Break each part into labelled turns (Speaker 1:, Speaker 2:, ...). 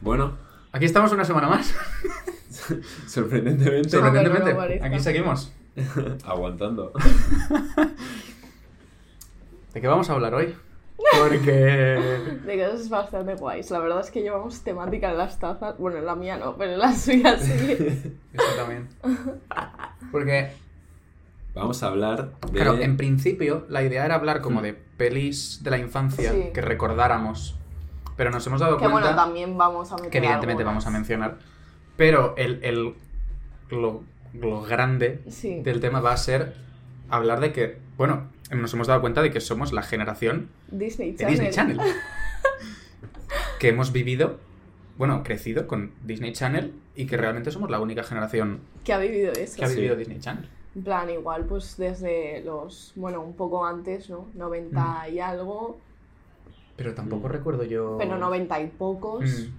Speaker 1: Bueno,
Speaker 2: Aquí estamos una semana más.
Speaker 1: sorprendentemente
Speaker 2: Sorprendentemente.
Speaker 3: no parezca.
Speaker 2: Aquí seguimos.
Speaker 1: aguantando.
Speaker 2: ¿De qué vamos a hablar hoy? Porque.
Speaker 3: De cosas bastante guays. La verdad es que llevamos temática en las tazas. Bueno, en la mía no, pero en la suya sí.
Speaker 2: Eso también. Porque,
Speaker 1: Vamos a hablar de...
Speaker 2: claro, en principio la idea era hablar como de pelis de la infancia
Speaker 3: Sí.
Speaker 2: que recordáramos. Pero nos hemos dado
Speaker 3: que
Speaker 2: cuenta
Speaker 3: bueno, también vamos a meter.
Speaker 2: que evidentemente
Speaker 3: algunas.
Speaker 2: vamos a mencionar. Pero el, el- lo, lo grande
Speaker 3: Sí.
Speaker 2: del tema va a ser hablar de que, bueno, nos hemos dado cuenta de que somos la generación
Speaker 3: Disney
Speaker 2: de
Speaker 3: Channel.
Speaker 2: Disney Channel. que hemos vivido, bueno, crecido con Disney Channel y que realmente somos la única generación
Speaker 3: Que ha vivido eso.
Speaker 2: que ha
Speaker 1: Sí.
Speaker 2: vivido Disney Channel.
Speaker 3: En plan, igual, pues desde los. Bueno, un poco antes, ¿no? 90
Speaker 2: Mm.
Speaker 3: y algo.
Speaker 2: Pero tampoco
Speaker 1: Mm.
Speaker 2: recuerdo yo...
Speaker 3: Pero 90 y pocos.
Speaker 2: Mm.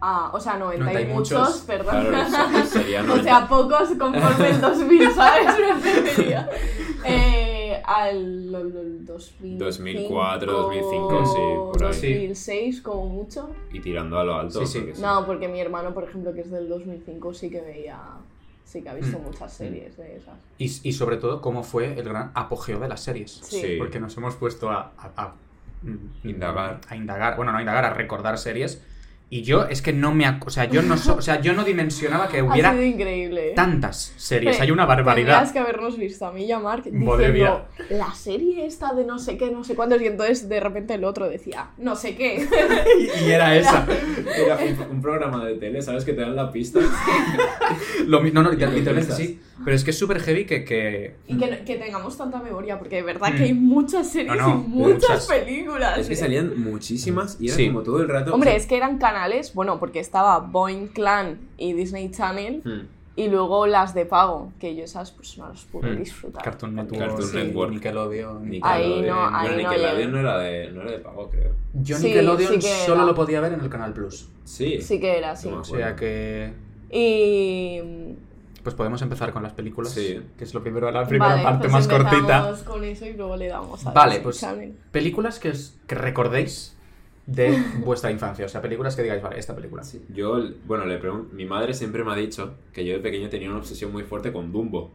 Speaker 3: Ah, o sea, 90,
Speaker 2: 90 y
Speaker 3: y muchos,
Speaker 2: muchos.
Speaker 3: perdón.
Speaker 1: Claro, eso sería
Speaker 3: O
Speaker 1: no-
Speaker 3: sea, pocos conforme el 2000, ¿sabes? Me entendería. Eh, al lo- lo- 2005,
Speaker 1: 2004, 2005, sí, por ahí.
Speaker 3: 2006 como mucho.
Speaker 1: Y tirando a lo alto.
Speaker 2: Sí, sí.
Speaker 1: porque
Speaker 3: No, porque mi hermano, por ejemplo, que es del 2005, sí que veía, sí que ha visto
Speaker 2: Mm.
Speaker 3: muchas series de esas.
Speaker 2: Y, y sobre todo, cómo fue el gran apogeo de las series.
Speaker 3: Sí.
Speaker 1: Sí.
Speaker 2: Porque nos hemos puesto a, a- a-
Speaker 1: Indagar.
Speaker 2: A indagar, bueno, no a indagar, a recordar series. Y yo es que no me... ac- O sea, yo no, so- o sea, yo no dimensionaba que
Speaker 3: Ha
Speaker 2: hubiera
Speaker 3: sido increíble.
Speaker 2: tantas series.
Speaker 3: Ah, Sí.
Speaker 2: Hay una barbaridad.
Speaker 3: Tendrías que habernos visto a mí llamar
Speaker 2: Madre
Speaker 3: diciendo la serie esta de no sé qué, no sé cuántos, y entonces de repente el otro decía no sé qué.
Speaker 2: Y era esa.
Speaker 1: Era un, un programa de tele, ¿sabes? Que te dan la pista.
Speaker 2: Lo mi- no, no, literal-
Speaker 1: lo
Speaker 2: literalmente
Speaker 1: piensas.
Speaker 2: sí. Pero es que es súper heavy que... que...
Speaker 3: Y que, que tengamos tanta memoria, porque de verdad
Speaker 2: Mm.
Speaker 3: que hay muchas
Speaker 2: No,
Speaker 3: series
Speaker 2: no,
Speaker 3: y muchas,
Speaker 2: muchas.
Speaker 3: películas.
Speaker 1: es que
Speaker 3: ¿eh?
Speaker 1: salían muchísimas y era
Speaker 2: Sí.
Speaker 1: como todo el rato...
Speaker 3: Hombre, es que eran canales, bueno, porque estaba Boeing Clan y Disney Channel,
Speaker 2: Mm.
Speaker 1: Hmm.
Speaker 3: y luego las de pago, que yo esas pues no las pude
Speaker 2: Mm.
Speaker 3: disfrutar.
Speaker 2: Cartoon Network,
Speaker 1: Cartoon
Speaker 2: sí,
Speaker 1: Network.
Speaker 2: Nickelodeon. Ah,
Speaker 3: Ahí
Speaker 1: Nickelodeon.
Speaker 3: no, ahí
Speaker 1: Bueno,
Speaker 3: no
Speaker 1: Nickelodeon
Speaker 3: llega.
Speaker 1: no era, de, no era de pago, creo.
Speaker 2: Yo
Speaker 3: Sí,
Speaker 2: Nickelodeon
Speaker 3: sí que
Speaker 2: solo
Speaker 3: era.
Speaker 2: lo podía ver en el Canal Plus.
Speaker 1: Sí.
Speaker 3: Sí que era, sí.
Speaker 1: No me
Speaker 2: O
Speaker 1: acuerdo.
Speaker 2: sea que...
Speaker 3: Y...
Speaker 2: Pues podemos empezar con las películas.
Speaker 1: Sí.
Speaker 2: Que es lo primero, la primera
Speaker 3: vale,
Speaker 2: parte
Speaker 3: pues
Speaker 2: más cortita.
Speaker 3: empezamos con eso y luego le damos a
Speaker 2: Vale,
Speaker 3: Disney
Speaker 2: pues-
Speaker 3: Channel.
Speaker 2: Películas que, os- que recordéis de vuestra infancia. O sea, películas que digáis, vale, esta película.
Speaker 1: Sí. Yo, bueno, le pregunto, mi madre siempre me ha dicho que yo de pequeño tenía una obsesión muy fuerte con Dumbo.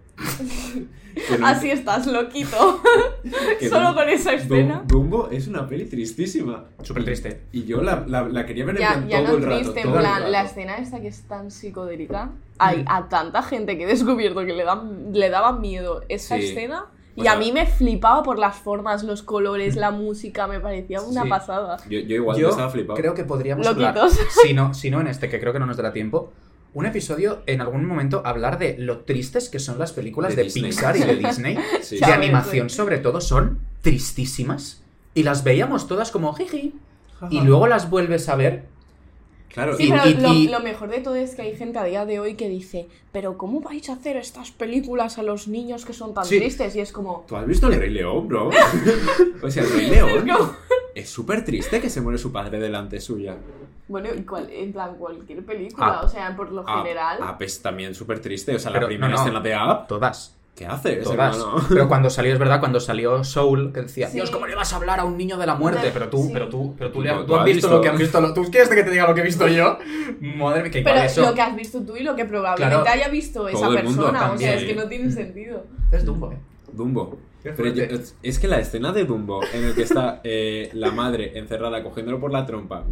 Speaker 1: Que no-
Speaker 3: Así estás, loquito.
Speaker 1: que
Speaker 3: Ah, Solo
Speaker 1: Dumbo-
Speaker 3: con esa
Speaker 1: Dum-
Speaker 3: escena.
Speaker 1: Dumbo es una peli tristísima.
Speaker 2: Súper triste.
Speaker 1: Y yo la, la- la quería ver en
Speaker 3: Ya,
Speaker 1: plan
Speaker 3: ya
Speaker 1: todo
Speaker 3: no
Speaker 1: el rato.
Speaker 3: triste, en
Speaker 1: todo el
Speaker 3: plan,
Speaker 1: rato.
Speaker 3: la escena esta que es tan psicodélica. Hay a tanta gente que he descubierto que le, dan, le daba miedo esa
Speaker 1: Sí.
Speaker 3: escena.
Speaker 1: O
Speaker 3: y
Speaker 1: sea-
Speaker 3: a mí me flipaba por las formas, los colores, la música, me parecía una
Speaker 1: Sí.
Speaker 3: pasada.
Speaker 1: Yo, yo igual
Speaker 2: Yo
Speaker 1: estaba flipado.
Speaker 2: creo que podríamos hablar,
Speaker 3: Loquitos.
Speaker 2: si no, si no en este, que creo que no nos dará tiempo, un episodio en algún momento hablar de lo tristes que son las películas
Speaker 1: De
Speaker 2: de,
Speaker 1: Disney.
Speaker 2: Pixar y de Disney.
Speaker 1: Sí.
Speaker 2: De
Speaker 3: Chao.
Speaker 2: animación,
Speaker 3: pues.
Speaker 2: sobre todo, son tristísimas. Y las veíamos todas como jiji. Y luego las vuelves a ver.
Speaker 1: Claro,
Speaker 3: Sí,
Speaker 2: Y-
Speaker 3: pero
Speaker 2: y-
Speaker 3: lo,
Speaker 2: y-
Speaker 3: lo mejor de todo es que hay gente a día de hoy que dice, pero ¿cómo vais a hacer estas películas a los niños que son tan
Speaker 2: Sí.
Speaker 3: tristes? Y es como...
Speaker 1: ¿tú has visto el Rey León, bro? o sea, el Rey León
Speaker 3: como-
Speaker 1: es súper triste que se muere su padre delante suya.
Speaker 3: Bueno, y cual- en plan, cualquier película,
Speaker 2: Ah.
Speaker 3: o sea, por lo general...
Speaker 1: Up, Up es también súper triste. O sea, la
Speaker 2: Pero,
Speaker 1: primera
Speaker 2: no, no.
Speaker 1: escena de Up,
Speaker 2: Todas.
Speaker 1: ¿qué haces,
Speaker 2: Todas.
Speaker 1: hermano?
Speaker 2: Pero cuando salió, es verdad, cuando salió Soul, que decía,
Speaker 3: Sí.
Speaker 2: Dios, ¿cómo le vas a hablar a un niño de la muerte?
Speaker 3: Bueno,
Speaker 2: Pero tú,
Speaker 3: sí.
Speaker 2: pero tú, pero tú,
Speaker 1: Tú
Speaker 2: le has-
Speaker 1: no,
Speaker 2: tú has visto lo que han visto. lo- ¿Tú quieres que te diga lo que he visto yo? Madre mía, que igual
Speaker 3: Pero
Speaker 2: eso.
Speaker 3: lo que has visto tú y lo que probablemente
Speaker 2: Claro,
Speaker 3: haya visto esa
Speaker 1: todo el mundo
Speaker 3: persona, o
Speaker 1: también.
Speaker 3: sea, es que no tiene sentido.
Speaker 2: Es Dumbo, eh.
Speaker 1: Dumbo.
Speaker 2: Qué
Speaker 1: Pero yo-
Speaker 2: fuerte.
Speaker 1: es que la escena de Dumbo en el que está eh, la madre encerrada cogiéndolo por la trompa,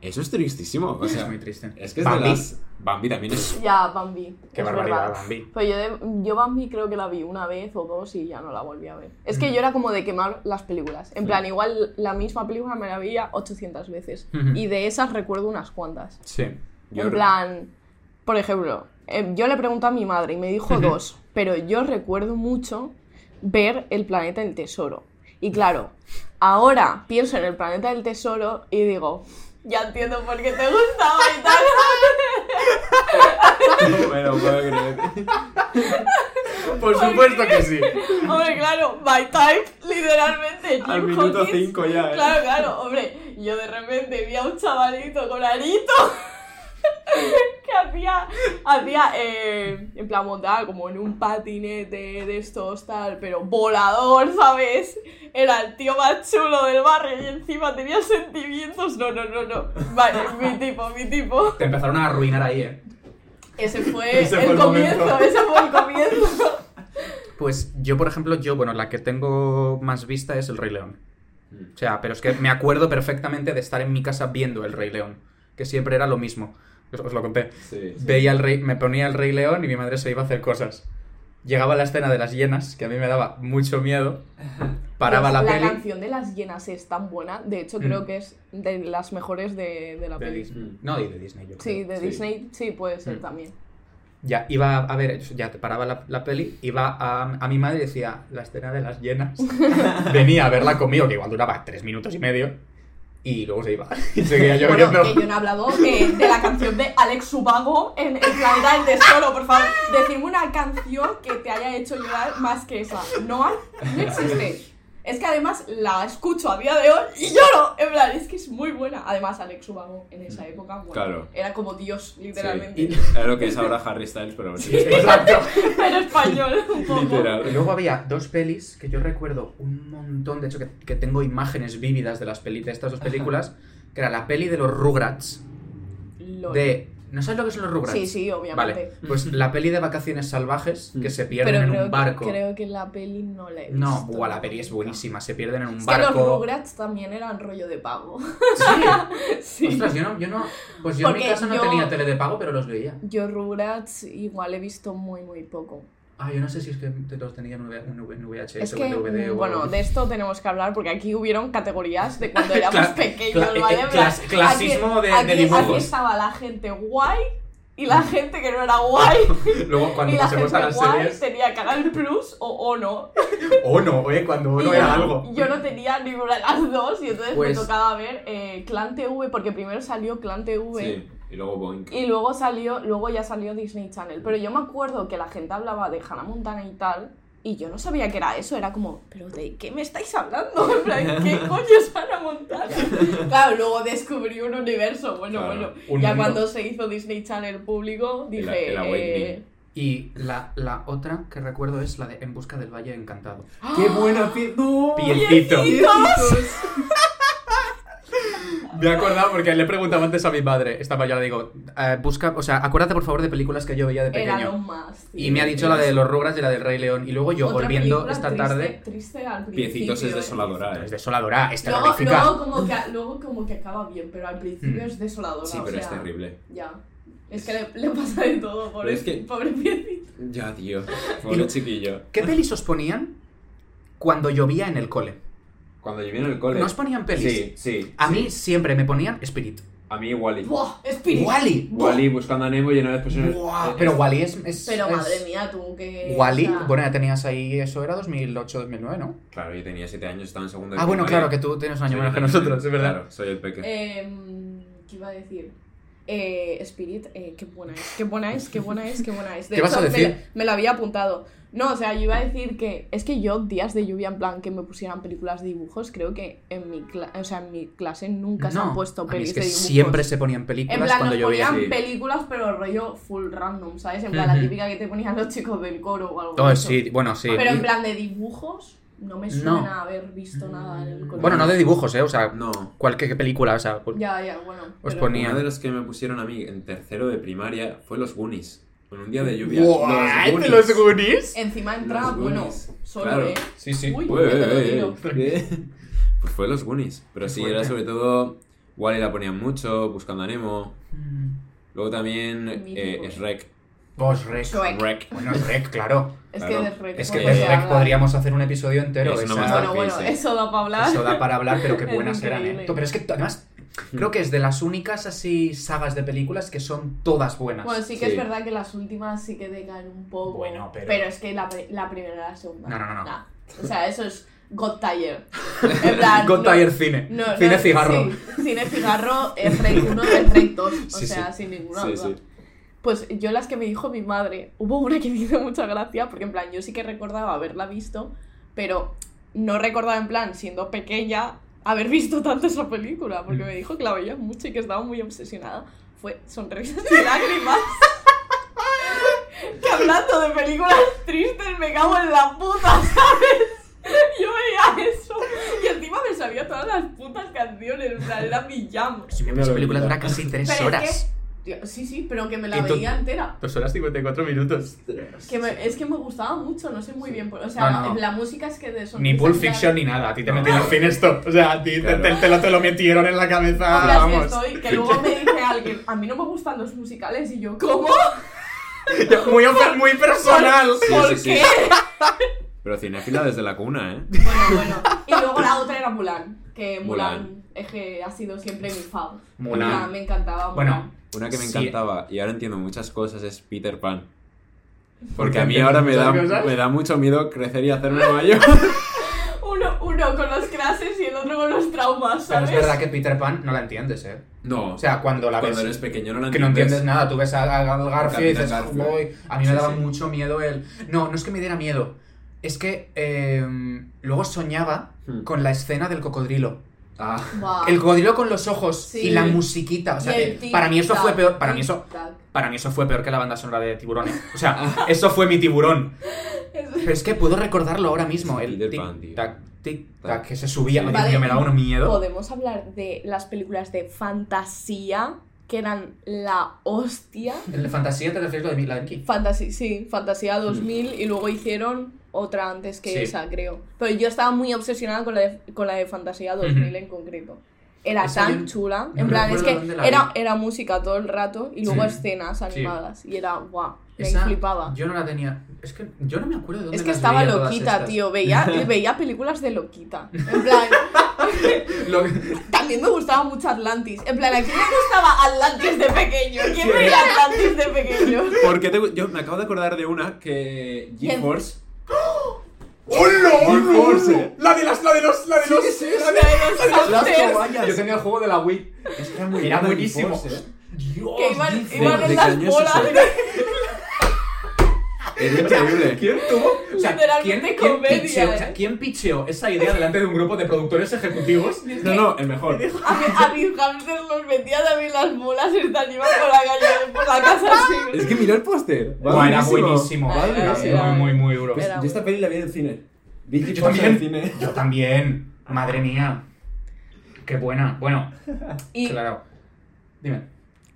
Speaker 1: eso es tristísimo. O
Speaker 2: es
Speaker 1: sea,
Speaker 2: muy triste.
Speaker 1: es que es
Speaker 2: Bambi.
Speaker 1: de las... Bambi también es...
Speaker 3: Ya, Bambi.
Speaker 2: Qué
Speaker 3: es
Speaker 2: barbaridad,
Speaker 3: verdad.
Speaker 2: Bambi.
Speaker 3: Pues yo, de- yo Bambi creo que la vi una vez o dos y ya no la volví a ver. Es que
Speaker 2: Mm.
Speaker 3: yo era como de quemar las películas. En
Speaker 1: Sí.
Speaker 3: plan, igual la misma película me la veía 800 veces.
Speaker 2: Ujú.
Speaker 3: Y de esas recuerdo unas cuantas.
Speaker 2: Sí.
Speaker 1: Yo
Speaker 3: en
Speaker 1: re-
Speaker 3: plan, por ejemplo, eh, yo le pregunté a mi madre y me dijo
Speaker 2: Ujú.
Speaker 3: dos, pero yo recuerdo mucho ver El Planeta del Tesoro. Y claro, ahora pienso en El Planeta del Tesoro y digo, ya entiendo por qué te gustaba y tal.
Speaker 1: No me lo puedo creer.
Speaker 2: Por supuesto que sí.
Speaker 3: Hombre, claro, my type, literalmente. Jim
Speaker 1: Al minuto
Speaker 3: Hawkins.
Speaker 1: 5 ya, ¿eh?
Speaker 3: Claro, claro, hombre. Yo de repente vi a un chavalito con arito que hacía, hacía eh, en plan montada como en un patinete de estos tal, pero volador, ¿sabes? Era el tío más chulo del barrio y encima tenía sentimientos. No, no, no, no. Vale, mi tipo, mi tipo.
Speaker 2: Te empezaron a arruinar ahí, ¿eh?
Speaker 3: Ese fue
Speaker 4: Ese
Speaker 3: el,
Speaker 4: fue el
Speaker 3: comienzo,
Speaker 4: momento.
Speaker 3: ese fue el comienzo.
Speaker 2: Pues yo, por ejemplo, yo, bueno, la que tengo más vista es El Rey León. O sea, pero es que me acuerdo perfectamente de estar en mi casa viendo El Rey León, que siempre era lo mismo. Os, os lo conté.
Speaker 1: Sí.
Speaker 2: Veía el rey, me ponía el Rey León y mi madre se iba a hacer cosas. Llegaba la escena de las hienas, que a mí me daba mucho miedo. Paraba la, peli.
Speaker 3: canción de las hienas es tan buena, de hecho creo
Speaker 2: Mm.
Speaker 3: que es de las mejores de, de la
Speaker 2: De
Speaker 3: peli.
Speaker 2: Disney. No, y de Disney, yo creo.
Speaker 3: Sí, de
Speaker 1: Sí.
Speaker 3: Disney sí puede ser
Speaker 2: Mm.
Speaker 3: también.
Speaker 2: Ya, iba a ver, ya te paraba la, la peli, iba a, a mi madre y decía, la escena de las llenas. Venía a verla conmigo, que igual duraba tres minutos y medio, y luego se iba. Y seguía
Speaker 3: Bueno,
Speaker 2: lloviendo.
Speaker 3: que yo no he hablado eh, de la canción de Alex Subago en El Planeta del Tesoro, por favor. Decirme una canción que te haya hecho llorar más que esa. No hay, no existe. Es que además la escucho a día de hoy y lloro. En plan, es que es muy buena. Además, Alex Subago en esa
Speaker 2: Mm.
Speaker 3: época, bueno,
Speaker 1: Claro.
Speaker 3: era como Dios, literalmente.
Speaker 1: Sí. Era lo que es ahora Harry Styles, pero sí.
Speaker 2: Exacto.
Speaker 3: Pero español, un poco.
Speaker 2: Y
Speaker 1: Literal.
Speaker 2: Luego había dos pelis que yo recuerdo un montón, de hecho, que, que tengo imágenes vívidas de, las peli, de estas dos películas, que era la peli de los Rugrats,
Speaker 3: Lol.
Speaker 2: de... ¿No sabes lo que son los Rugrats?
Speaker 3: Sí, sí, obviamente.
Speaker 2: Vale, pues la peli de vacaciones salvajes, que se pierden
Speaker 3: Pero
Speaker 2: en
Speaker 3: creo,
Speaker 2: un
Speaker 3: que-
Speaker 2: barco.
Speaker 3: creo que la peli no la he visto.
Speaker 2: No, buah, la peli es buenísima, se pierden en un
Speaker 3: Es que
Speaker 2: barco.
Speaker 3: los Rugrats también eran rollo de pago. Sí.
Speaker 2: Ostras, yo no, yo no. Pues yo en
Speaker 3: Porque
Speaker 2: mi casa no
Speaker 3: yo-
Speaker 2: tenía tele de pago, pero los veía.
Speaker 3: Yo Rugrats igual he visto muy, muy poco.
Speaker 2: Ah, yo no sé si es que te los tenía en, V- en V- en VHS
Speaker 3: Es
Speaker 2: o
Speaker 3: que,
Speaker 2: en DVD o
Speaker 3: bueno,
Speaker 2: algo.
Speaker 3: de esto tenemos que hablar porque aquí hubieron categorías de cuando éramos
Speaker 2: Cla-
Speaker 3: pequeños,
Speaker 2: cla-
Speaker 3: ¿vale?
Speaker 2: eh,
Speaker 3: En plan,
Speaker 2: clas- clasismo de- de dibujos.
Speaker 3: Aquí estaba la gente guay y la gente que no era guay.
Speaker 2: Luego,
Speaker 3: y
Speaker 2: cuando
Speaker 3: la
Speaker 2: pasemos a
Speaker 3: gente
Speaker 2: las
Speaker 3: guay
Speaker 2: series.
Speaker 3: tenía Canal Plus o, o no.
Speaker 2: O no, eh, cuando
Speaker 3: Y
Speaker 2: no
Speaker 3: yo-
Speaker 2: era algo.
Speaker 3: Yo no tenía ninguna de las dos y entonces
Speaker 2: Pues-
Speaker 3: me tocaba ver eh, Clan TV porque primero salió Clan TV.
Speaker 1: Sí. Y luego Boink.
Speaker 3: Y luego salió, luego ya salió Disney Channel. Pero yo me acuerdo que la gente hablaba de Hannah Montana y tal. Y yo no sabía que era eso. Era como, ¿pero de qué me estáis hablando? En plan, ¿qué coño es Hannah Montana? Claro, luego descubrí un universo. Bueno,
Speaker 1: Claro,
Speaker 3: bueno.
Speaker 2: un
Speaker 3: ya
Speaker 2: mundo.
Speaker 3: cuando se hizo Disney Channel público,
Speaker 1: El-
Speaker 3: dije.
Speaker 1: el
Speaker 3: eh,
Speaker 1: Awakening.
Speaker 2: Y la, la otra que recuerdo es la de En busca del Valle Encantado.
Speaker 3: ¡Ah!
Speaker 1: ¡Qué buena pieza! ¡No!
Speaker 2: Pielcito.
Speaker 1: Piecitos.
Speaker 2: Me he acordado porque le he preguntado antes a mi madre. Estaba yo, le digo, eh, busca, o sea, acuérdate por favor de películas que yo veía de
Speaker 3: era lo
Speaker 2: pequeño.
Speaker 3: más. tío.
Speaker 2: Y me ha dicho la de los Rugrats y la del Rey León. Y luego yo,
Speaker 3: Otra
Speaker 2: volviendo
Speaker 3: película
Speaker 2: esta
Speaker 3: triste-
Speaker 2: tarde.
Speaker 3: Triste al principio.
Speaker 1: Piecitos es desoladora.
Speaker 2: Es
Speaker 1: ¿eh?
Speaker 2: desoladora, es
Speaker 3: Luego,
Speaker 2: terrorífica.
Speaker 3: luego como que, luego como que acaba bien, pero al principio
Speaker 2: Mm.
Speaker 3: es desoladora.
Speaker 1: Sí,
Speaker 3: o
Speaker 1: pero es
Speaker 3: sea,
Speaker 1: terrible.
Speaker 3: Ya. Es que le, le pasa de todo, pobre,
Speaker 1: es que-
Speaker 3: pobre piecito.
Speaker 1: Ya, tío. Pobre chiquillo.
Speaker 2: ¿Qué pelis os ponían cuando llovía en el cole?
Speaker 1: Cuando yo vine al cole.
Speaker 2: ¿No os ponían pelis?
Speaker 1: Sí, sí.
Speaker 2: A mí siempre me ponían Spirit.
Speaker 1: A mí Wally.
Speaker 3: ¡Buah! ¡Espíritu!
Speaker 2: Wally.
Speaker 1: Wally buscando a Nemo y una vez pusieron.
Speaker 2: Buah, Pero Wally es, es-
Speaker 3: Pero
Speaker 2: es-
Speaker 3: madre mía, tú que.
Speaker 2: Wall-E,
Speaker 3: o sea,
Speaker 2: bueno, ya tenías ahí, eso era 2008, 2009, ¿no?
Speaker 1: Claro, yo tenía 7 años, estaba en segundo. de
Speaker 2: Ah, bueno,
Speaker 1: primaria.
Speaker 2: claro, que tú tienes un año
Speaker 1: Sí,
Speaker 2: menos que
Speaker 1: yo tenía-
Speaker 2: nosotros, es verdad.
Speaker 1: Claro, soy el
Speaker 3: Eh.
Speaker 1: pequeño.
Speaker 3: em, ¿Qué iba a decir? Eh, Spirit, eh, qué buena es, qué buena es, qué buena es, qué buena es. De
Speaker 2: ¿Qué vas a
Speaker 3: me
Speaker 2: decir?
Speaker 3: la- Me, lo había apuntado. No, o sea, yo iba a decir que es que yo días de lluvia en plan que me pusieran películas de dibujos, creo que en mi, cla- o sea, en mi clase nunca se han puesto
Speaker 2: a mí
Speaker 3: pelis
Speaker 2: es que
Speaker 3: de dibujos.
Speaker 2: siempre se ponían
Speaker 3: En
Speaker 2: películas
Speaker 3: plan,
Speaker 2: cuando
Speaker 3: nos
Speaker 2: llovía.
Speaker 3: ponían
Speaker 1: sí.
Speaker 3: películas, pero rollo full random, ¿sabes? En plan, la
Speaker 2: Ujú.
Speaker 3: típica que te ponían los chicos del coro o algo
Speaker 2: Oh,
Speaker 3: de eso.
Speaker 2: sí, bueno, sí.
Speaker 3: Pero en plan de dibujos, no me suena
Speaker 2: No.
Speaker 3: haber visto nada en el colegio.
Speaker 2: Bueno, no de dibujos, ¿eh? O sea,
Speaker 1: No.
Speaker 2: cualquier película, o sea... pues-
Speaker 3: Ya, ya, bueno.
Speaker 2: Os
Speaker 3: pero-
Speaker 2: ponía-
Speaker 1: Uno de los que me pusieron a mí en tercero de primaria fue los Goonies. En un día de lluvia.
Speaker 2: Guay, ¿te ¿Los Goonies?
Speaker 3: Encima entraba,
Speaker 1: Los
Speaker 3: bueno,
Speaker 1: Goonies,
Speaker 3: solo,
Speaker 1: claro.
Speaker 3: ¿eh?
Speaker 2: Sí, sí.
Speaker 3: Uy,
Speaker 1: Ué,
Speaker 3: ya te lo
Speaker 1: ué,
Speaker 3: tiro.
Speaker 1: ué. eh, Pues fue los Goonies. Pero
Speaker 2: Qué
Speaker 1: sí,
Speaker 2: fuerte.
Speaker 1: era sobre todo. Wally la ponían mucho, buscando a Nemo. Luego también eh,
Speaker 3: Mítico.
Speaker 1: Shrek.
Speaker 2: Vos, Rec.
Speaker 3: Shrek.
Speaker 1: Shrek.
Speaker 2: Bueno, Rec, claro.
Speaker 3: Es
Speaker 1: Claro.
Speaker 3: que de Shrek
Speaker 2: Es que
Speaker 1: Porque
Speaker 2: de
Speaker 3: podría
Speaker 2: Rec
Speaker 3: hablar.
Speaker 2: podríamos hacer un episodio entero.
Speaker 1: Es una
Speaker 2: esa-
Speaker 1: maravilla.
Speaker 3: Bueno, bueno,
Speaker 1: Sí, sí.
Speaker 3: eso da para hablar.
Speaker 2: ¿eh? Eso da para hablar, pero qué
Speaker 3: Es
Speaker 2: buenas eran, ¿eh?
Speaker 3: increíble.
Speaker 2: Pero es que además creo que es de las únicas así sagas de películas que son todas buenas.
Speaker 3: Bueno, sí que
Speaker 1: Sí.
Speaker 3: es verdad que las últimas sí que decaen un poco.
Speaker 2: Bueno, pero-
Speaker 3: es que la, pri- la primera y la segunda.
Speaker 2: No, no, no, no.
Speaker 3: Nah. O sea, eso es God Tire. En plan,
Speaker 2: Got
Speaker 3: no-
Speaker 2: Tire Cine.
Speaker 3: No,
Speaker 2: cine
Speaker 3: no,
Speaker 2: cigarro.
Speaker 3: sí, cine cigarro, es rey uno, es rey dos, O
Speaker 2: Sí,
Speaker 3: sea, sin ninguna
Speaker 1: Sí,
Speaker 3: duda.
Speaker 1: sí.
Speaker 3: Pues yo las que me dijo mi madre, hubo una que me hizo mucha gracia, porque en plan, yo sí que recordaba haberla visto, pero no recordaba en plan, siendo pequeña, haber visto tanto esa película, porque
Speaker 2: Mm.
Speaker 3: me dijo que la veía mucho y que estaba muy obsesionada. fue sonrisas y lágrimas. que hablando de películas tristes me cago en la puta, ¿sabes? Yo veía eso y encima me sabía todas las putas canciones, o sea, era mi jam.
Speaker 2: Si
Speaker 1: Una
Speaker 2: me esa película
Speaker 1: locura.
Speaker 2: dura casi tres
Speaker 3: Pero es
Speaker 2: horas.
Speaker 3: que- tío, sí, sí, pero que me la
Speaker 2: Y tú-
Speaker 3: veía entera.
Speaker 2: Dos horas 54 minutos.
Speaker 3: Que me- es que me gustaba mucho, no sé muy bien. por- O sea,
Speaker 2: No, no, no.
Speaker 3: la música es que de eso.
Speaker 2: Ni Pulp Fiction ni nada, a ti te
Speaker 1: No.
Speaker 2: metieron fin esto. O sea, a ti te-
Speaker 1: Claro.
Speaker 2: te, te lo, te lo metieron en la cabeza.
Speaker 3: que,
Speaker 2: vamos.
Speaker 3: estoy, que luego me dice alguien, a mí no me gustan los musicales y yo, ¿cómo?
Speaker 2: Ya, muy, ofer- muy personal.
Speaker 1: Sí,
Speaker 3: ¿Por
Speaker 1: sí, sí.
Speaker 3: qué?
Speaker 1: Pero cinéfila desde la cuna, ¿eh?
Speaker 3: Bueno, bueno. Y luego la otra era Mulan, que Mulan,
Speaker 1: Mulan.
Speaker 3: es que ha sido siempre mi fav.
Speaker 2: Mulan.
Speaker 3: me encantaba.
Speaker 2: Bueno,
Speaker 3: Mulan.
Speaker 1: Una que me
Speaker 2: Sí.
Speaker 1: encantaba y ahora entiendo muchas cosas es Peter Pan.
Speaker 2: Porque
Speaker 1: Porque a mí
Speaker 2: entiendes
Speaker 1: ahora me da,
Speaker 2: muchas cosas.
Speaker 1: me da mucho miedo crecer y hacerme mayor.
Speaker 3: Uno, uno con los crases y el otro con los traumas,
Speaker 2: Pero
Speaker 3: ¿sabes?
Speaker 2: es verdad que Peter Pan no la entiendes, ¿eh?
Speaker 1: No,
Speaker 2: O sea, cuando la
Speaker 1: cuando
Speaker 2: ves.
Speaker 1: eres pequeño no la
Speaker 2: que no entiendes nada, tú ves a, a Gal Garfio y
Speaker 1: Capitán
Speaker 2: dices,
Speaker 1: Garfio.
Speaker 2: "Uy". a mí me
Speaker 1: Sí,
Speaker 2: daba
Speaker 1: sí.
Speaker 2: mucho miedo el... No, no es que me diera miedo, es que em, luego soñaba
Speaker 1: Hmm.
Speaker 2: con la escena del cocodrilo.
Speaker 1: Ah,
Speaker 3: Buah.
Speaker 2: El cocodrilo con los ojos
Speaker 3: Sí.
Speaker 2: y la musiquita, o sea,
Speaker 3: Y el
Speaker 2: que para mí eso fue
Speaker 3: tic-tac,
Speaker 2: peor, para mí eso...
Speaker 3: tic-tac.
Speaker 2: Para mí eso fue peor que la banda sonora de Tiburones. O
Speaker 1: Ah.
Speaker 2: sea, eso fue mi tiburón. Pero es que puedo recordarlo ahora mismo. El
Speaker 1: Peter Pan, tío.
Speaker 2: tic-tac, tic-tac,
Speaker 1: Tac.
Speaker 2: que se subía.
Speaker 1: Sí.
Speaker 2: Dios mío, me daba un miedo.
Speaker 3: Podemos hablar de las películas de fantasía que eran la hostia.
Speaker 2: ¿El fantasía te refieres a lo de Milanki?
Speaker 3: Fantasía, sí, Fantasía 2000 y luego hicieron otra antes que
Speaker 2: Hmm. Sí.
Speaker 3: esa, creo. Pero yo estaba muy obsesionada con la de, con la de Fantasía 2000
Speaker 2: Ujú.
Speaker 3: en concreto. Era
Speaker 2: Esa
Speaker 3: tan
Speaker 2: yo
Speaker 3: chula.
Speaker 2: no
Speaker 3: En plan, es
Speaker 2: recuerdo
Speaker 3: que
Speaker 2: dónde la
Speaker 3: era,
Speaker 2: vi.
Speaker 3: era música todo el rato y luego
Speaker 2: Sí.
Speaker 3: escenas animadas. Y era guau, me
Speaker 2: Esa
Speaker 3: flipaba.
Speaker 2: Yo no la tenía. Es que yo no me acuerdo de dónde
Speaker 3: Es que
Speaker 2: las
Speaker 3: estaba
Speaker 2: veía todas
Speaker 3: loquita,
Speaker 2: estas.
Speaker 3: tío. Veía, veía películas de loquita. En plan,
Speaker 2: Lo-
Speaker 3: También me gustaba mucho Atlantis. En plan, ¿a quién le gustaba Atlantis de pequeño? ¿Quién
Speaker 1: Sí.
Speaker 3: veía Atlantis de pequeño?
Speaker 1: ¿Por qué te gu- Yo me acabo de acordar de una que. GeForce.
Speaker 2: ¡Hola,
Speaker 1: hola, hola!
Speaker 2: La de las, la de los, la de los. la de
Speaker 3: Los
Speaker 2: las
Speaker 3: hamsters
Speaker 2: toallas. Yo tenía el juego de la Wii.
Speaker 1: Es que era muy
Speaker 2: Era
Speaker 1: buena
Speaker 2: buenísimo.
Speaker 1: GeForce, ¿eh?
Speaker 2: Dios.
Speaker 3: que iban,
Speaker 2: dice.
Speaker 3: iban
Speaker 1: de
Speaker 3: en
Speaker 1: qué
Speaker 3: las
Speaker 1: año es
Speaker 3: bolas.
Speaker 1: eso? Era increíble.
Speaker 2: ¿Quién tuvo? O sea,
Speaker 3: Literalmente
Speaker 2: ¿quién,
Speaker 3: comedia,
Speaker 2: ¿quién picheó,
Speaker 3: ¿eh?
Speaker 2: o sea, ¿Quién picheó esa idea delante de un grupo de productores ejecutivos?
Speaker 1: No, no, el mejor.
Speaker 3: A, mí- a mis hamsters los metía también las bolas y tal, iban por la calle, por la casa así.
Speaker 1: Es que miró el póster. va
Speaker 2: Buah, era
Speaker 1: buenísimo.
Speaker 2: buenísimo.
Speaker 3: Era
Speaker 2: Era
Speaker 3: buenísimo.
Speaker 2: muy, muy, muy duro.
Speaker 1: Pues
Speaker 3: Era
Speaker 1: yo esta peli la vi en el cine. Vi
Speaker 2: Yo
Speaker 1: GeForce en el
Speaker 2: también.
Speaker 1: cine.
Speaker 2: Yo también. Madre mía. Qué buena. Bueno,
Speaker 3: Y
Speaker 2: claro. Dime.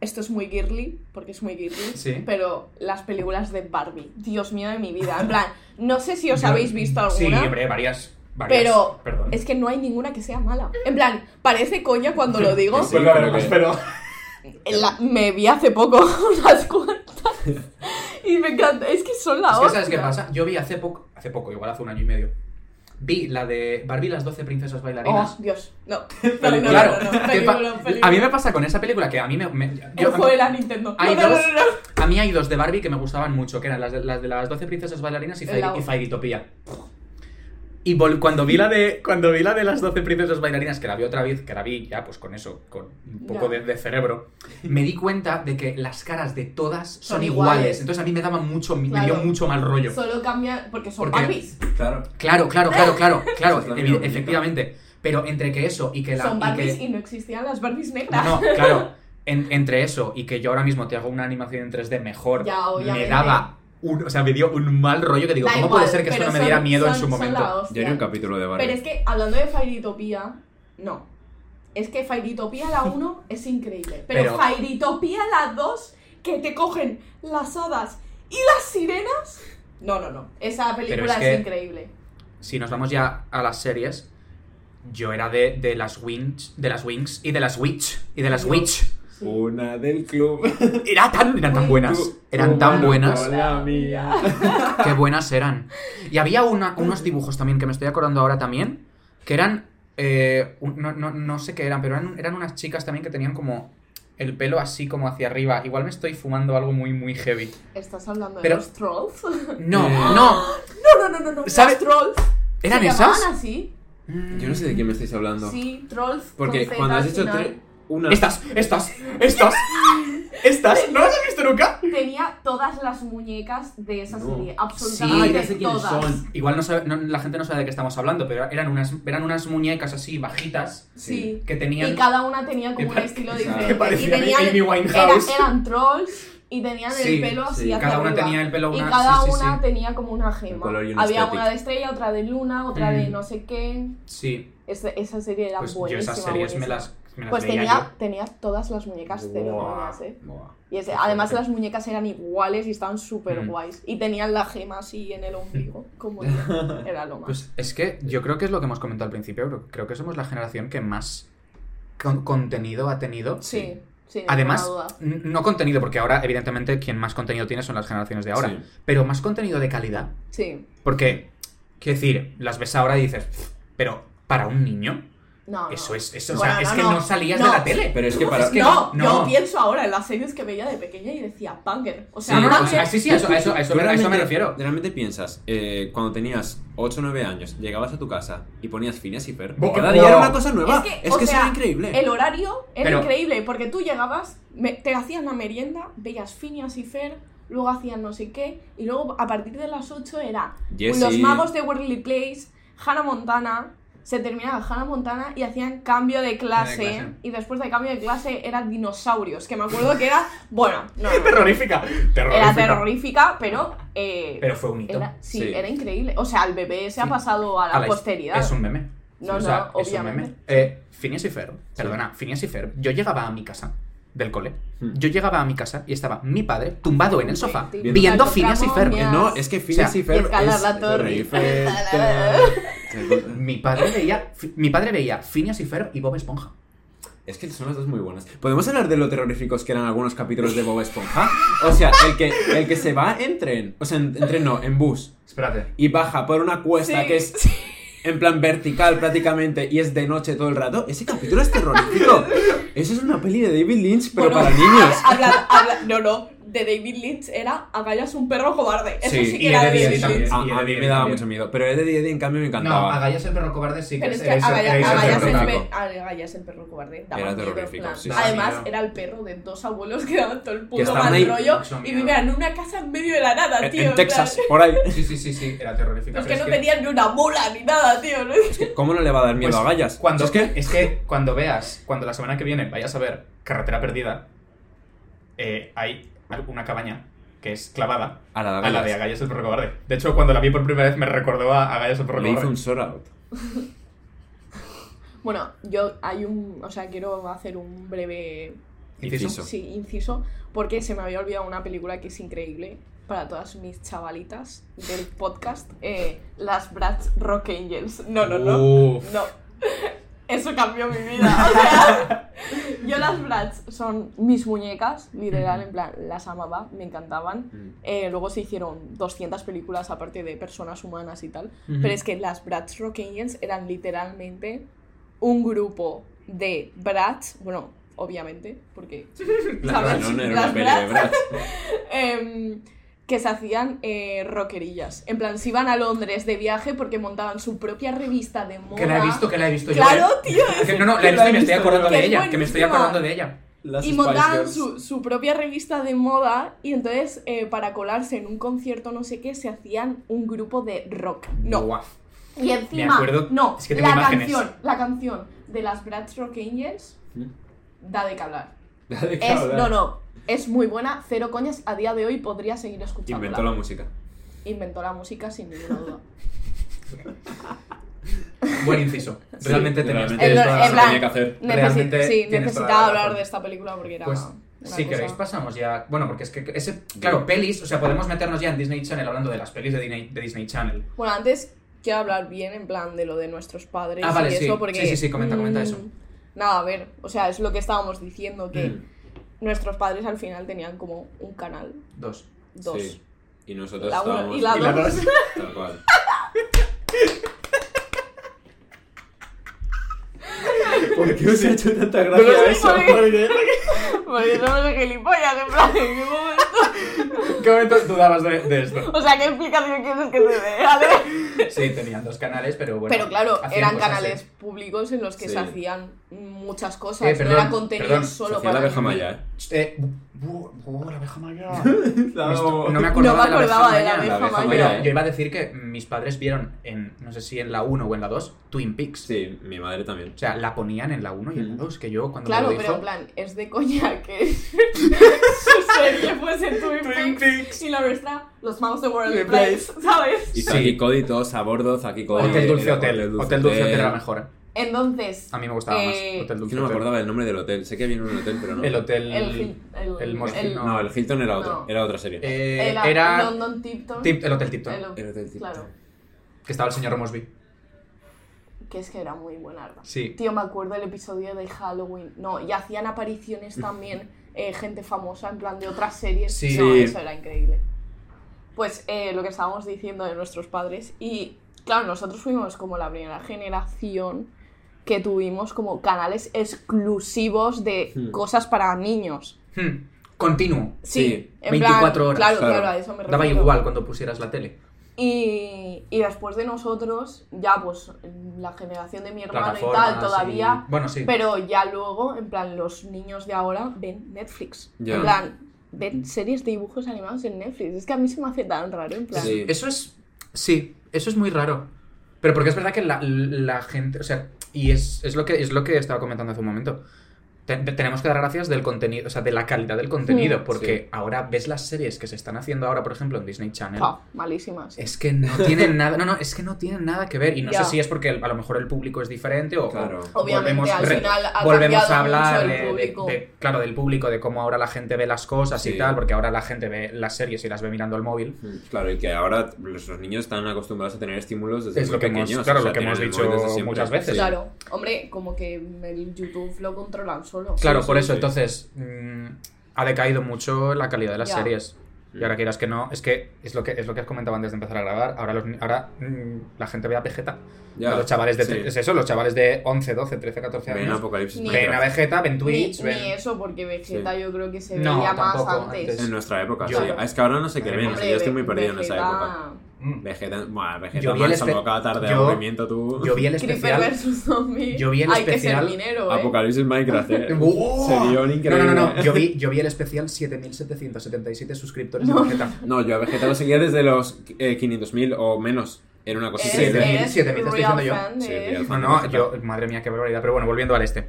Speaker 3: esto es muy girly, porque es muy girly,
Speaker 2: Sí.
Speaker 3: pero las películas de Barbie, Dios mío de mi vida. En plan, no sé si os
Speaker 2: Yo-
Speaker 3: habéis visto alguna.
Speaker 2: Sí, hombre, varias. varias.
Speaker 3: Pero
Speaker 2: Perdón.
Speaker 3: es que no hay ninguna que sea mala. En plan, parece coña cuando lo digo.
Speaker 1: Sí,
Speaker 2: Vuelve a
Speaker 1: pero
Speaker 2: verlas,
Speaker 1: que-
Speaker 2: pero.
Speaker 3: La- me vi hace poco unas cuantas y me encanta. Es que son la
Speaker 2: Es que,
Speaker 3: hostia.
Speaker 2: ¿sabes qué pasa? Yo vi hace poco, hace poco, igual hace un año y medio, vi la de Barbie y las 12 princesas
Speaker 3: Oh,
Speaker 2: bailarinas.
Speaker 3: Dios. No. No, no, no,
Speaker 1: Película.
Speaker 2: claro,
Speaker 3: no, no,
Speaker 2: ¿qué pa-
Speaker 3: película, película.
Speaker 2: a mí me pasa con esa película que a mí me. me-
Speaker 3: El
Speaker 2: yo-
Speaker 3: juego de la Nintendo.
Speaker 2: Hay
Speaker 3: No, no, no,
Speaker 2: dos-
Speaker 3: no, no.
Speaker 2: a mí hay dos de Barbie que me gustaban mucho, que eran las de las, de las 12 princesas bailarinas y,
Speaker 3: El
Speaker 2: Fairy,
Speaker 3: lago.
Speaker 2: y Fairytopia. Y vol- cuando, vi la de, cuando vi la de las 12 princesas bailarinas, que la vi otra vez, que la vi ya pues con eso, con un poco
Speaker 3: Ya.
Speaker 2: de, de cerebro, me di cuenta de que las caras de todas son,
Speaker 3: Son
Speaker 2: iguales.
Speaker 3: iguales.
Speaker 2: Entonces a mí me daba mucho, mi- me
Speaker 3: Claro.
Speaker 2: dio mucho mal rollo.
Speaker 3: Solo cambia porque son
Speaker 2: Porque-
Speaker 3: Barbies.
Speaker 1: Claro.
Speaker 2: Claro, claro, claro, claro, claro,
Speaker 1: Eso es la
Speaker 2: evi-
Speaker 1: misma muñeca.
Speaker 2: efectivamente. Pero entre que eso y que la...
Speaker 3: Son
Speaker 2: y
Speaker 3: Barbies
Speaker 2: que-
Speaker 3: y no existían las Barbies negras.
Speaker 2: No, no, claro. En- entre eso y que yo ahora mismo te hago una animación en 3D mejor,
Speaker 3: Ya, obviamente.
Speaker 2: me daba un, o sea, me dio un mal rollo que digo,
Speaker 3: Da
Speaker 2: ¿cómo
Speaker 3: igual,
Speaker 2: puede ser que esto
Speaker 3: pero
Speaker 2: no me
Speaker 3: son-
Speaker 2: diera miedo en
Speaker 3: son-
Speaker 2: su
Speaker 3: son la
Speaker 2: momento?
Speaker 3: hostia.
Speaker 1: Yo vi un capítulo de Barbie.
Speaker 3: Pero es que hablando de Fairytopia, no. Es que Fairytopia la 1 es increíble. Pero,
Speaker 2: Pero-
Speaker 3: Fairytopia la 2, que te cogen las hadas y las sirenas. No, no, no. Esa película
Speaker 2: es
Speaker 3: es,
Speaker 2: que-
Speaker 3: increíble.
Speaker 2: Si nos vamos ya a las series, yo era de, de las Wings, de las Wings y de las Witch y de las
Speaker 3: Yo-
Speaker 2: Witch.
Speaker 3: Sí.
Speaker 2: Uh.
Speaker 1: Una del club.
Speaker 2: Era tan, eran tan
Speaker 3: Uy,
Speaker 2: buenas,
Speaker 1: tú-
Speaker 2: eran
Speaker 1: tú
Speaker 2: tan
Speaker 1: mano
Speaker 2: buenas.
Speaker 1: con La mía.
Speaker 2: Qué buenas eran. Y había una- unos dibujos también que me estoy acordando ahora también, que eran, eh, un- no, no- no sé qué eran, pero eran, eran unas chicas también que tenían como el pelo así como hacia arriba. Igual me estoy fumando algo muy, muy heavy.
Speaker 3: ¿Estás hablando
Speaker 2: Pero-
Speaker 3: de los trolls? no,
Speaker 2: No,
Speaker 1: Eh.
Speaker 2: no,
Speaker 3: no, no, no, no.
Speaker 2: ¿Sabe-
Speaker 3: Los trolls.
Speaker 2: ¿eran
Speaker 3: ¿Se
Speaker 2: esas?
Speaker 3: llamaban así?
Speaker 1: Yo no sé de quién me estáis hablando.
Speaker 3: Sí, trolls.
Speaker 1: Porque
Speaker 3: con Z
Speaker 1: cuando has
Speaker 3: al
Speaker 1: hecho
Speaker 3: final.
Speaker 1: tres. Una.
Speaker 2: Estas, estas, estas. ¿Estas? ¿No las has visto nunca?
Speaker 3: Tenía todas las muñecas de esa
Speaker 1: No.
Speaker 3: serie,
Speaker 2: Ah,
Speaker 1: Ay,
Speaker 3: absolutamente
Speaker 1: ya sé quiénes
Speaker 3: todas.
Speaker 1: son.
Speaker 2: Igual no sabe- no- la gente no sabe de qué estamos hablando, pero eran unas, eran unas muñecas así bajitas
Speaker 3: Sí.
Speaker 2: que
Speaker 3: Y
Speaker 2: tenían...
Speaker 3: cada una tenía como
Speaker 2: que
Speaker 3: un
Speaker 2: pare-
Speaker 3: estilo
Speaker 1: que
Speaker 3: diferente. Y
Speaker 2: parecían
Speaker 3: tenían,
Speaker 2: Amy Winehouse.
Speaker 3: era- eran trolls y tenían el
Speaker 2: Sí,
Speaker 3: pelo así
Speaker 1: sí,
Speaker 3: hacia
Speaker 2: Cada una
Speaker 3: arriba.
Speaker 2: tenía el pelo
Speaker 3: Y
Speaker 2: una...
Speaker 3: cada
Speaker 2: sí, sí,
Speaker 3: una
Speaker 2: sí,
Speaker 3: tenía como una
Speaker 1: Un
Speaker 3: gema.
Speaker 1: color y un
Speaker 3: Había
Speaker 1: aesthetic.
Speaker 3: una de estrella, otra de luna, otra de
Speaker 2: Mm.
Speaker 3: no sé qué.
Speaker 2: Sí,
Speaker 3: Es- esa serie era
Speaker 2: pues yo
Speaker 3: buenísima.
Speaker 2: esas series me
Speaker 3: buenísima.
Speaker 2: las, me las
Speaker 3: Pues
Speaker 2: veía
Speaker 3: tenía, tenía todas las muñecas
Speaker 2: Buah.
Speaker 3: ceremonias, eh.
Speaker 1: Buah.
Speaker 3: Y ese-
Speaker 2: Qué
Speaker 3: además
Speaker 2: fuerte.
Speaker 3: las muñecas eran iguales y estaban súper
Speaker 2: Mm.
Speaker 3: guays. Y tenían la gema así en el ombligo, como yo. era lo
Speaker 2: yo.
Speaker 3: más.
Speaker 2: Pues es que yo creo que es lo que hemos comentado al principio, creo, creo que somos la generación que más con- contenido ha tenido.
Speaker 3: sí, sí,
Speaker 2: Además,
Speaker 3: duda.
Speaker 2: n- no contenido, porque ahora evidentemente quien más contenido tiene son las generaciones de ahora,
Speaker 1: Sí.
Speaker 2: pero más contenido de calidad.
Speaker 3: Sí,
Speaker 2: Porque, quiero decir, las ves ahora y dices, pero para un niño,
Speaker 3: no, no.
Speaker 2: eso es, eso, o
Speaker 3: Bueno,
Speaker 2: sea, es
Speaker 3: no,
Speaker 2: que no,
Speaker 3: no.
Speaker 2: salías
Speaker 3: No.
Speaker 2: de la tele.
Speaker 1: Pero es que para.
Speaker 2: Es que no,
Speaker 3: no,
Speaker 2: no.
Speaker 3: yo pienso ahora en las series que veía de pequeña y decía banger. O sea,
Speaker 2: Sí, no, no,
Speaker 3: banger.
Speaker 2: o sea, sí, sí, a eso, a eso, a eso,
Speaker 1: Tú
Speaker 2: me- a eso me
Speaker 1: realmente-
Speaker 2: refiero.
Speaker 1: Realmente piensas, eh, cuando tenías 8 o 9 años, llegabas a tu casa y ponías Phineas y Ferb.
Speaker 2: Bo-
Speaker 1: Cada
Speaker 2: bo-
Speaker 1: día era una cosa nueva.
Speaker 3: Es que,
Speaker 1: Es
Speaker 3: o
Speaker 1: que eso
Speaker 3: sea,
Speaker 1: era increíble.
Speaker 3: El horario era
Speaker 2: Pero-
Speaker 3: increíble porque tú llegabas, me- te hacías la merienda, veías Phineas y Fer, luego hacías no sé qué, y luego a partir de las 8 era
Speaker 1: Jessie.
Speaker 3: Los
Speaker 1: eh,
Speaker 3: magos de Worldly Place, Hannah Montana, se terminaba Hannah Montana y hacían cambio de clase,
Speaker 2: De clase.
Speaker 3: y después de cambio de clase eran dinosaurios, que me acuerdo que era, bueno, no, no,
Speaker 2: Terrorífica. Terrorífica.
Speaker 3: era terrorífica, pero, eh,
Speaker 2: Pero fue un hito.
Speaker 3: era, sí,
Speaker 1: Sí.
Speaker 3: era increíble. O sea, el bebé se ha
Speaker 2: Sí.
Speaker 3: pasado a la,
Speaker 2: A la his-
Speaker 3: posteridad.
Speaker 2: Es un meme.
Speaker 3: No,
Speaker 2: O sea,
Speaker 3: no,
Speaker 2: es un
Speaker 3: obviamente.
Speaker 2: meme. Eh, Phineas y Ferb, perdona, Phineas y Ferb, yo llegaba a mi casa del cole, yo llegaba a mi casa y estaba mi padre tumbado en el sofá
Speaker 3: Viendo-
Speaker 2: Hmm. viendo Phineas y Ferb.
Speaker 3: Viendo-
Speaker 1: No, es que Phineas
Speaker 2: O sea,
Speaker 1: y Ferb.
Speaker 3: escalar
Speaker 1: es
Speaker 3: la torre.
Speaker 1: Tenerife, tal.
Speaker 2: Mi padre veía, fi- mi padre veía Phineas y Ferb y Bob Esponja.
Speaker 1: Es que son las dos muy buenas. ¿Podemos hablar de lo terroríficos que eran algunos capítulos de Bob Esponja? O sea, el que, el que se va en tren, o sea, en, en tren no, en bus,
Speaker 2: Espérate.
Speaker 1: y baja por una cuesta
Speaker 3: Sí,
Speaker 1: que es en plan vertical prácticamente y es de noche todo el rato, ese capítulo es terrorífico. Eso es una peli de David Lynch, pero
Speaker 3: Bueno,
Speaker 1: para niños.
Speaker 3: habla- habla- no, no, de David Lynch era Agallas un perro cobarde. Eso sí,
Speaker 1: Sí,
Speaker 3: que
Speaker 2: y
Speaker 3: era
Speaker 2: era
Speaker 3: de
Speaker 2: de
Speaker 3: David
Speaker 2: Disney
Speaker 3: Lynch.
Speaker 1: A,
Speaker 2: también. Y
Speaker 1: Ah, a mí
Speaker 2: Eddie
Speaker 1: me daba
Speaker 2: también.
Speaker 1: mucho miedo, pero Eddie Eddie en cambio me
Speaker 2: No,
Speaker 1: encantaba.
Speaker 2: Agallas el perro cobarde sí que
Speaker 3: Pero es que
Speaker 2: erais- erais el
Speaker 3: Agallas
Speaker 2: perro
Speaker 3: el,
Speaker 1: terrorífico.
Speaker 2: cobarde.
Speaker 3: pe- Agallas el perro cobarde daba
Speaker 1: Era
Speaker 3: miedo, en
Speaker 1: terrorífico,
Speaker 3: plan.
Speaker 1: sí,
Speaker 2: sí.
Speaker 3: Además,
Speaker 2: Daba miedo.
Speaker 3: era el perro de dos abuelos que daban todo el puto
Speaker 1: estaban
Speaker 3: mal
Speaker 1: ahí,
Speaker 3: rollo
Speaker 2: mucho
Speaker 3: y
Speaker 2: miedo.
Speaker 3: vivían en una casa en medio de la nada,
Speaker 1: En,
Speaker 3: tío.
Speaker 1: en
Speaker 3: en plan,
Speaker 1: Texas, por ahí.
Speaker 2: Sí, sí, sí, sí, era terrorífica.
Speaker 3: Los
Speaker 2: pero
Speaker 3: que no
Speaker 2: es que-
Speaker 3: tenían ni una mula ni nada, tío. ¿no?
Speaker 1: Es que, ¿Cómo no le va a dar miedo
Speaker 2: Pues,
Speaker 1: a Gallas?
Speaker 2: Cuando,
Speaker 1: es que
Speaker 2: cuando veas, cuando la semana que viene vayas a ver Carretera Perdida, eh, hay una cabaña que es clavada
Speaker 1: a la de
Speaker 2: a la
Speaker 1: Agallas.
Speaker 2: de Agallas el perro cobarde. De hecho, cuando la vi por primera vez me recordó a Agallas el perro
Speaker 1: le hizo
Speaker 2: cobarde.
Speaker 1: un shout out.
Speaker 3: Bueno, yo hay un. O sea, quiero hacer un breve
Speaker 2: Inciso.
Speaker 1: Inciso.
Speaker 3: Sí, inciso, porque se me había olvidado una película que es increíble para todas mis chavalitas del podcast, eh, las Bratz Rock Angels. No, no, no.
Speaker 2: Uf.
Speaker 3: No. Eso cambió mi vida. O sea, yo las Bratz son mis muñecas, literal,
Speaker 2: Ujú.
Speaker 3: en plan, las amaba, me encantaban. Eh, luego se hicieron 200 películas aparte de personas humanas y tal.
Speaker 2: Ujú.
Speaker 3: Pero es que las Bratz Rock Angels eran literalmente un grupo de Bratz, bueno, obviamente, porque
Speaker 1: Claro,
Speaker 3: ¿Sabes?
Speaker 1: no, no era
Speaker 3: Las
Speaker 1: una peli de Bratz.
Speaker 3: em, que se hacían eh, rockerillas. En plan, se iban a Londres de viaje porque montaban su propia revista de moda.
Speaker 2: Que la he visto, que la he visto
Speaker 3: Claro,
Speaker 2: yo.
Speaker 3: tío.
Speaker 2: eh. Que- no, no, la
Speaker 1: Que
Speaker 2: he visto
Speaker 1: la
Speaker 2: y
Speaker 1: he
Speaker 2: me estoy
Speaker 1: visto,
Speaker 2: acordando
Speaker 3: que
Speaker 2: de
Speaker 3: es
Speaker 2: ella. Que me estoy
Speaker 3: buenísima.
Speaker 2: acordando de ella.
Speaker 1: Las
Speaker 3: Y
Speaker 1: Spice
Speaker 3: montaban
Speaker 1: Girls.
Speaker 3: su, su propia revista de moda y entonces eh, para colarse en un concierto no sé qué se hacían un grupo de rock. No.
Speaker 2: Guau.
Speaker 3: Y encima,
Speaker 2: acuerdo,
Speaker 3: no,
Speaker 2: es que tengo
Speaker 3: la
Speaker 2: imágenes. ¿Mm?
Speaker 3: canción, la canción de las Bratz Rock Angels da de qué hablar.
Speaker 1: ¿De qué
Speaker 3: Es,
Speaker 1: hablar?
Speaker 3: no, no, es muy buena, cero coñas, a día de hoy podría seguir escuchándola.
Speaker 1: Inventó la música.
Speaker 3: Inventó la música sin ninguna duda.
Speaker 2: Buen inciso. Realmente tenías.
Speaker 1: realmente. Tienes
Speaker 3: En lo-
Speaker 1: toda la
Speaker 3: en plan,
Speaker 1: tenía que hacer.
Speaker 3: necesi-
Speaker 2: Realmente
Speaker 3: sí,
Speaker 2: tienes toda la
Speaker 3: necesitaba hablar
Speaker 2: razón.
Speaker 3: de esta película porque era.
Speaker 2: Pues,
Speaker 3: una
Speaker 2: si
Speaker 3: cosa-
Speaker 2: queréis pasamos ya, bueno, porque es que ese, claro, pelis, o sea, podemos meternos ya en Disney Channel hablando de las pelis de Disney, de Disney Channel.
Speaker 3: Bueno, antes quiero hablar bien en plan de lo de nuestros padres
Speaker 2: Ah, vale,
Speaker 3: y
Speaker 2: sí.
Speaker 3: eso porque. mm,
Speaker 2: Sí, sí, sí, comenta, comenta eso.
Speaker 3: Nada, a ver, o sea, es lo que estábamos diciendo, que
Speaker 1: Mm,
Speaker 3: nuestros padres al final tenían como un canal,
Speaker 2: Dos.
Speaker 3: dos.
Speaker 1: sí. Y nosotros
Speaker 3: La uno
Speaker 1: estábamos...
Speaker 3: y la dos.
Speaker 1: Tal cual. ¿Por qué os ha hecho tanta gracia
Speaker 3: No lo sé,
Speaker 2: ¿eh?
Speaker 1: eso?
Speaker 3: porque- Porque somos gilipollas, en plan, ¿en qué momento?
Speaker 2: ¿Qué momento dudabas de, de esto?
Speaker 3: O sea, ¿qué explicación quieres que te dé, Ale?
Speaker 2: Sí, tenían dos canales, pero bueno.
Speaker 3: Pero claro,
Speaker 2: hacían
Speaker 3: eran
Speaker 2: cosas,
Speaker 3: canales
Speaker 2: eh.
Speaker 3: públicos en los que
Speaker 1: Sí.
Speaker 3: se hacían muchas cosas.
Speaker 2: Eh, perdón,
Speaker 3: no era contenido
Speaker 2: perdón,
Speaker 3: solo
Speaker 1: Hacía la
Speaker 3: para.
Speaker 1: abeja maya, ¿eh?
Speaker 2: Eh, bu- bu- la abeja maya.
Speaker 1: Estaba-
Speaker 2: No me
Speaker 3: No me
Speaker 2: acordaba,
Speaker 3: acordaba de la
Speaker 1: la
Speaker 3: abeja
Speaker 1: abeja
Speaker 3: maya.
Speaker 1: maya,
Speaker 2: Pero yo iba a decir que mis padres vieron en, no sé si en la 1 o en la 2, Twin Peaks.
Speaker 1: Sí, mi madre también.
Speaker 2: O sea, la ponían en la 1 y en la 2, que yo cuando
Speaker 3: Claro,
Speaker 2: me lo
Speaker 3: pero
Speaker 2: hizo...
Speaker 3: en plan, es de coña que su serie fuese Twin,
Speaker 2: Twin
Speaker 3: Peaks
Speaker 2: Peaks.
Speaker 3: y la nuestra, Los Mouse de World
Speaker 2: The
Speaker 3: Place, ¿sabes?
Speaker 1: Y
Speaker 2: Sí.
Speaker 1: Zaki Cody, todos a bordo, Zaki Cody.
Speaker 2: Hotel Dulce
Speaker 1: el
Speaker 2: Hotel. Hotel Dulce Hotel era la mejor.
Speaker 3: Entonces,
Speaker 2: A mí me gustaba
Speaker 3: Eh,
Speaker 2: más Hotel
Speaker 1: Es
Speaker 2: Dulce
Speaker 1: que no me
Speaker 2: Hotel.
Speaker 1: acordaba del nombre del hotel. Sé que había un hotel, pero no.
Speaker 2: El hotel...
Speaker 3: el. Hil- El.
Speaker 2: el Most-
Speaker 3: el-
Speaker 2: no,
Speaker 1: No, el Hilton era otro.
Speaker 3: No.
Speaker 1: Era otra serie.
Speaker 2: Eh,
Speaker 3: el-
Speaker 2: era...
Speaker 3: London Tipton.
Speaker 2: Tip- el Hotel Tipton,
Speaker 3: el-
Speaker 1: El hotel Tipton.
Speaker 3: Claro.
Speaker 2: que estaba el señor Mosby.
Speaker 3: Que es que era muy buena arma.
Speaker 2: Sí.
Speaker 3: Tío, me acuerdo el episodio de Halloween. No, y hacían apariciones también eh, gente famosa, en plan de otras series.
Speaker 2: Sí.
Speaker 3: No,
Speaker 1: Sí.
Speaker 3: eso era increíble. Pues eh, lo que estábamos diciendo de nuestros padres. Y claro, nosotros fuimos como la primera generación que tuvimos como canales exclusivos de
Speaker 1: Hmm.
Speaker 3: cosas para niños.
Speaker 2: Hmm. Continuo.
Speaker 3: Sí,
Speaker 1: Sí,
Speaker 3: en plan,
Speaker 2: 24 horas,
Speaker 3: Claro, claro,
Speaker 1: claro.
Speaker 3: a eso me refiero.
Speaker 2: Daba igual cuando pusieras la tele.
Speaker 3: Y, y después de nosotros, ya pues la generación de mi hermano y
Speaker 2: Plataformas
Speaker 3: tal todavía
Speaker 2: y- Bueno, sí.
Speaker 3: Pero ya luego, en plan, los niños de ahora ven Netflix.
Speaker 1: Ya.
Speaker 3: En plan, ven series de dibujos animados en Netflix. Es que a mí se me hace tan raro, en plan.
Speaker 1: Sí.
Speaker 2: Eso es. Sí, eso es muy raro. Pero porque es verdad que la, la gente. O sea, y es, es lo que, es lo que estaba comentando hace un momento. Te- te- tenemos que dar gracias del contenido, o sea, de la calidad del contenido.
Speaker 3: Sí.
Speaker 2: Porque ahora ves las series que se están haciendo ahora, por ejemplo, en Disney Channel.
Speaker 3: Pau, malísimas.
Speaker 2: Es que no tienen nada. No, no, es que no tienen nada que ver. Y no
Speaker 3: Ya.
Speaker 2: sé si es porque el- a lo mejor el público es diferente o.
Speaker 1: Claro.
Speaker 2: o
Speaker 3: Obviamente, al
Speaker 2: re-
Speaker 3: final ha
Speaker 2: volvemos
Speaker 3: cambiado
Speaker 2: a hablar
Speaker 3: mucho
Speaker 2: de,
Speaker 3: el
Speaker 2: de-
Speaker 3: público.
Speaker 2: de- claro, del público, de cómo ahora la gente ve las cosas
Speaker 1: Sí.
Speaker 2: y tal, porque ahora la gente ve las series y las ve mirando al móvil.
Speaker 1: Mm, Claro, y que ahora los los niños están acostumbrados a tener estímulos desde
Speaker 2: Es
Speaker 1: muy
Speaker 2: lo que hemos-
Speaker 1: pequeños.
Speaker 2: claro,
Speaker 1: o sea,
Speaker 2: lo que hemos
Speaker 1: tienen el
Speaker 2: dicho
Speaker 1: móvil desde siempre.
Speaker 2: muchas
Speaker 1: Sí.
Speaker 2: veces.
Speaker 3: Claro, hombre, como que el YouTube lo controlan solo.
Speaker 2: Claro,
Speaker 1: Sí,
Speaker 2: por
Speaker 1: sí,
Speaker 2: eso,
Speaker 1: sí.
Speaker 2: entonces, mm, ha decaído mucho la calidad de las
Speaker 3: Ya.
Speaker 2: series. Y ahora quieras que no, es que es lo que es lo que has comentado antes de empezar a grabar. Ahora, los ni- ahora mm, la gente ve a Vegeta.
Speaker 1: Ya,
Speaker 2: Los chavales de
Speaker 1: sí.
Speaker 2: tre- es eso, los chavales de 11, 12, 13, 14
Speaker 1: Ven
Speaker 2: años.
Speaker 1: Apocalipsis
Speaker 3: Ni-
Speaker 2: Ven a
Speaker 1: Minecraft.
Speaker 2: Vegeta, ven
Speaker 3: Ni,
Speaker 2: Twitch, ven.
Speaker 3: ni eso, porque Vegeta
Speaker 1: Sí.
Speaker 3: yo creo que se
Speaker 2: No,
Speaker 3: veía más
Speaker 2: tampoco,
Speaker 3: antes.
Speaker 2: antes.
Speaker 1: En nuestra época,
Speaker 3: Yo-
Speaker 1: sí. Ah, Es que ahora no sé qué
Speaker 2: Hombre,
Speaker 1: ven. o sea, yo estoy muy perdido en esa
Speaker 3: Vegeta-
Speaker 1: época.
Speaker 2: Mm.
Speaker 1: Vegeta, bueno, Vegeta
Speaker 2: Yo vi
Speaker 1: man,
Speaker 2: el espe-
Speaker 1: salvo cada tarde
Speaker 2: yo-
Speaker 1: aburrimiento tú.
Speaker 2: Yo vi el
Speaker 3: Creeper
Speaker 2: especial.
Speaker 3: vs Zombie.
Speaker 2: Yo vi el
Speaker 3: Hay
Speaker 2: especial
Speaker 3: que ser minero, ¿eh?
Speaker 1: Apocalipsis Minecraft, eh.
Speaker 2: ¡Oh!
Speaker 1: Sería un increíble.
Speaker 2: No, no, no, yo vi, yo vi el especial 7777 suscriptores de Vegeta.
Speaker 1: No, yo a Vegeta lo seguía desde los eh, 500.000 o menos. Era una cosa
Speaker 3: Eres-
Speaker 1: así.
Speaker 2: Sí,
Speaker 1: de-
Speaker 3: eres
Speaker 2: 7000, te estoy
Speaker 3: real
Speaker 2: diciendo yo.
Speaker 3: fan de-
Speaker 1: Sí, real
Speaker 2: No, no, yo, madre mía, qué barbaridad. Pero bueno, volviendo al este.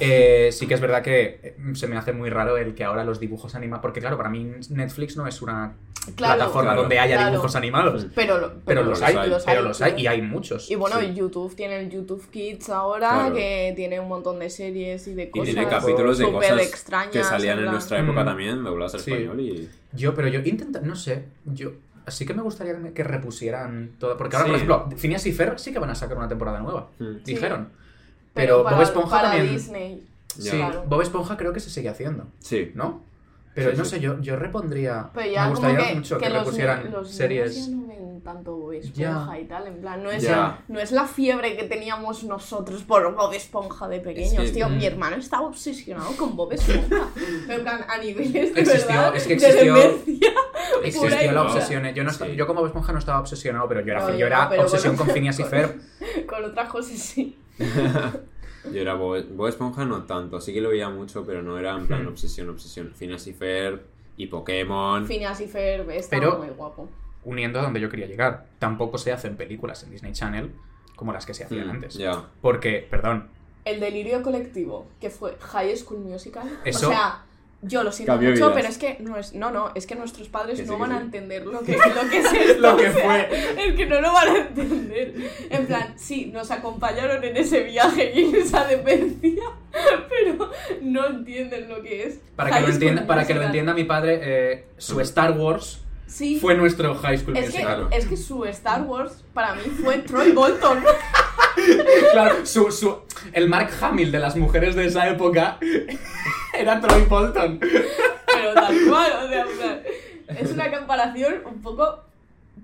Speaker 2: Eh, sí que es verdad que eh, se me hace muy raro el que ahora los dibujos animados. Porque claro, para mí Netflix no es una
Speaker 3: Claro.
Speaker 2: plataforma
Speaker 1: Claro.
Speaker 2: donde haya
Speaker 3: Claro.
Speaker 2: dibujos animados.
Speaker 3: Pero, lo-
Speaker 2: Pero los
Speaker 1: hay,
Speaker 2: Pero los hay
Speaker 3: tío.
Speaker 2: y hay muchos.
Speaker 3: Y bueno,
Speaker 1: Sí.
Speaker 3: YouTube tiene el YouTube Kids ahora,
Speaker 1: Claro.
Speaker 3: que tiene un montón de series y de
Speaker 1: Y
Speaker 3: cosas.
Speaker 1: tiene capítulos de
Speaker 3: súper
Speaker 1: cosas
Speaker 3: extrañas,
Speaker 1: que salían en
Speaker 3: plan.
Speaker 1: nuestra época
Speaker 2: Mm.
Speaker 1: también, dobladas al
Speaker 2: Sí.
Speaker 1: español y...
Speaker 2: Yo, pero yo intento, no sé, yo... Así que me gustaría que me- que repusieran todo. Porque ahora, por
Speaker 1: Sí.
Speaker 2: ejemplo, Phineas y Ferb sí que van a sacar una temporada nueva.
Speaker 1: Mm.
Speaker 3: Sí.
Speaker 2: Dijeron.
Speaker 3: Pero,
Speaker 2: Pero,
Speaker 3: para,
Speaker 2: Bob Esponja
Speaker 3: para
Speaker 2: también.
Speaker 3: Disney.
Speaker 1: Ya.
Speaker 2: Sí,
Speaker 3: Claro.
Speaker 2: Bob Esponja creo que se sigue haciendo,
Speaker 1: Sí.
Speaker 2: ¿no? Pero
Speaker 1: Sí,
Speaker 2: no
Speaker 1: sí.
Speaker 2: sé, yo, yo repondría.
Speaker 3: Pero ya
Speaker 2: me gustaría
Speaker 3: como que,
Speaker 2: mucho que,
Speaker 3: que los,
Speaker 2: repusieran
Speaker 3: los
Speaker 2: series.
Speaker 3: niños ya no ven tanto Bob
Speaker 2: Ya.
Speaker 3: Esponja y tal, en plan, no es,
Speaker 1: Ya.
Speaker 3: no es la fiebre que teníamos nosotros por Bob Esponja de pequeños,
Speaker 1: Es que,
Speaker 3: tío,
Speaker 2: mm.
Speaker 3: mi hermano estaba obsesionado con Bob Esponja, pero en plan, a niveles de
Speaker 2: Existió-
Speaker 3: verdad,
Speaker 2: es que
Speaker 3: de
Speaker 2: existió-
Speaker 3: demencia. Pura
Speaker 2: Existió
Speaker 3: idea.
Speaker 2: la obsesión. eh. Yo, no esta-
Speaker 1: Sí.
Speaker 2: yo como Bob Esponja no estaba obsesionado, pero yo era,
Speaker 3: No,
Speaker 2: yo
Speaker 3: yo
Speaker 2: era
Speaker 3: no, pero
Speaker 2: obsesión
Speaker 3: bueno.
Speaker 2: con Phineas y Ferb.
Speaker 3: con otras cosas sí,
Speaker 1: Yo era Bob, Bob Esponja no tanto, sí que lo veía mucho, pero no era en plan
Speaker 3: Hmm.
Speaker 2: Mm.
Speaker 1: obsesión, obsesión. Phineas y Ferb y Pokémon...
Speaker 3: Phineas y Ferb estaba
Speaker 2: Pero-
Speaker 3: muy guapo.
Speaker 2: Uniendo a donde yo quería llegar. Tampoco se hacen películas en Disney Channel como las que se hacían
Speaker 1: Mm,
Speaker 2: antes.
Speaker 1: Ya.
Speaker 2: Porque, perdón,
Speaker 3: El delirio colectivo, que fue High School Musical.
Speaker 2: Eso-
Speaker 3: O sea, yo lo siento
Speaker 1: Cambió
Speaker 3: mucho,
Speaker 1: vidas.
Speaker 3: pero es que no es. No, no, es que nuestros padres
Speaker 1: Que sí,
Speaker 3: no
Speaker 1: que
Speaker 3: van a
Speaker 1: sí.
Speaker 3: entender lo que, lo que es esto,
Speaker 2: Lo que
Speaker 3: o sea,
Speaker 2: fue.
Speaker 3: Es que no lo van a entender. En plan, sí, nos acompañaron en ese viaje y en esa demencia, pero no entienden lo que es.
Speaker 2: para
Speaker 3: High
Speaker 2: que, lo
Speaker 3: School
Speaker 2: entienda, para que lo
Speaker 3: Musical.
Speaker 2: entienda mi padre, eh, su Star Wars
Speaker 3: Sí.
Speaker 2: fue nuestro High School
Speaker 3: es que,
Speaker 2: Musical.
Speaker 1: claro.
Speaker 3: es que su Star Wars para mí fue Troy Bolton.
Speaker 2: Claro, su, su, el Mark Hamill de las mujeres de esa época era Troy Bolton.
Speaker 3: Pero tal cual, o sea, en plan, es una comparación un poco.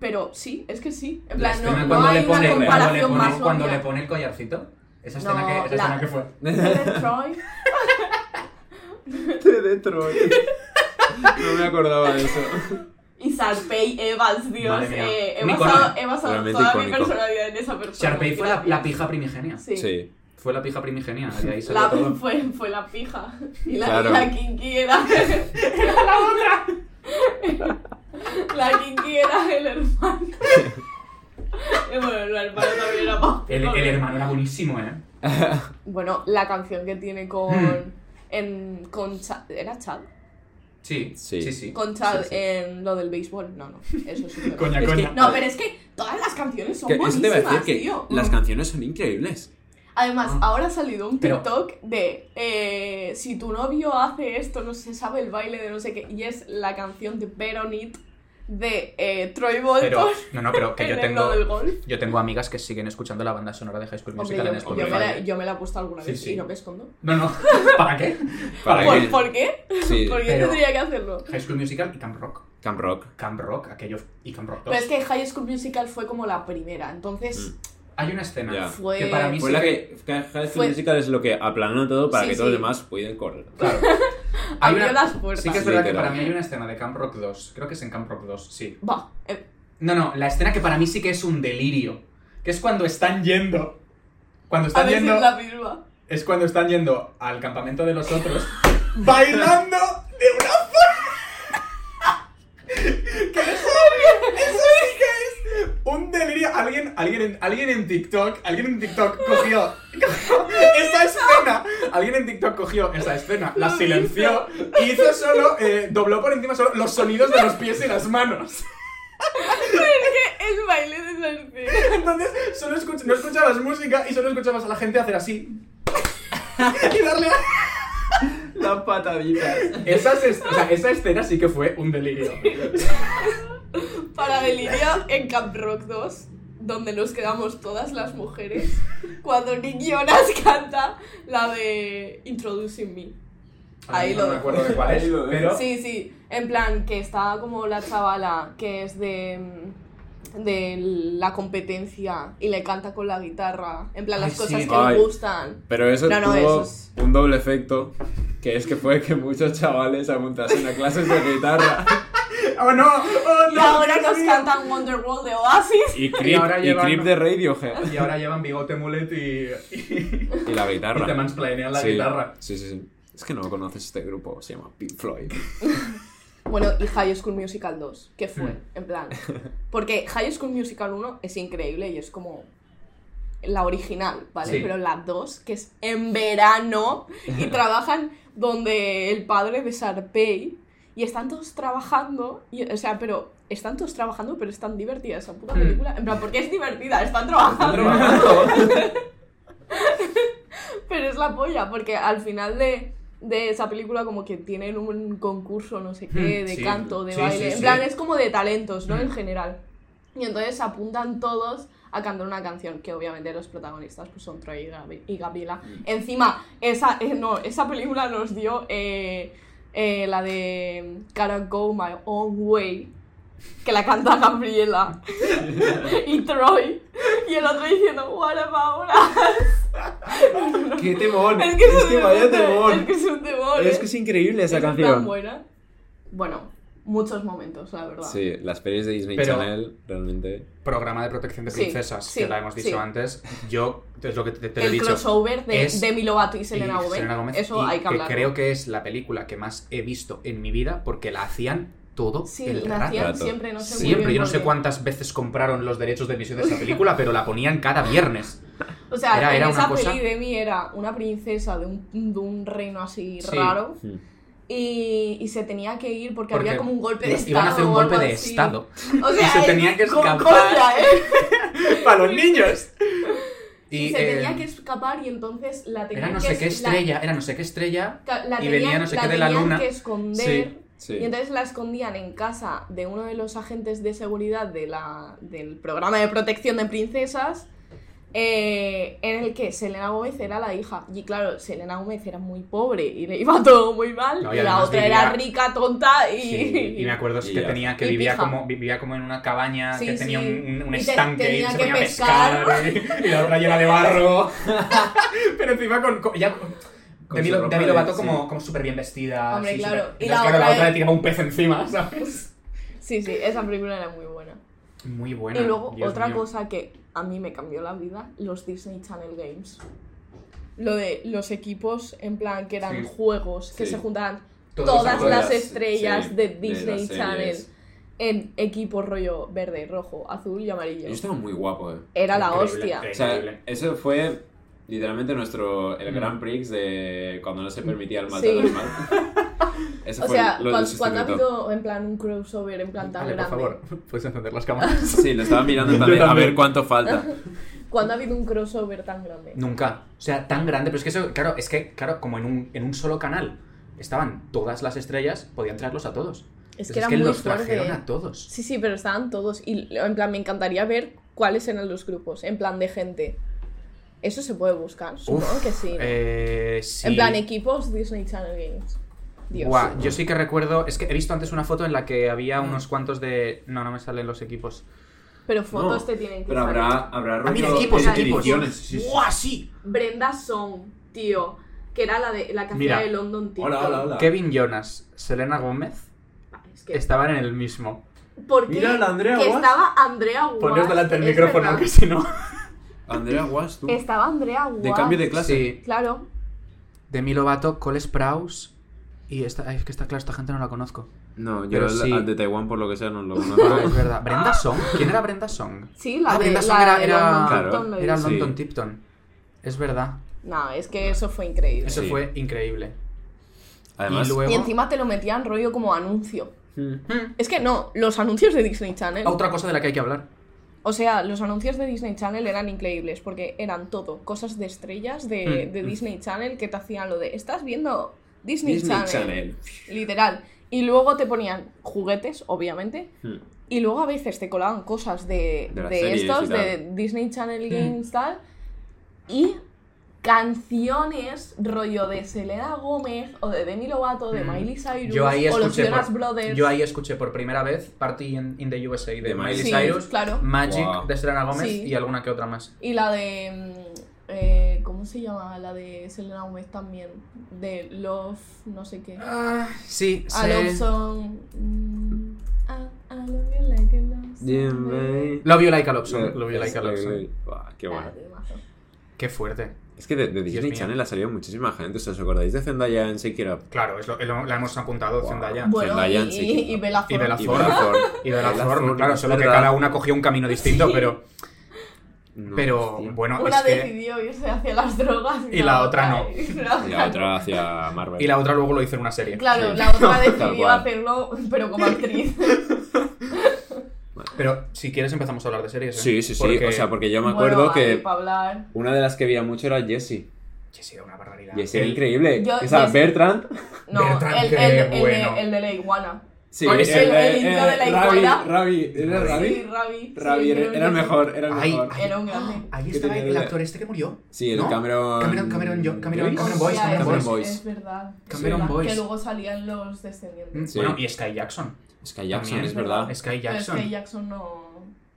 Speaker 3: Pero sí, es que sí. En plan, no, no hay una
Speaker 2: cuando le
Speaker 3: comparación
Speaker 2: pone,
Speaker 3: más
Speaker 2: cuando le
Speaker 3: obvia.
Speaker 2: pone el collarcito. Esa
Speaker 3: No,
Speaker 2: escena, que, esa
Speaker 3: la-
Speaker 2: escena que fue.
Speaker 3: De Troy.
Speaker 1: De Detroit. No me acordaba de eso.
Speaker 3: Y Sarpey Evans, Dios.
Speaker 2: Madre mía.
Speaker 3: eh, he
Speaker 2: Un icono.
Speaker 3: basado, he basado
Speaker 1: Realmente
Speaker 3: toda mi
Speaker 1: icónico.
Speaker 3: personalidad en esa persona.
Speaker 2: Sharpay fue la,
Speaker 3: gracias.
Speaker 2: la pija primigenia.
Speaker 3: Sí.
Speaker 1: Sí.
Speaker 2: Fue la pija primigenia. De ahí salió
Speaker 3: La,
Speaker 2: todo.
Speaker 3: fue, fue la pija. Y la,
Speaker 1: Claro.
Speaker 3: la kinky era.
Speaker 2: la otra!
Speaker 3: La kinky era el hermano. Y bueno, el hermano también era más.
Speaker 2: El, el hermano era buenísimo, ¿eh?
Speaker 4: Bueno, la canción que tiene
Speaker 2: Mm.
Speaker 4: con. En, con Cha- ¿Era Chad?
Speaker 2: Sí, sí,
Speaker 1: Sí.
Speaker 2: sí.
Speaker 4: Con Chad
Speaker 1: Sí, sí.
Speaker 4: en lo del béisbol. No, no. Eso sí. que no.
Speaker 2: Coña,
Speaker 4: Es que-
Speaker 2: coña.
Speaker 3: No, pero es que todas las canciones son
Speaker 1: Que eso te
Speaker 3: buenísimas,
Speaker 1: iba a decir que
Speaker 3: tío.
Speaker 1: las canciones son increíbles.
Speaker 3: Además,
Speaker 2: Ah.
Speaker 3: ahora ha salido un
Speaker 2: Pero-
Speaker 3: TikTok de eh, si tu novio hace esto, no se sabe el baile de no sé qué, y es la canción de Veronit de eh, Troy
Speaker 2: Pero,
Speaker 3: Bolton
Speaker 2: no, no, pero que
Speaker 3: en
Speaker 2: yo
Speaker 3: el
Speaker 2: tengo,
Speaker 3: del golf.
Speaker 2: yo tengo amigas que siguen escuchando la banda sonora de High School
Speaker 4: Hombre,
Speaker 2: Musical en
Speaker 4: yo, yo
Speaker 2: Spotify.
Speaker 4: me la, yo me la he puesto alguna
Speaker 2: Sí,
Speaker 4: vez
Speaker 2: sí.
Speaker 4: y no me escondo.
Speaker 2: No, no, ¿para qué?
Speaker 1: ¿Para
Speaker 2: ¿Por-
Speaker 1: qué?
Speaker 3: ¿Por, por qué?
Speaker 1: Sí.
Speaker 3: ¿Por qué
Speaker 2: Pero-
Speaker 3: tendría que hacerlo?
Speaker 2: High School Musical y Camp Rock.
Speaker 1: Camp Rock.
Speaker 2: Camp Rock, aquellos y Camp Rock 2.
Speaker 3: Pero es que High School Musical fue como la primera, entonces
Speaker 2: Mm, Hay una escena
Speaker 1: Ya.
Speaker 3: Fue-
Speaker 2: que para mí
Speaker 1: Fue
Speaker 2: sí
Speaker 1: la
Speaker 2: que-
Speaker 1: que que High School
Speaker 3: Fue-
Speaker 1: Musical es lo que aplana todo para
Speaker 3: Sí,
Speaker 1: que todos
Speaker 3: sí.
Speaker 1: los demás puedan correr.
Speaker 2: Claro. Hay
Speaker 3: abrió
Speaker 2: una-
Speaker 3: las puertas.
Speaker 2: Sí que es verdad que
Speaker 1: Literal.
Speaker 2: para mí hay una escena de Camp Rock 2. Creo que es en Camp Rock 2, sí.
Speaker 3: Va, eh,
Speaker 2: No, no, la escena que para mí sí que es un delirio. Que es cuando están yendo. Cuando
Speaker 3: a
Speaker 2: están
Speaker 3: ver si
Speaker 2: yendo.
Speaker 3: es la misma.
Speaker 2: Es cuando están yendo al campamento de los otros. bailando de una forma. que les- Eso sí que es un delirio. Alguien, alguien, en, alguien en TikTok. Alguien en TikTok cogió. cogió esa escena. Alguien en TikTok cogió esa escena. La
Speaker 3: Lo
Speaker 2: silenció. Y hizo solo. eh, dobló por encima solo los sonidos de los pies y las manos.
Speaker 3: El baile de Sartre.
Speaker 2: Entonces, solo escuch- no escuchabas música y solo escuchabas a la gente hacer así. y darle a...
Speaker 1: Las pataditas.
Speaker 2: Esas es- o sea, esa escena sí que fue un delirio.
Speaker 3: Para delirio en Camp Rock 2, donde nos quedamos todas las mujeres, cuando Nick Jonas canta la de Introducing Me. Ahí
Speaker 2: no
Speaker 3: lo
Speaker 2: me
Speaker 3: dejo.
Speaker 2: acuerdo de cuál es,
Speaker 1: Ahí lo dejo.
Speaker 2: pero...
Speaker 3: Sí, sí, en plan que está como la chavala que es de de la competencia y le canta con la guitarra, en plan las
Speaker 2: Ay,
Speaker 3: cosas
Speaker 2: sí.
Speaker 3: que
Speaker 1: Ay.
Speaker 3: le gustan.
Speaker 1: Pero eso
Speaker 3: No, no,
Speaker 1: tuvo
Speaker 3: eso es-
Speaker 1: un doble efecto, que es que fue que muchos chavales apuntasen a clases de guitarra
Speaker 2: ¡Oh, no! ¡Oh, no!
Speaker 3: Y ahora
Speaker 2: Dios
Speaker 3: nos
Speaker 2: mío!
Speaker 3: cantan Wonderwall de Oasis.
Speaker 1: y
Speaker 2: Y
Speaker 1: Creep,
Speaker 2: ahora
Speaker 1: y
Speaker 2: llevan-
Speaker 1: Creep de Radiohead.
Speaker 2: Y ahora llevan bigote, mulet y... y-
Speaker 1: Y la guitarra.
Speaker 2: Y te mansplainean la
Speaker 1: Sí,
Speaker 2: guitarra.
Speaker 1: Sí, sí, sí. Es que no conoces este grupo, se llama Pink Floyd.
Speaker 4: Bueno, y High School Musical 2, que fue,
Speaker 2: Mm.
Speaker 4: en plan. Porque High School Musical 1 es increíble y es como la original, ¿vale?
Speaker 2: Sí.
Speaker 4: Pero la 2, que es en verano y trabajan donde el padre de Sarpey y están todos trabajando, y, o sea, pero están todos trabajando, pero es tan divertida esa puta
Speaker 2: Mm.
Speaker 4: película. En plan, porque es divertida, están
Speaker 2: Ah,
Speaker 4: trabajando.
Speaker 3: Pero es la polla, porque al final de, de esa película como que tienen un concurso, no sé qué,
Speaker 2: Mm,
Speaker 3: de
Speaker 2: sí.
Speaker 3: canto, de
Speaker 2: Sí,
Speaker 3: baile.
Speaker 2: sí,
Speaker 3: en
Speaker 2: sí.
Speaker 3: plan, es como de talentos, ¿no?
Speaker 2: Mm.
Speaker 3: En general. Y entonces apuntan todos a cantar una canción, que obviamente los protagonistas pues, son Troy y, Gabi- y Gabriela.
Speaker 2: Hmm.
Speaker 3: Encima, esa, eh, no, esa película nos dio eh, eh, la de Gotta Go My Own Way, que la canta Gabriela y Troy, y el otro diciendo, What about us?".
Speaker 1: ¡Qué temón!
Speaker 3: Es que es, un
Speaker 1: vaya
Speaker 3: temón. Es
Speaker 1: temón.
Speaker 3: que es un temón.
Speaker 1: Es
Speaker 3: ¿eh?
Speaker 1: que es increíble esa
Speaker 3: Es tan
Speaker 1: canción.
Speaker 3: buena. Bueno, muchos momentos, la verdad.
Speaker 1: Sí, las pelis de Disney
Speaker 2: Pero-
Speaker 1: Channel realmente.
Speaker 2: Programa de protección de
Speaker 3: Sí,
Speaker 2: princesas,
Speaker 3: sí,
Speaker 2: que la hemos dicho
Speaker 3: sí.
Speaker 2: antes. Yo, es lo que te, te lo he
Speaker 3: El
Speaker 2: dicho.
Speaker 3: crossover de
Speaker 2: es-
Speaker 3: Demi Lovato y Selena
Speaker 2: y
Speaker 3: Gomez.
Speaker 2: Selena Gomez,
Speaker 3: Eso
Speaker 2: y
Speaker 3: hay que hablar.
Speaker 2: creo que es la película que más he visto en mi vida porque la hacían todo
Speaker 3: Sí,
Speaker 2: el
Speaker 3: la
Speaker 2: rato.
Speaker 3: hacían
Speaker 1: rato.
Speaker 3: siempre, no sé muy
Speaker 2: Siempre,
Speaker 3: bien
Speaker 2: yo no sé
Speaker 3: por qué.
Speaker 2: cuántas veces compraron los derechos de emisión de esa película, pero la ponían cada viernes.
Speaker 3: O sea,
Speaker 2: Era- era
Speaker 3: en
Speaker 2: una
Speaker 3: esa
Speaker 2: cosa-
Speaker 3: peli Demi era una princesa de un, de un reino así
Speaker 2: Sí.
Speaker 3: raro
Speaker 1: Hmm.
Speaker 3: y, y se tenía que ir porque,
Speaker 2: Porque
Speaker 3: había como un golpe de
Speaker 2: Iban
Speaker 3: estado.
Speaker 2: iban a hacer un
Speaker 3: o
Speaker 2: golpe
Speaker 3: algo
Speaker 2: de
Speaker 3: así.
Speaker 2: estado
Speaker 3: O sea,
Speaker 2: Y se
Speaker 3: es
Speaker 2: tenía que
Speaker 3: con
Speaker 2: escapar.
Speaker 3: coña, ¿eh?
Speaker 2: para los niños. Y,
Speaker 3: Y se
Speaker 2: eh,
Speaker 3: tenía que escapar y entonces la tenía
Speaker 2: era no
Speaker 3: que
Speaker 2: sé qué
Speaker 3: es- la-
Speaker 2: estrella, era no sé qué estrella.
Speaker 3: ca- la
Speaker 2: y
Speaker 3: tenían-
Speaker 2: venía no sé
Speaker 3: la
Speaker 2: qué de la
Speaker 3: tenían
Speaker 2: luna.
Speaker 3: que esconder.
Speaker 1: Sí, sí.
Speaker 3: Y entonces la escondían en casa de uno de los agentes de seguridad de la, del programa de protección de princesas, eh, en el que Selena Gómez era la hija. Y claro, Selena Gómez era muy pobre y le iba todo muy mal.
Speaker 2: No, y
Speaker 3: y la
Speaker 2: además
Speaker 3: otra
Speaker 2: vivía-
Speaker 3: era rica, tonta y...
Speaker 2: Sí, y me acuerdo
Speaker 1: Y
Speaker 2: que
Speaker 1: ya.
Speaker 2: tenía que
Speaker 3: Y
Speaker 2: vivía
Speaker 3: pija.
Speaker 2: como vivía como en una cabaña
Speaker 3: Sí,
Speaker 2: que tenía
Speaker 3: sí.
Speaker 2: un, un- un
Speaker 3: Y te-
Speaker 2: estanque y
Speaker 3: tenía
Speaker 2: se
Speaker 3: que
Speaker 2: ponía a pescar, y la otra llena de barro pero encima con, con- ya-
Speaker 1: Con
Speaker 2: Demi,
Speaker 1: su
Speaker 2: Lo-
Speaker 1: ropa
Speaker 2: Demi
Speaker 1: de-
Speaker 2: Lovato
Speaker 1: sí.
Speaker 2: como, como súper bien vestida.
Speaker 3: Hombre,
Speaker 2: sí,
Speaker 3: claro.
Speaker 2: súper-
Speaker 3: Y
Speaker 2: Entonces,
Speaker 3: la
Speaker 2: claro,
Speaker 3: otra es-
Speaker 2: le tiraba un pez encima, ¿sabes?
Speaker 3: Sí, sí, esa película era muy buena.
Speaker 2: Muy buena.
Speaker 3: Y luego
Speaker 2: Dios
Speaker 3: otra
Speaker 2: mío.
Speaker 3: cosa que a mí me cambió la vida, los Disney Channel Games. Lo de los equipos, en plan, que eran
Speaker 2: Sí.
Speaker 3: juegos, que
Speaker 1: Sí.
Speaker 3: se juntaban
Speaker 2: Todos
Speaker 3: todas
Speaker 2: los
Speaker 3: las
Speaker 1: actores,
Speaker 3: estrellas
Speaker 1: sí,
Speaker 3: de
Speaker 1: de las
Speaker 3: Disney Channel
Speaker 1: series.
Speaker 3: en equipo rollo verde, rojo, azul y amarillo.
Speaker 1: Yo estaba muy guapo, eh.
Speaker 3: Era la
Speaker 2: Increíble,
Speaker 3: hostia.
Speaker 2: increíble.
Speaker 1: O sea, eso fue literalmente nuestro el
Speaker 2: Mm.
Speaker 1: Grand Prix de cuando no se permitía el mal
Speaker 3: Hmm. Sí.
Speaker 1: del animal. Eso
Speaker 3: O
Speaker 1: fue
Speaker 3: sea,
Speaker 1: lo
Speaker 3: cuan-
Speaker 1: del sustituto.
Speaker 3: cuando, ha habido en plan un crossover en plan tan
Speaker 2: Vale, por
Speaker 3: grande.
Speaker 2: favor, puedes encender las cámaras.
Speaker 1: Sí, lo estaba mirando
Speaker 2: Yo
Speaker 1: también a
Speaker 2: también.
Speaker 1: ver cuánto falta.
Speaker 3: Cuando ha habido un crossover tan grande.
Speaker 2: Nunca. O sea, tan grande. Pero es que eso, claro, es que, claro, como en un, en un solo canal estaban todas las estrellas, podían traerlos a todos.
Speaker 3: Es
Speaker 2: Entonces,
Speaker 3: que era muy
Speaker 2: los
Speaker 3: fuerte.
Speaker 2: trajeron a todos.
Speaker 3: Sí, sí, pero estaban todos. Y lo- en plan, me encantaría ver cuáles eran los grupos, en plan de gente. Eso se puede buscar, supongo
Speaker 2: Uf,
Speaker 3: que sí. ¿no?
Speaker 2: eh, sí.
Speaker 3: En plan, equipos Disney Channel Games. Dios.
Speaker 2: Buah, yo sí que recuerdo, es que he visto antes una foto en la que había unos cuantos de... No, no me salen los equipos.
Speaker 3: Pero fotos
Speaker 1: No,
Speaker 3: te tienen que
Speaker 1: Pero
Speaker 3: salir.
Speaker 1: habrá, habrá rollo
Speaker 2: Ah, mira, equipos,
Speaker 1: edi-
Speaker 2: equipos.
Speaker 1: ediciones. Sí, sí.
Speaker 2: ¡Buah, sí!
Speaker 3: Brenda Song, tío. Que era la, de, la que
Speaker 2: Mira.
Speaker 3: hacía de London Team.
Speaker 1: Hola, hola, hola.
Speaker 2: Kevin Jonas, Selena Gómez,
Speaker 3: Es que,
Speaker 2: estaban en el mismo.
Speaker 3: ¿Por qué?
Speaker 1: Mira, la Andrea
Speaker 3: que
Speaker 1: Guas.
Speaker 3: estaba Andrea Guas.
Speaker 2: Poneos delante del
Speaker 3: es
Speaker 2: micrófono,
Speaker 3: verdad.
Speaker 2: aunque si no...
Speaker 3: Este
Speaker 1: Andrea Guas, tú.
Speaker 3: Estaba Andrea Guas.
Speaker 1: De cambio de clase.
Speaker 2: Sí,
Speaker 3: Claro.
Speaker 2: Demi Lovato, Cole Sprouse y esta... ay, es que está claro, esta gente no la conozco.
Speaker 1: No, yo
Speaker 2: Pero
Speaker 1: al-
Speaker 2: sí.
Speaker 1: al de Taiwán, por lo que sea, no lo
Speaker 2: Ah,
Speaker 1: conozco.
Speaker 2: es verdad. ¿Brenda Song? ¿Quién era Brenda Song?
Speaker 3: Sí, la
Speaker 2: Ah,
Speaker 3: de,
Speaker 2: Brenda
Speaker 3: la
Speaker 2: Song era-
Speaker 3: de
Speaker 2: era-
Speaker 3: London
Speaker 1: Claro.
Speaker 3: Tipton lo
Speaker 2: Era
Speaker 3: hizo.
Speaker 1: Sí.
Speaker 2: London Tipton. Es verdad.
Speaker 3: No, es que eso fue increíble.
Speaker 2: Eso
Speaker 1: Sí.
Speaker 2: fue increíble.
Speaker 1: Además,
Speaker 2: y luego...
Speaker 3: Y encima te lo metían rollo como anuncio.
Speaker 1: Mm.
Speaker 2: Mm,
Speaker 3: Es que no, los anuncios de Disney Channel.
Speaker 2: Otra cosa de la que hay que hablar.
Speaker 3: O sea, los anuncios de Disney Channel eran increíbles porque eran todo, cosas de estrellas de,
Speaker 1: Hmm.
Speaker 2: Mm,
Speaker 3: de
Speaker 2: mm.
Speaker 3: Disney Channel que te hacían lo de, estás viendo Disney,
Speaker 1: Disney
Speaker 3: Channel.
Speaker 1: Channel.
Speaker 3: Literal. Y luego te ponían juguetes, obviamente.
Speaker 1: Mm.
Speaker 2: Hmm.
Speaker 3: Y luego a veces te colaban cosas de,
Speaker 1: De las
Speaker 3: de
Speaker 1: series y
Speaker 3: estos, de
Speaker 1: tal.
Speaker 3: Disney Channel
Speaker 2: Mm.
Speaker 3: Games, tal. Y canciones rollo de Selena Gómez o de Demi Lovato, de
Speaker 2: Mm.
Speaker 3: Miley Cyrus
Speaker 2: Yo ahí
Speaker 3: o los
Speaker 2: escuché
Speaker 3: Jonas
Speaker 2: por-
Speaker 3: Brothers.
Speaker 2: Yo ahí escuché por primera vez Party in, in the USA de,
Speaker 1: De
Speaker 2: Miley
Speaker 1: Miley
Speaker 3: Sí,
Speaker 2: Cyrus, Hmm.
Speaker 3: claro.
Speaker 2: Magic
Speaker 1: Wow.
Speaker 2: de Selena Gómez
Speaker 3: Sí.
Speaker 2: y alguna que otra más.
Speaker 3: Y la de. mm, eh, ¿Cómo se llama? La de Selena Gomez también. De Love, no sé qué.
Speaker 2: Ah, sí,
Speaker 3: A Love Song. mm, ah, I love you like a love song,
Speaker 1: Bien,
Speaker 3: baby.
Speaker 1: babe.
Speaker 2: Love You Like a Love Song.
Speaker 1: Eh,
Speaker 2: Love You Like a
Speaker 1: es-
Speaker 2: Love Song.
Speaker 1: eh, buah, Qué
Speaker 3: Ah,
Speaker 1: bueno.
Speaker 3: temazo.
Speaker 2: Qué fuerte.
Speaker 1: Es que de, de Disney
Speaker 2: mío.
Speaker 1: Channel ha salido muchísima gente. ¿Os acordáis de Zendaya en Shake It Up?
Speaker 2: Claro, es lo, es lo- la hemos apuntado,
Speaker 1: Wow.
Speaker 2: Zendaya.
Speaker 3: Bueno, y,
Speaker 1: Zendaya en
Speaker 3: y,
Speaker 1: sí que
Speaker 3: y
Speaker 1: no.
Speaker 3: Bella
Speaker 2: Y Bella
Speaker 3: Thorne.
Speaker 1: Y
Speaker 2: Thorne.
Speaker 1: Bella Thorne.
Speaker 2: Y de la
Speaker 1: Bella
Speaker 2: Thorne,
Speaker 1: Thorne,
Speaker 2: claro,
Speaker 1: es
Speaker 2: solo que
Speaker 1: verdad.
Speaker 2: cada una cogió un camino distinto, pero,
Speaker 1: No,
Speaker 2: pero
Speaker 1: hostia.
Speaker 2: bueno,
Speaker 3: Una
Speaker 2: es que...
Speaker 3: decidió irse hacia las drogas
Speaker 2: Y la otra no.
Speaker 3: y la
Speaker 1: Y la
Speaker 3: otra
Speaker 1: otra hacia Marvel.
Speaker 2: Y la otra luego lo hizo en una serie.
Speaker 3: Claro,
Speaker 1: Sí.
Speaker 3: la otra
Speaker 1: Tal
Speaker 3: decidió
Speaker 1: cual.
Speaker 3: hacerlo, pero como actriz.
Speaker 2: Pero si quieres empezamos a hablar de series. ¿eh?
Speaker 1: Sí, sí, sí.
Speaker 2: Porque-
Speaker 1: O sea, porque yo me acuerdo
Speaker 3: Bueno,
Speaker 1: que
Speaker 3: aquí pa' hablar.
Speaker 1: una de las que veía mucho era Jessie.
Speaker 2: Jessie era una barbaridad.
Speaker 1: Jessie era
Speaker 2: El-
Speaker 1: increíble.
Speaker 3: Yo-
Speaker 1: o sea,
Speaker 3: Jessie-
Speaker 1: Bertrand.
Speaker 3: No,
Speaker 2: Bertrand,
Speaker 3: el, el,
Speaker 2: qué
Speaker 3: el de-
Speaker 2: bueno.
Speaker 3: el de la iguana.
Speaker 1: Sí,
Speaker 2: Con ese-
Speaker 3: el intro de la iguana.
Speaker 1: Ravi, Ravi, ¿era Ravi?
Speaker 3: Sí, Ravi.
Speaker 1: Ravi,
Speaker 3: sí,
Speaker 1: era,
Speaker 3: creo
Speaker 1: era el
Speaker 3: que sí.
Speaker 1: mejor, era el
Speaker 2: Ay,
Speaker 1: mejor.
Speaker 3: Era un grande.
Speaker 2: Ahí
Speaker 1: Que
Speaker 2: estaba
Speaker 1: tenía
Speaker 2: el
Speaker 1: de-
Speaker 2: actor este que murió.
Speaker 1: Sí, el
Speaker 2: ¿no?
Speaker 1: Cameron...
Speaker 2: Cameron- Cameron Jo- Cameron-
Speaker 1: Boyce.
Speaker 2: Cameron
Speaker 3: O
Speaker 2: Boys,
Speaker 3: sea,
Speaker 2: Cameron
Speaker 3: es,
Speaker 1: Boys.
Speaker 3: es verdad.
Speaker 2: Cameron
Speaker 3: Es verdad,
Speaker 2: Boys.
Speaker 3: Que luego salían los
Speaker 2: Mm,
Speaker 3: descendientes.
Speaker 1: Sí.
Speaker 2: Bueno, y Sky Jackson.
Speaker 1: Sky Jackson,
Speaker 2: También.
Speaker 1: es verdad.
Speaker 2: Sky
Speaker 3: Pero
Speaker 2: Jackson.
Speaker 3: es que Jackson no.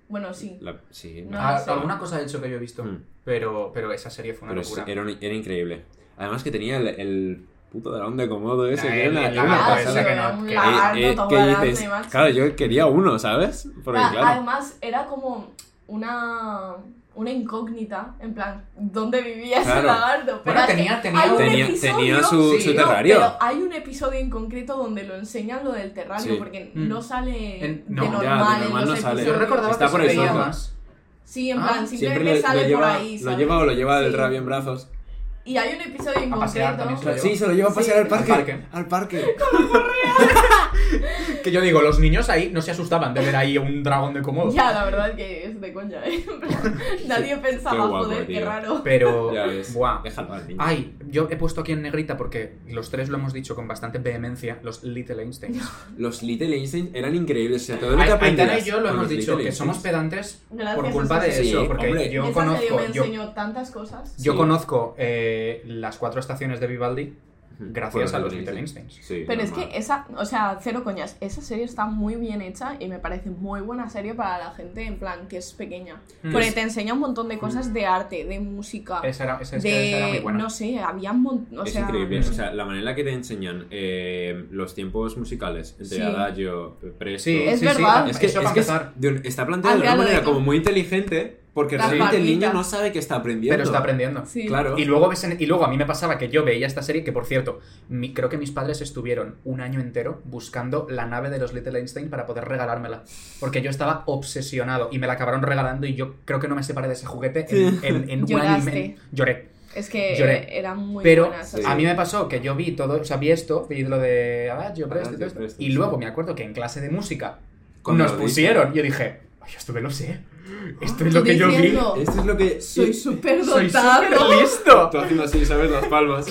Speaker 3: Bueno, sí.
Speaker 1: La- sí,
Speaker 3: No,
Speaker 2: Ah,
Speaker 3: sí.
Speaker 2: Alguna cosa ha hecho que yo he visto.
Speaker 1: Mm.
Speaker 2: Pero, pero esa serie fue una
Speaker 1: Pero sí,
Speaker 2: locura.
Speaker 1: era, un- era increíble. Además que tenía el, el puto dragón de Komodo ese,
Speaker 2: Ah,
Speaker 1: que
Speaker 2: el-
Speaker 1: era una,
Speaker 2: el
Speaker 1: era una
Speaker 2: lagarto
Speaker 1: pasada.
Speaker 2: ese que
Speaker 3: era
Speaker 2: no-
Speaker 3: un
Speaker 2: que-
Speaker 3: lagarto
Speaker 1: Eh, eh,
Speaker 3: todo
Speaker 1: ¿qué
Speaker 3: grande,
Speaker 1: dices?
Speaker 3: macho.
Speaker 1: Claro, yo quería uno, ¿sabes? Porque
Speaker 3: Ah,
Speaker 1: claro.
Speaker 3: Además, era como una, una incógnita, en plan, ¿dónde vivía ese
Speaker 1: Claro.
Speaker 3: lagarto? Pero
Speaker 2: Bueno,
Speaker 3: es que
Speaker 2: tenía- tenía-
Speaker 3: hay ah, un
Speaker 1: Tenía,
Speaker 3: episodio-
Speaker 1: tenía su,
Speaker 2: Sí.
Speaker 1: su
Speaker 2: No,
Speaker 3: No,
Speaker 1: terrario.
Speaker 3: pero hay un episodio en concreto donde lo enseñan lo del terrario,
Speaker 1: Sí.
Speaker 3: porque
Speaker 2: Mm.
Speaker 3: no sale
Speaker 2: En- no,
Speaker 3: de
Speaker 2: ya,
Speaker 3: normal
Speaker 2: de
Speaker 3: en
Speaker 1: normal
Speaker 3: los
Speaker 1: no sale.
Speaker 3: episodios.
Speaker 2: Yo recordaba
Speaker 1: Está
Speaker 2: que
Speaker 1: por
Speaker 2: se
Speaker 1: el
Speaker 2: veía
Speaker 1: sótano.
Speaker 2: más.
Speaker 3: Sí, en
Speaker 2: Ah,
Speaker 3: plan,
Speaker 1: Siempre
Speaker 3: simplemente
Speaker 1: lo,
Speaker 3: sale
Speaker 1: lo lleva,
Speaker 3: por ahí,
Speaker 1: lo
Speaker 3: ¿sabes?
Speaker 1: lleva o lo lleva el
Speaker 3: Sí.
Speaker 1: rabia en brazos.
Speaker 3: Y hay un episodio en
Speaker 2: A pasear
Speaker 3: concreto...
Speaker 2: también Lo lleva.
Speaker 1: Sí, se lo lleva a pasear
Speaker 3: Sí.
Speaker 1: al parque.
Speaker 2: Al parque.
Speaker 1: Al parque.
Speaker 2: Que yo digo, los niños ahí no se asustaban de ver ahí un dragón de Komodo.
Speaker 3: Ya, la verdad que es de coña, ¿eh? En plan, Nadie pensaba,
Speaker 1: guapo,
Speaker 3: joder, qué
Speaker 1: tío.
Speaker 3: raro.
Speaker 2: Pero,
Speaker 1: Ya ves.
Speaker 2: buah.
Speaker 1: Déjalo al niño.
Speaker 2: Ay, yo he puesto aquí en negrita porque los tres lo hemos dicho con bastante vehemencia, los Little Einsteins.
Speaker 1: Los Little Einstein eran increíbles. O sea, todo lo que
Speaker 2: A- Aitana y
Speaker 1: aprendías
Speaker 2: yo lo
Speaker 1: con
Speaker 2: hemos
Speaker 1: los
Speaker 2: dicho,
Speaker 1: Little
Speaker 2: que somos
Speaker 1: Einsteins.
Speaker 2: pedantes
Speaker 3: Gracias
Speaker 2: por
Speaker 3: a
Speaker 2: culpa de
Speaker 3: esa serie.
Speaker 2: eso,
Speaker 1: Sí,
Speaker 2: porque
Speaker 1: hombre.
Speaker 2: yo
Speaker 3: Esa serie
Speaker 2: conozco,
Speaker 3: me
Speaker 2: yo,
Speaker 3: enseñó tantas cosas.
Speaker 2: yo
Speaker 1: Sí.
Speaker 2: conozco eh, las cuatro estaciones de Vivaldi gracias
Speaker 1: Por
Speaker 2: a los
Speaker 1: Little
Speaker 2: Little
Speaker 1: Einsteins.
Speaker 2: Einsteins.
Speaker 1: Sí,
Speaker 3: Pero es
Speaker 1: normal.
Speaker 3: que esa, o sea, cero coñas, esa serie está muy bien hecha y me parece muy buena serie para la gente en plan que es pequeña.
Speaker 2: Mm.
Speaker 3: Porque te enseña un montón de cosas de arte, de música,
Speaker 2: Esa era, esa, es que esa era muy
Speaker 3: de...
Speaker 2: buena.
Speaker 3: No sé, había un montón...
Speaker 1: es increíble,
Speaker 3: mm.
Speaker 1: o sea, la manera en la que te enseñan eh, los tiempos musicales entre
Speaker 3: Sí.
Speaker 1: adagio, presto,
Speaker 2: Sí,
Speaker 3: Es
Speaker 2: sí,
Speaker 3: verdad.
Speaker 2: Sí,
Speaker 1: Es que,
Speaker 2: eso
Speaker 1: es
Speaker 2: para
Speaker 1: que es-
Speaker 2: empezar.
Speaker 1: de un- está planteado de una
Speaker 3: Hazlo Ah, de
Speaker 1: manera
Speaker 3: todo.
Speaker 1: como muy inteligente porque
Speaker 3: Las
Speaker 1: realmente el niño
Speaker 3: barbitas.
Speaker 1: no sabe que está aprendiendo.
Speaker 2: Pero está aprendiendo.
Speaker 3: Sí.
Speaker 1: Claro.
Speaker 2: Y luego, ves en- y luego a mí me pasaba que yo veía esta serie, que por cierto, mi- creo que mis padres estuvieron un año entero buscando la nave de los Little Einstein para poder regalármela. Porque yo estaba obsesionado y me la acabaron regalando y yo creo que no me separé de ese juguete en, en- en un año y
Speaker 3: Lloraste.
Speaker 2: medio. Lloré.
Speaker 3: Es que
Speaker 2: Lloré.
Speaker 3: era muy
Speaker 2: Pero
Speaker 3: buena esa
Speaker 1: Sí.
Speaker 2: a
Speaker 3: serie.
Speaker 2: mí me pasó que yo vi todo, o sea, vi esto, vi lo de Adagio, Presto y todo
Speaker 1: Adagio, Ah,
Speaker 2: esto.
Speaker 1: Presto,
Speaker 2: Y
Speaker 1: sí.
Speaker 2: luego me acuerdo que en clase de música
Speaker 1: Cuando
Speaker 2: nos
Speaker 1: lo
Speaker 2: pusieron. Yo dije, "Ay, esto me lo sé. Esto es lo
Speaker 3: Tú
Speaker 2: que yo vi.
Speaker 3: diciendo,
Speaker 1: Esto es lo que...
Speaker 3: Soy súper
Speaker 2: Ah, Soy súper
Speaker 3: dotado.
Speaker 2: listo.
Speaker 1: Tú haciendo así, ¿sabes? Las palmas.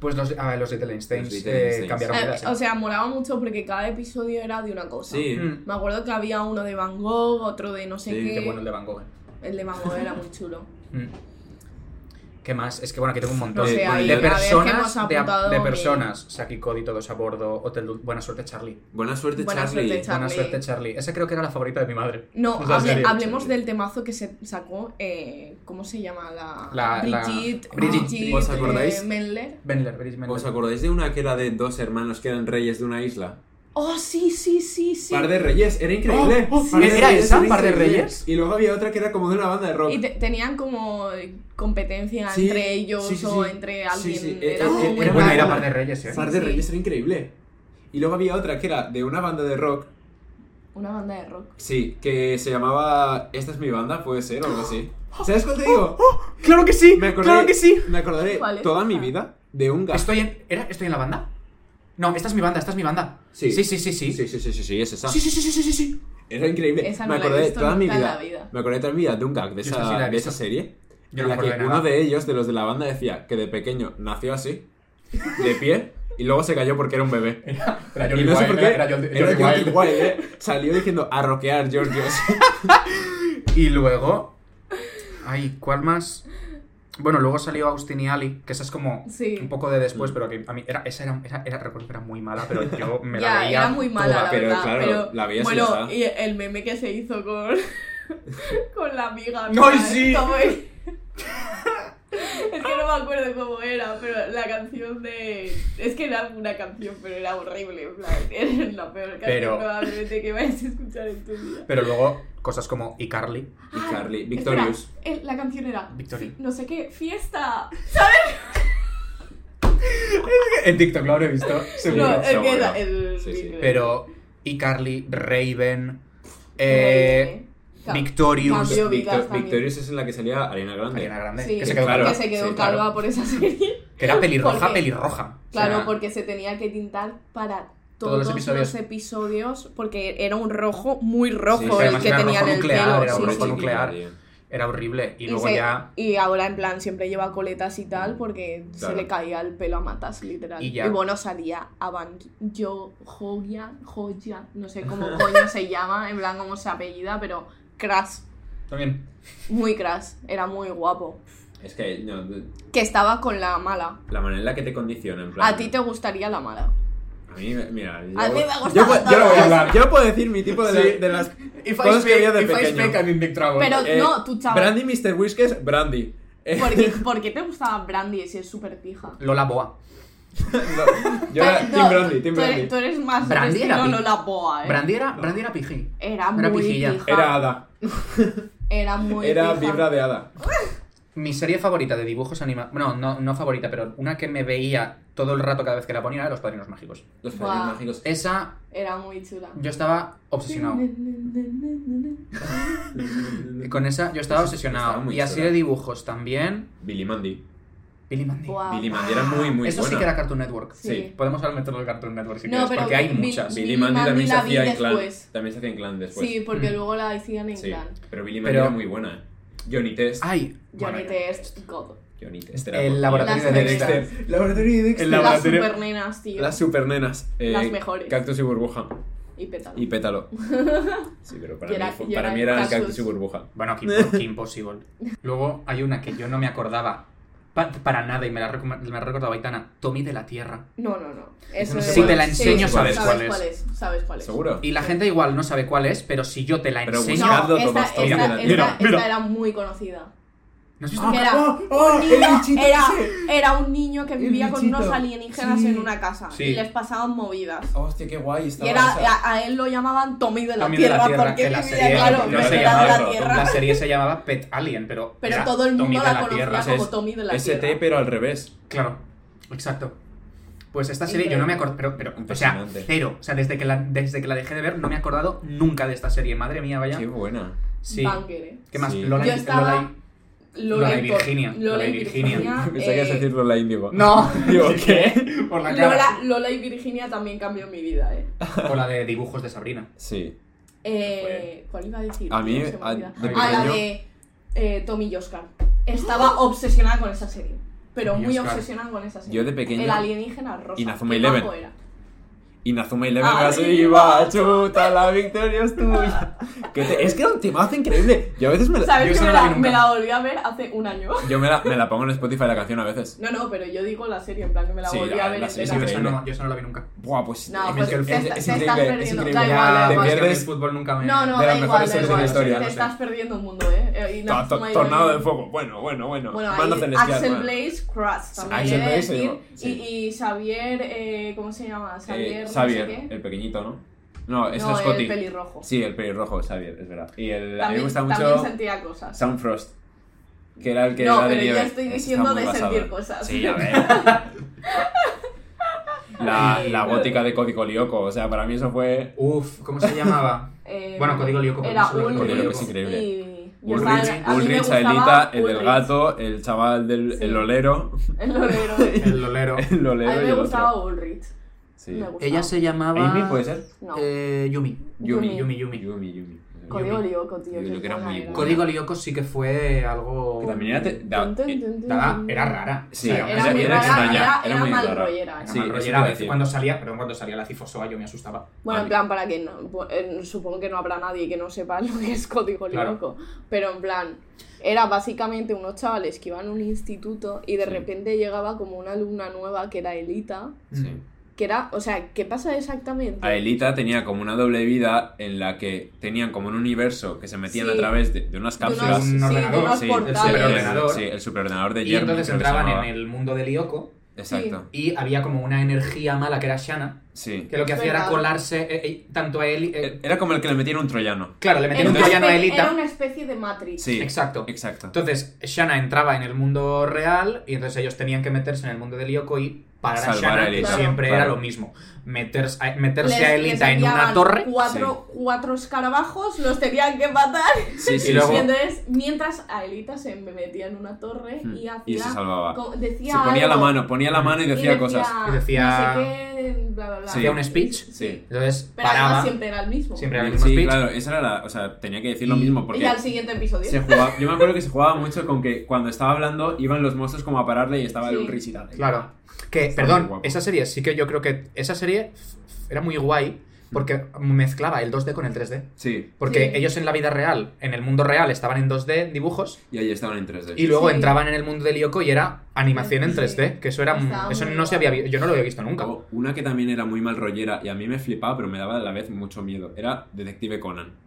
Speaker 2: Pues los, ah, los Little Einsteins,
Speaker 1: Los Little
Speaker 2: eh,
Speaker 1: Einsteins.
Speaker 2: cambiaron de base.
Speaker 3: O sea, molaba mucho porque cada episodio era de una cosa.
Speaker 1: Sí.
Speaker 2: Mm.
Speaker 3: Me acuerdo que había uno de Van Gogh, otro de no sé
Speaker 1: Sí,
Speaker 3: qué.
Speaker 2: Qué bueno el de Van Gogh.
Speaker 3: El de Van Gogh era muy chulo.
Speaker 2: Mm. ¿Qué más? Es que bueno, aquí tengo un montón.
Speaker 3: No
Speaker 1: sé, ahí
Speaker 2: de
Speaker 1: la vez que
Speaker 2: personas,
Speaker 3: hemos
Speaker 2: de,
Speaker 3: apuntado
Speaker 2: de
Speaker 3: bien.
Speaker 2: personas. Saki Cody, todos a bordo. Hotel Dul- Buena suerte, Charlie.
Speaker 1: Buena suerte,
Speaker 3: Buena
Speaker 1: Charlie.
Speaker 3: suerte, Charlie.
Speaker 2: Buena suerte, Charlie. Esa creo que era la favorita de mi madre.
Speaker 3: No,
Speaker 2: Esa
Speaker 3: hable-
Speaker 2: serie.
Speaker 3: hablemos del temazo que se sacó, eh, ¿cómo se llama? La,
Speaker 2: La- la-
Speaker 3: Brigitte,
Speaker 2: Brigitte,
Speaker 3: Brigitte,
Speaker 1: ¿os acordáis?
Speaker 3: eh, Mendler.
Speaker 2: Benler, Brigitte Benler.
Speaker 1: ¿Os acordáis de una que era de dos hermanos que eran reyes de una isla?
Speaker 3: Oh, sí, sí, sí, sí.
Speaker 1: Par de reyes, era increíble.
Speaker 2: Oh, oh,
Speaker 1: Par de
Speaker 2: ¿era
Speaker 1: reyes,
Speaker 2: esa?
Speaker 1: era
Speaker 2: ¿Par de
Speaker 1: increíble.
Speaker 2: reyes?
Speaker 1: Y luego había otra que era como de una banda de rock.
Speaker 3: Y te- tenían como eh, competencia
Speaker 1: Sí,
Speaker 3: entre ellos
Speaker 1: sí, sí,
Speaker 3: o
Speaker 1: sí.
Speaker 3: entre
Speaker 1: Sí,
Speaker 3: alguien.
Speaker 1: sí,
Speaker 3: Era
Speaker 1: eh,
Speaker 3: como
Speaker 1: eh,
Speaker 3: muy
Speaker 2: Era
Speaker 1: buena,
Speaker 2: buena, era
Speaker 1: buena.
Speaker 2: par de reyes, eh.
Speaker 1: Par de
Speaker 3: sí.
Speaker 1: reyes, era increíble. Y luego había otra que era de una banda de rock.
Speaker 3: Una banda de rock.
Speaker 1: Sí, que se llamaba Esta es mi banda, puede ser, o algo así. ¿Sabes cuál te digo?
Speaker 2: ¡Claro que sí!
Speaker 1: Me acordé,
Speaker 2: Oh, ¡Claro que sí! Ah.
Speaker 1: Me acordaré
Speaker 3: ¿Cuál es
Speaker 1: toda mi
Speaker 3: esa?
Speaker 1: vida de un gato.
Speaker 2: Estoy en. ¿era? ¿Estoy en la banda? No, esta es mi banda, esta es mi banda.
Speaker 1: Sí.
Speaker 2: sí, sí, sí.
Speaker 1: Sí,
Speaker 2: Sí,
Speaker 1: sí, sí, sí, sí, es esa.
Speaker 2: sí, sí, sí, sí, sí, sí.
Speaker 1: Era increíble.
Speaker 3: Esa
Speaker 1: me
Speaker 3: no la he
Speaker 1: acordé
Speaker 3: visto
Speaker 1: toda mi
Speaker 3: nunca en
Speaker 1: vida,
Speaker 3: la vida.
Speaker 1: Me acordé toda mi vida de un gag de
Speaker 2: Yo esa sí
Speaker 1: esa,
Speaker 2: la he
Speaker 1: de esa
Speaker 2: visto.
Speaker 1: serie.
Speaker 2: Yo
Speaker 1: en la
Speaker 2: no me
Speaker 1: que
Speaker 2: acuerdo de
Speaker 1: uno
Speaker 2: nada.
Speaker 1: de ellos, de los de la banda, decía que de pequeño nació así, de pie, y luego se cayó porque era un bebé.
Speaker 2: Era
Speaker 1: y
Speaker 2: Jordi
Speaker 1: no sé
Speaker 2: Wild,
Speaker 1: por qué.
Speaker 2: era- era Jordi- Jordi
Speaker 1: Jordi
Speaker 2: Wild.
Speaker 1: Wild, eh. Salió diciendo a roquear George
Speaker 2: Y luego. Ay, ¿cuál más? Bueno, luego salió Austin y Ali, que esa es como
Speaker 3: Sí.
Speaker 2: un poco de después,
Speaker 1: Mm.
Speaker 2: pero que a mí era, esa era, era, era, recuerdo que era muy mala, pero yo me la
Speaker 3: ya,
Speaker 2: veía.
Speaker 3: era muy mala,
Speaker 2: toda.
Speaker 3: la
Speaker 1: pero
Speaker 3: verdad.
Speaker 1: claro,
Speaker 3: pero
Speaker 1: la veías y ya
Speaker 3: Bueno,
Speaker 1: está.
Speaker 3: y el meme que se hizo con, con la amiga.
Speaker 2: ¡No,
Speaker 3: mía,
Speaker 2: sí!
Speaker 3: como es- es que no me acuerdo cómo era, pero la canción de. Es que era una canción, pero era horrible. en plan, Era la peor canción
Speaker 2: Pero-
Speaker 3: probablemente que vayas a escuchar en tu vida.
Speaker 2: Pero luego cosas como iCarly.
Speaker 1: y Carly,
Speaker 3: Ah,
Speaker 1: Victorious.
Speaker 3: espera, el- la canción era.
Speaker 2: Victorious.
Speaker 3: fi- No sé qué, fiesta.
Speaker 2: En TikTok lo habré visto, seguro.
Speaker 3: No, eh. el
Speaker 1: seguro.
Speaker 3: que era. El...
Speaker 1: Sí, sí.
Speaker 2: Pero iCarly, Raven, eh, Victorious,
Speaker 3: Cambio vidas
Speaker 1: Victor-
Speaker 3: también.
Speaker 1: Victorious es en la que salía Ariana Grande.
Speaker 2: Ariana Grande,
Speaker 3: Sí,
Speaker 2: que se quedó
Speaker 1: claro.
Speaker 3: que se quedó
Speaker 2: sí,
Speaker 3: calva
Speaker 2: claro.
Speaker 3: por esa serie.
Speaker 2: Que era pelirroja,
Speaker 3: Porque-
Speaker 2: pelirroja. O sea,
Speaker 3: Claro, porque se tenía que tintar para
Speaker 2: Todos
Speaker 3: todos,
Speaker 2: los
Speaker 3: los,
Speaker 2: episodios.
Speaker 3: episodios. porque era un rojo muy rojo
Speaker 1: Sí,
Speaker 3: el
Speaker 2: además
Speaker 3: que
Speaker 2: era
Speaker 3: tenía
Speaker 2: rojo
Speaker 3: en el
Speaker 2: nuclear,
Speaker 3: pelo.
Speaker 2: era un
Speaker 3: sí,
Speaker 2: rojo
Speaker 3: sí.
Speaker 2: nuclear.
Speaker 1: tío.
Speaker 2: Era horrible. Y,
Speaker 3: Y,
Speaker 2: luego
Speaker 3: se-
Speaker 2: ya.
Speaker 3: y ahora en plan siempre lleva coletas y tal porque se
Speaker 1: Claro.
Speaker 3: le caía el pelo a matas, literal.
Speaker 2: Y
Speaker 3: Y,
Speaker 2: ya.
Speaker 3: bueno, salía Avan yo Joya, Joya, no sé cómo coño se llama, en plan cómo se apellida, pero Crash,
Speaker 2: También.
Speaker 3: muy Crash, era muy guapo.
Speaker 1: Es que no,
Speaker 3: Que estaba con la mala.
Speaker 1: la manera en la que te condiciona, en plan.
Speaker 3: A ti te gustaría la mala.
Speaker 1: A mí, me- mira. yo-
Speaker 3: A mí me gusta
Speaker 1: Yo, puedo- yo,
Speaker 3: todo.
Speaker 1: lo voy a hablar. Yo puedo decir mi tipo de,
Speaker 2: Sí.
Speaker 1: de las.
Speaker 2: If
Speaker 1: Cosas que había de pequeño.
Speaker 2: I'm in big trouble.
Speaker 3: Pero
Speaker 1: Eh,
Speaker 3: no, tú chaval.
Speaker 1: Brandy, Mr. Whiskers, Brandy. Eh,
Speaker 3: ¿Por qué, por qué te gustaba Brandy si es súper pija?
Speaker 2: Lola Boa.
Speaker 1: no, yo era
Speaker 3: Pero,
Speaker 1: Team
Speaker 3: Pues, no,
Speaker 1: Brandy, Team
Speaker 3: tú eres-
Speaker 1: Brandy.
Speaker 3: Tú eres
Speaker 2: Brandy
Speaker 3: más Brandy
Speaker 2: era
Speaker 3: era
Speaker 2: pi-
Speaker 3: no la boa, eh.
Speaker 2: Brandy era, Brandy era pijí.
Speaker 3: era
Speaker 2: era
Speaker 3: muy
Speaker 2: pijilla.
Speaker 3: pija.
Speaker 1: Era Ada.
Speaker 3: Era muy
Speaker 1: Era
Speaker 3: pija.
Speaker 1: vibra de Ada.
Speaker 2: Mi serie favorita de dibujos animados. Bueno, no, no favorita, pero una que me veía todo el rato cada vez que la ponía era Los Padrinos Mágicos.
Speaker 1: Los
Speaker 3: Buah.
Speaker 1: padres mágicos.
Speaker 2: Esa,
Speaker 3: Era muy chula.
Speaker 2: yo estaba obsesionado. Con esa, yo estaba
Speaker 1: Estaba
Speaker 2: obsesionado.
Speaker 1: muy
Speaker 2: Y así
Speaker 1: chula.
Speaker 2: de dibujos también.
Speaker 1: Billy Mandy.
Speaker 2: Billy Mandy.
Speaker 3: Buah.
Speaker 1: Billy Mandy era muy, muy
Speaker 2: Eso sí
Speaker 1: buena.
Speaker 2: que era Cartoon Network.
Speaker 3: Sí.
Speaker 1: sí.
Speaker 2: Podemos hablar meterlo de Cartoon Network si
Speaker 3: No,
Speaker 2: quieres,
Speaker 3: pero
Speaker 2: porque hay
Speaker 3: Bill-
Speaker 2: muchas.
Speaker 1: Billy
Speaker 3: Billy
Speaker 1: Mandy también
Speaker 3: Mandy
Speaker 1: se
Speaker 3: la
Speaker 1: hacía
Speaker 3: vi
Speaker 1: en clan.
Speaker 3: después.
Speaker 1: También se hacía en clan después.
Speaker 3: Sí, porque
Speaker 2: Mm.
Speaker 3: luego la hacían en Ah.
Speaker 1: Sí,
Speaker 3: plan.
Speaker 1: Pero Billy Mandy
Speaker 2: Pero-
Speaker 1: era muy buena. Johnny Test.
Speaker 2: Ay, bueno,
Speaker 3: Johnny
Speaker 2: ya.
Speaker 3: Test, God.
Speaker 1: Johnny Test. era
Speaker 2: El
Speaker 1: por-
Speaker 2: laboratorio de
Speaker 3: Las
Speaker 2: Dexter.
Speaker 3: revistas.
Speaker 1: Laboratorio de
Speaker 2: El
Speaker 1: Dexter.
Speaker 3: Las
Speaker 2: laboratorio-
Speaker 3: supernenas, tío.
Speaker 1: Las supernenas. eh,
Speaker 3: Las mejores.
Speaker 1: Cactus y burbuja.
Speaker 3: Y pétalo.
Speaker 1: Y pétalo. Sí, pero para
Speaker 3: Y era-
Speaker 1: mí, fue-
Speaker 3: y
Speaker 1: para
Speaker 3: era
Speaker 1: mí era
Speaker 3: Cactus.
Speaker 1: cactus y burbuja.
Speaker 2: Bueno, que, impo- que imposible. Luego hay una que yo no me acordaba pa- para nada, y me la, recom- me la recordaba Aitana, Tommy de la Tierra.
Speaker 5: No, no, no. Eso
Speaker 1: no
Speaker 5: es-
Speaker 1: sé Si cuál te
Speaker 2: la
Speaker 5: sí,
Speaker 2: enseño,
Speaker 1: sabes
Speaker 2: cuál es.
Speaker 3: Sabes cuál es.
Speaker 1: ¿Seguro?
Speaker 2: Y la gente igual no sabe cuál es, pero si yo te la
Speaker 1: Pero
Speaker 2: enseño...
Speaker 1: buscad-
Speaker 2: No,
Speaker 1: Ricardo
Speaker 3: No, esta,
Speaker 1: Tomás,
Speaker 3: esta,
Speaker 1: mira,
Speaker 3: esta,
Speaker 1: mira,
Speaker 3: esta
Speaker 2: mira.
Speaker 3: era muy conocida.
Speaker 2: has visto?
Speaker 3: Que era,
Speaker 1: oh, oh,
Speaker 3: un
Speaker 1: el
Speaker 3: niño,
Speaker 1: bichito
Speaker 3: era,
Speaker 1: ese.
Speaker 3: era un niño que
Speaker 1: El
Speaker 3: vivía con unos
Speaker 1: bichito.
Speaker 3: alienígenas
Speaker 1: Sí.
Speaker 3: en una casa
Speaker 2: Sí.
Speaker 3: y les pasaban movidas.
Speaker 1: Hostia, qué guay. estaba
Speaker 3: Y era,
Speaker 1: esa.
Speaker 3: a, a él lo llamaban Tommy de la,
Speaker 2: Tommy de la
Speaker 3: tierra,
Speaker 2: Tierra,
Speaker 3: porque
Speaker 2: que la
Speaker 3: vivía,
Speaker 2: serie-
Speaker 3: claro,
Speaker 1: la
Speaker 3: era
Speaker 1: serie
Speaker 3: de la
Speaker 1: llamaba-
Speaker 3: tierra.
Speaker 2: La serie se llamaba Pet Alien, pero...
Speaker 3: Pero
Speaker 2: era
Speaker 3: todo el mundo
Speaker 2: Tommy de
Speaker 3: la conocía
Speaker 2: Tierra.
Speaker 3: como Tommy de la
Speaker 1: ST,
Speaker 3: tierra.
Speaker 1: pero al revés.
Speaker 2: Claro, exacto. Pues esta serie yo no me acuerdo, pero, pero o sea,
Speaker 1: Impresionante.
Speaker 2: cero. O sea, desde que, la, desde que la dejé de ver no me he acordado nunca de esta serie. Madre mía, vaya.
Speaker 1: Qué buena.
Speaker 2: Sí.
Speaker 3: Banger, eh.
Speaker 2: ¿Qué más?
Speaker 1: Sí.
Speaker 2: Lola, y-
Speaker 3: Yo estaba-
Speaker 2: Lola y- Lola y
Speaker 3: Co-
Speaker 2: Virginia, Lola
Speaker 3: Lola
Speaker 2: y
Speaker 3: y
Speaker 2: Virginia.
Speaker 3: Virginia.
Speaker 1: Pensé que ibas a
Speaker 3: eh,
Speaker 1: decir Lola Índigo.
Speaker 2: No,
Speaker 1: Digo,
Speaker 2: Sí,
Speaker 1: ¿qué?
Speaker 2: Por la cara.
Speaker 3: Lola, Lola y Virginia también cambió mi vida, eh.
Speaker 2: Por la de dibujos de Sabrina.
Speaker 1: Sí.
Speaker 3: Eh, ¿Cuál iba a decir?
Speaker 1: A mí,
Speaker 3: Tío, se me
Speaker 1: a- de
Speaker 3: olvida. Ah, la
Speaker 1: pequeño-
Speaker 3: de eh, Tommy y Oscar. Estaba obsesionada con esa serie. Pero
Speaker 2: Tommy y
Speaker 3: muy
Speaker 2: Oscar.
Speaker 3: obsesionada con esa serie.
Speaker 1: Yo de pequeño-
Speaker 3: El alienígena rosa.
Speaker 1: Inazuma
Speaker 3: Qué
Speaker 1: Eleven.
Speaker 3: guapo era.
Speaker 1: Inazuma Eleven
Speaker 3: Arriba,
Speaker 1: arriba, chuta, la victoria es tuya. Que te- es que era un temazo increíble. Yo a veces me la,
Speaker 3: ¿Sabes
Speaker 2: Yo
Speaker 3: que
Speaker 2: esa
Speaker 3: me,
Speaker 2: no la
Speaker 3: la,
Speaker 2: vi nunca.
Speaker 3: me la volví a ver hace un año?
Speaker 1: yo me la, me la pongo en Spotify la canción a veces.
Speaker 3: No, no, pero yo digo la serie, en plan que me la
Speaker 1: Sí,
Speaker 3: volví
Speaker 1: la-
Speaker 3: a ver
Speaker 1: la
Speaker 2: Yo
Speaker 1: serie Es
Speaker 3: entera.
Speaker 2: esa, yo esa
Speaker 1: increíble.
Speaker 2: no, yo esa no la vi nunca.
Speaker 1: Buah, pues
Speaker 3: No,
Speaker 1: es,
Speaker 3: pues
Speaker 1: que el-
Speaker 3: te
Speaker 1: es-
Speaker 3: está-
Speaker 1: es
Speaker 3: te estás
Speaker 1: increíble, es
Speaker 3: perdiendo.
Speaker 1: increíble.
Speaker 3: Da igual,
Speaker 2: Ya,
Speaker 3: da
Speaker 1: te
Speaker 2: es que
Speaker 3: igual.
Speaker 2: a mí el
Speaker 1: pierdes
Speaker 2: fútbol nunca me...
Speaker 3: No, no,
Speaker 1: de las mejores
Speaker 3: da igual, da
Speaker 1: series de la
Speaker 3: igual.
Speaker 1: historia.
Speaker 3: Te estás perdiendo un mundo, eh. eh.
Speaker 1: to- to-
Speaker 3: Inazuma Eleven.
Speaker 1: tornado de fuego. Bueno, bueno, bueno.
Speaker 3: Bueno,
Speaker 1: Mano
Speaker 3: ahí
Speaker 1: celestial.
Speaker 3: Axel
Speaker 1: bueno.
Speaker 3: Blaze Crush también.
Speaker 1: Axel
Speaker 3: he de
Speaker 1: Blaze, se
Speaker 3: decir.
Speaker 1: llama, sí.
Speaker 3: y, y Xavier, eh, ¿cómo se llama? Xavier.
Speaker 1: Eh,
Speaker 3: no sé
Speaker 1: Xavier,
Speaker 3: qué.
Speaker 1: el pequeñito, ¿no? No, es
Speaker 3: no,
Speaker 1: Scotty.
Speaker 3: el pelirrojo.
Speaker 1: Sí, el pelirrojo, Xavier, es verdad. Y el, a mí me
Speaker 3: también,
Speaker 1: gusta
Speaker 3: también
Speaker 1: mucho
Speaker 3: sentía cosas.
Speaker 1: Soundfrost, que era el que
Speaker 3: No,
Speaker 1: era de
Speaker 3: pero yo
Speaker 1: nieve.
Speaker 3: estoy
Speaker 1: Ese
Speaker 3: diciendo
Speaker 1: está muy
Speaker 3: de
Speaker 1: basado.
Speaker 3: sentir cosas.
Speaker 1: Sí, a ver. La, la gótica de Código Lyoko, o sea, para mí eso fue...
Speaker 2: Uf, ¿cómo se llamaba?
Speaker 3: Eh,
Speaker 2: Bueno, Código Lyoko, pero no
Speaker 3: Era
Speaker 2: solo
Speaker 3: un
Speaker 1: Código Lyoko, es
Speaker 3: y-
Speaker 1: increíble.
Speaker 3: y- yo
Speaker 1: Ulrich,
Speaker 3: estaba- a mí me
Speaker 1: Ulrich,
Speaker 3: gustaba
Speaker 1: Aelita, el del
Speaker 3: Ulrich,
Speaker 1: gato, el chaval del
Speaker 3: Sí.
Speaker 1: el olero,
Speaker 3: El lorero.
Speaker 2: El Lolero.
Speaker 1: el olero
Speaker 3: A mí
Speaker 1: y
Speaker 3: me
Speaker 1: el
Speaker 3: gustaba
Speaker 1: otro.
Speaker 3: Ulrich.
Speaker 1: Sí.
Speaker 3: Me gustaba.
Speaker 2: Ella se llamaba...
Speaker 1: Amy puede ser.
Speaker 3: No.
Speaker 2: Eh, Yumi.
Speaker 1: Yumi.
Speaker 2: Yumi, Yumi.
Speaker 1: Yumi, Yumi.
Speaker 3: Código
Speaker 2: Yumi.
Speaker 3: Lyoko,
Speaker 1: Yo
Speaker 3: tío. qué
Speaker 1: creo que era
Speaker 3: buena
Speaker 1: muy
Speaker 3: era.
Speaker 1: buena.
Speaker 2: Código Lyoko sí que fue algo...
Speaker 1: Que también era... te- da-
Speaker 3: Tun, tun, tun, tun.
Speaker 2: Nada, era rara.
Speaker 1: Sí,
Speaker 2: O sea,
Speaker 1: era-
Speaker 3: muy
Speaker 1: era
Speaker 3: rara,
Speaker 1: extraña,
Speaker 3: era-
Speaker 1: era
Speaker 3: era
Speaker 1: muy
Speaker 3: mal
Speaker 1: rara.
Speaker 3: rollera.
Speaker 2: Era
Speaker 1: Sí,
Speaker 2: mal rollera,
Speaker 1: eso
Speaker 2: a
Speaker 1: iba a
Speaker 2: veces
Speaker 1: decir.
Speaker 2: cuando salía, pero cuando salía la cifosoa yo me asustaba.
Speaker 3: Bueno, en
Speaker 1: Vale.
Speaker 3: plan, para que no, bu- eh, supongo que no habrá nadie que no sepa lo que es código
Speaker 2: Claro.
Speaker 3: lyoko, pero en plan, era básicamente unos chavales que iban a un instituto y de
Speaker 1: Sí.
Speaker 3: repente llegaba como una alumna nueva que era Elita,
Speaker 2: Mm.
Speaker 1: Sí.
Speaker 3: que era, o sea, ¿qué pasa exactamente?
Speaker 1: Aelita tenía como una doble vida en la que tenían como un universo que se metían
Speaker 3: Sí.
Speaker 1: a través de, de unas
Speaker 3: De unos-
Speaker 1: cápsulas.
Speaker 2: Un
Speaker 3: sí, de
Speaker 2: ordenador,
Speaker 3: unos
Speaker 1: sí, el
Speaker 3: portales.
Speaker 1: superordenador.
Speaker 2: Superordenador.
Speaker 1: Sí, el superordenador de
Speaker 2: Y
Speaker 1: Yerm.
Speaker 2: entonces entraban en el mundo de Lyoko
Speaker 1: Exacto.
Speaker 2: y había como una energía mala que era Shana,
Speaker 1: Sí.
Speaker 2: que lo que hacía era
Speaker 3: Verdad.
Speaker 2: colarse eh, eh, tanto a él... eh,
Speaker 1: Era como el que le metieron un troyano.
Speaker 2: claro, le
Speaker 3: Era
Speaker 2: metían un
Speaker 3: una,
Speaker 1: Entonces-
Speaker 2: troyano a
Speaker 3: especie, era
Speaker 2: Elita.
Speaker 3: una especie de Matrix.
Speaker 1: Sí.
Speaker 2: Exacto.
Speaker 1: Exacto.
Speaker 2: Entonces, Shana entraba en el mundo real y entonces ellos tenían que meterse en el mundo de Lyoko y
Speaker 1: Salvar
Speaker 2: parar a
Speaker 1: a
Speaker 2: Shana, que
Speaker 1: Elita.
Speaker 2: siempre
Speaker 1: Claro.
Speaker 2: era lo mismo. Meterse a, meterse
Speaker 3: Les-
Speaker 2: a
Speaker 3: les
Speaker 2: Elita en una
Speaker 3: enviaban
Speaker 2: torre.
Speaker 3: Cuatro, cuatro escarabajos, los tenían que matar.
Speaker 1: Sí, sí,
Speaker 2: Y luego-
Speaker 3: Y
Speaker 1: sí.
Speaker 3: entonces, mientras a Elita se metía en una torre y hacía.
Speaker 1: Hmm. Mm. Y se salvaba.
Speaker 3: co- decía
Speaker 1: Se ponía la
Speaker 3: algo.
Speaker 1: mano, ponía la mano y decía cosas.
Speaker 2: Y decía-
Speaker 3: No sé qué, bla, bla, bla.
Speaker 1: Sí.
Speaker 2: Hacía un speech.
Speaker 1: Sí.
Speaker 2: Entonces,
Speaker 3: Pero
Speaker 2: paraba.
Speaker 3: además siempre era el mismo.
Speaker 2: Siempre era el mismo
Speaker 1: Sí,
Speaker 2: speech.
Speaker 1: claro, esa era la. O sea, tenía que decir lo
Speaker 2: Y-
Speaker 1: mismo
Speaker 3: Y
Speaker 1: porque.
Speaker 3: al siguiente episodio.
Speaker 1: Se jugaba, yo me acuerdo que se jugaba mucho con que cuando estaba hablando iban los monstruos como a pararle y estaba
Speaker 3: Sí.
Speaker 1: el Ulrich y tal.
Speaker 2: Claro. Que,
Speaker 1: Está muy
Speaker 2: perdón,
Speaker 1: guapo.
Speaker 2: esa serie sí que yo creo que esa serie era muy guay porque mezclaba el 2D con el 3D.
Speaker 1: Sí,
Speaker 2: Porque
Speaker 3: Sí.
Speaker 2: ellos en la vida real, en el mundo real, estaban en 2D dibujos
Speaker 1: y ahí estaban en 3D.
Speaker 2: y luego
Speaker 3: Sí.
Speaker 2: entraban en el mundo de Lyoko y era animación en 3D. Que eso era.
Speaker 3: Estaba
Speaker 2: Eso
Speaker 3: muy
Speaker 2: no se
Speaker 3: guay.
Speaker 2: había vi- Yo no lo había visto nunca.
Speaker 1: O Una que también era muy mal rollera y a mí me flipaba, pero me daba a la vez mucho miedo. Era Detective Conan.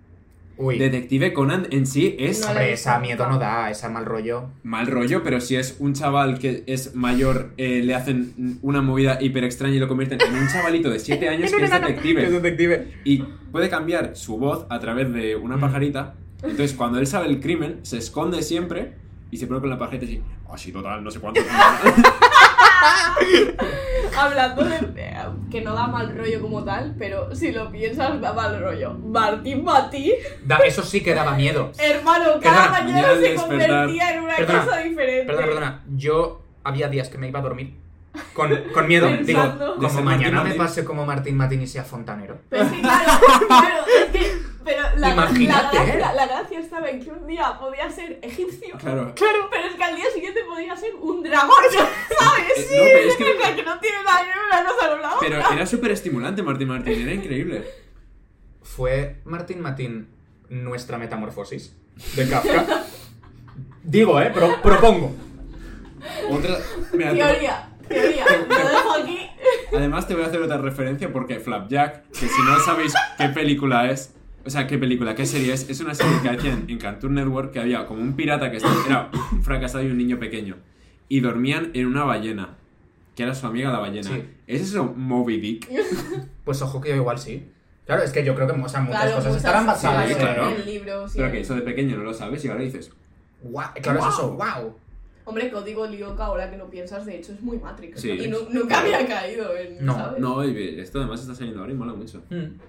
Speaker 2: Uy.
Speaker 1: Detective Conan en sí es
Speaker 3: No la
Speaker 2: Hombre,
Speaker 3: he
Speaker 2: esa
Speaker 3: visto
Speaker 2: miedo
Speaker 3: nunca.
Speaker 2: no da, esa mal rollo.
Speaker 1: mal rollo, pero si es un chaval que es mayor, eh, le hacen una movida hiper extraña y lo convierten en un chavalito de 7 años que es detective.
Speaker 2: detective.
Speaker 1: Y puede cambiar su voz a través de una
Speaker 2: Mm.
Speaker 1: pajarita. Entonces, cuando él sabe el crimen, se esconde siempre y se pone con la pajarita así. Así total, no sé cuánto.
Speaker 3: Hablando de. Que no da mal rollo como tal, pero si lo piensas, da mal rollo. Martín Mati,
Speaker 2: Da- eso sí que daba miedo.
Speaker 3: hermano, cada
Speaker 2: Perdona,
Speaker 1: mañana
Speaker 3: mañana
Speaker 1: al
Speaker 3: se
Speaker 1: despertar-
Speaker 3: convertía en una
Speaker 2: Perdona,
Speaker 3: cosa diferente.
Speaker 2: Perdona, perdona. Yo había días que me iba a dormir con, con miedo.
Speaker 3: Pensando.
Speaker 2: Digo,
Speaker 1: De
Speaker 2: como
Speaker 1: ser Martín
Speaker 2: mañana me
Speaker 1: Martín.
Speaker 2: pase como Martín Martín y sea fontanero.
Speaker 3: Pero es que claro, claro, es que. Pero la, la,
Speaker 2: Imagínate,
Speaker 3: gracia,
Speaker 2: ¿eh?
Speaker 3: la gracia estaba en que un día podía ser egipcio.
Speaker 1: Claro.
Speaker 3: Claro, pero es que al día siguiente podía ser un dragón, ¿sabes?
Speaker 1: Eh,
Speaker 3: Sí,
Speaker 1: no, pero es
Speaker 3: es
Speaker 1: que-
Speaker 3: que... no tiene nada que ver una cosa con la otra.
Speaker 1: Pero era súper estimulante, Martín Martín, era increíble.
Speaker 2: ¿Fue Martín Martín nuestra metamorfosis de Kafka? Digo, ¿eh? Pro- propongo.
Speaker 1: Otra. Mira, te-
Speaker 3: Teoría, teoría. Lo dejo aquí.
Speaker 1: Además, te voy a hacer otra referencia porque Flapjack, que si no sabéis qué película es, o sea, qué película, qué serie es, es una serie que hacían en Cartoon Network que había como un pirata que estaba- era un fracasado y un niño pequeño. Y dormían en una ballena, que era su amiga la ballena.
Speaker 2: Sí.
Speaker 1: ¿Es eso Moby Dick?
Speaker 2: Pues ojo que yo igual sí. Claro, es que yo creo que o sea, muchas
Speaker 3: Claro,
Speaker 2: cosas
Speaker 3: muchas
Speaker 2: estarán basadas
Speaker 1: sí,
Speaker 2: en-
Speaker 1: claro.
Speaker 3: en libros. y
Speaker 1: Pero
Speaker 3: en-
Speaker 1: que eso de pequeño no lo sabes y ahora dices,
Speaker 2: Guau, claro, es eso, wow.
Speaker 3: Hombre, código Lyoko, ahora que lo piensas, de hecho es muy Matrix.
Speaker 1: Sí.
Speaker 3: Y nu- nunca había caído en.
Speaker 2: No,
Speaker 3: ¿sabes?
Speaker 1: no, y esto además está saliendo ahora y mola mucho.
Speaker 2: Mm.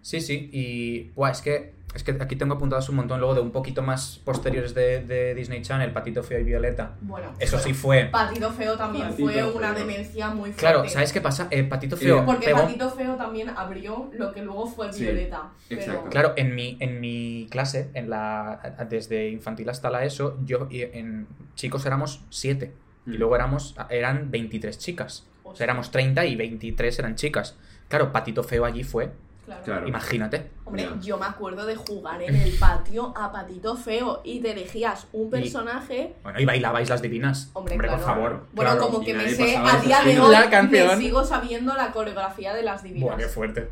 Speaker 2: Sí, sí, y buah, es que es que aquí tengo apuntadas un montón luego de un poquito más posteriores de, de Disney Channel, Patito Feo y Violeta.
Speaker 3: Bueno,
Speaker 2: Eso sí
Speaker 3: bueno,
Speaker 2: fue.
Speaker 3: Patito Feo también
Speaker 1: Patito
Speaker 3: fue
Speaker 1: Feo.
Speaker 3: una demencia muy fuerte.
Speaker 2: Claro, ¿sabes qué pasa? Eh, Patito Feo
Speaker 3: Porque
Speaker 2: pegó-
Speaker 3: Patito Feo también abrió lo que luego fue
Speaker 1: Sí,
Speaker 3: Violeta.
Speaker 1: exacto.
Speaker 2: Claro, en mi, en mi clase, en la, desde infantil hasta la ESO, yo y en chicos éramos siete.
Speaker 1: Mm.
Speaker 2: Y luego éramos, eran 23 chicas.
Speaker 3: Pero,
Speaker 2: O sea, éramos 30 y 23 eran chicas. Claro, Patito Feo allí fue,
Speaker 3: claro.
Speaker 1: Claro.
Speaker 2: imagínate.
Speaker 3: Hombre,
Speaker 1: Ya.
Speaker 3: yo me acuerdo de jugar en el patio a Patito Feo y te elegías un personaje.
Speaker 2: Bueno, y bailabais las divinas.
Speaker 3: Hombre,
Speaker 2: por
Speaker 3: claro.
Speaker 2: favor.
Speaker 3: Bueno,
Speaker 2: claro.
Speaker 3: como
Speaker 1: y
Speaker 3: que me
Speaker 1: nadie
Speaker 3: sé,
Speaker 1: pasaba
Speaker 3: a
Speaker 1: de
Speaker 3: día de
Speaker 1: siglo.
Speaker 3: hoy
Speaker 2: La canción.
Speaker 3: me sigo sabiendo la coreografía de las divinas.
Speaker 2: Buah, qué fuerte.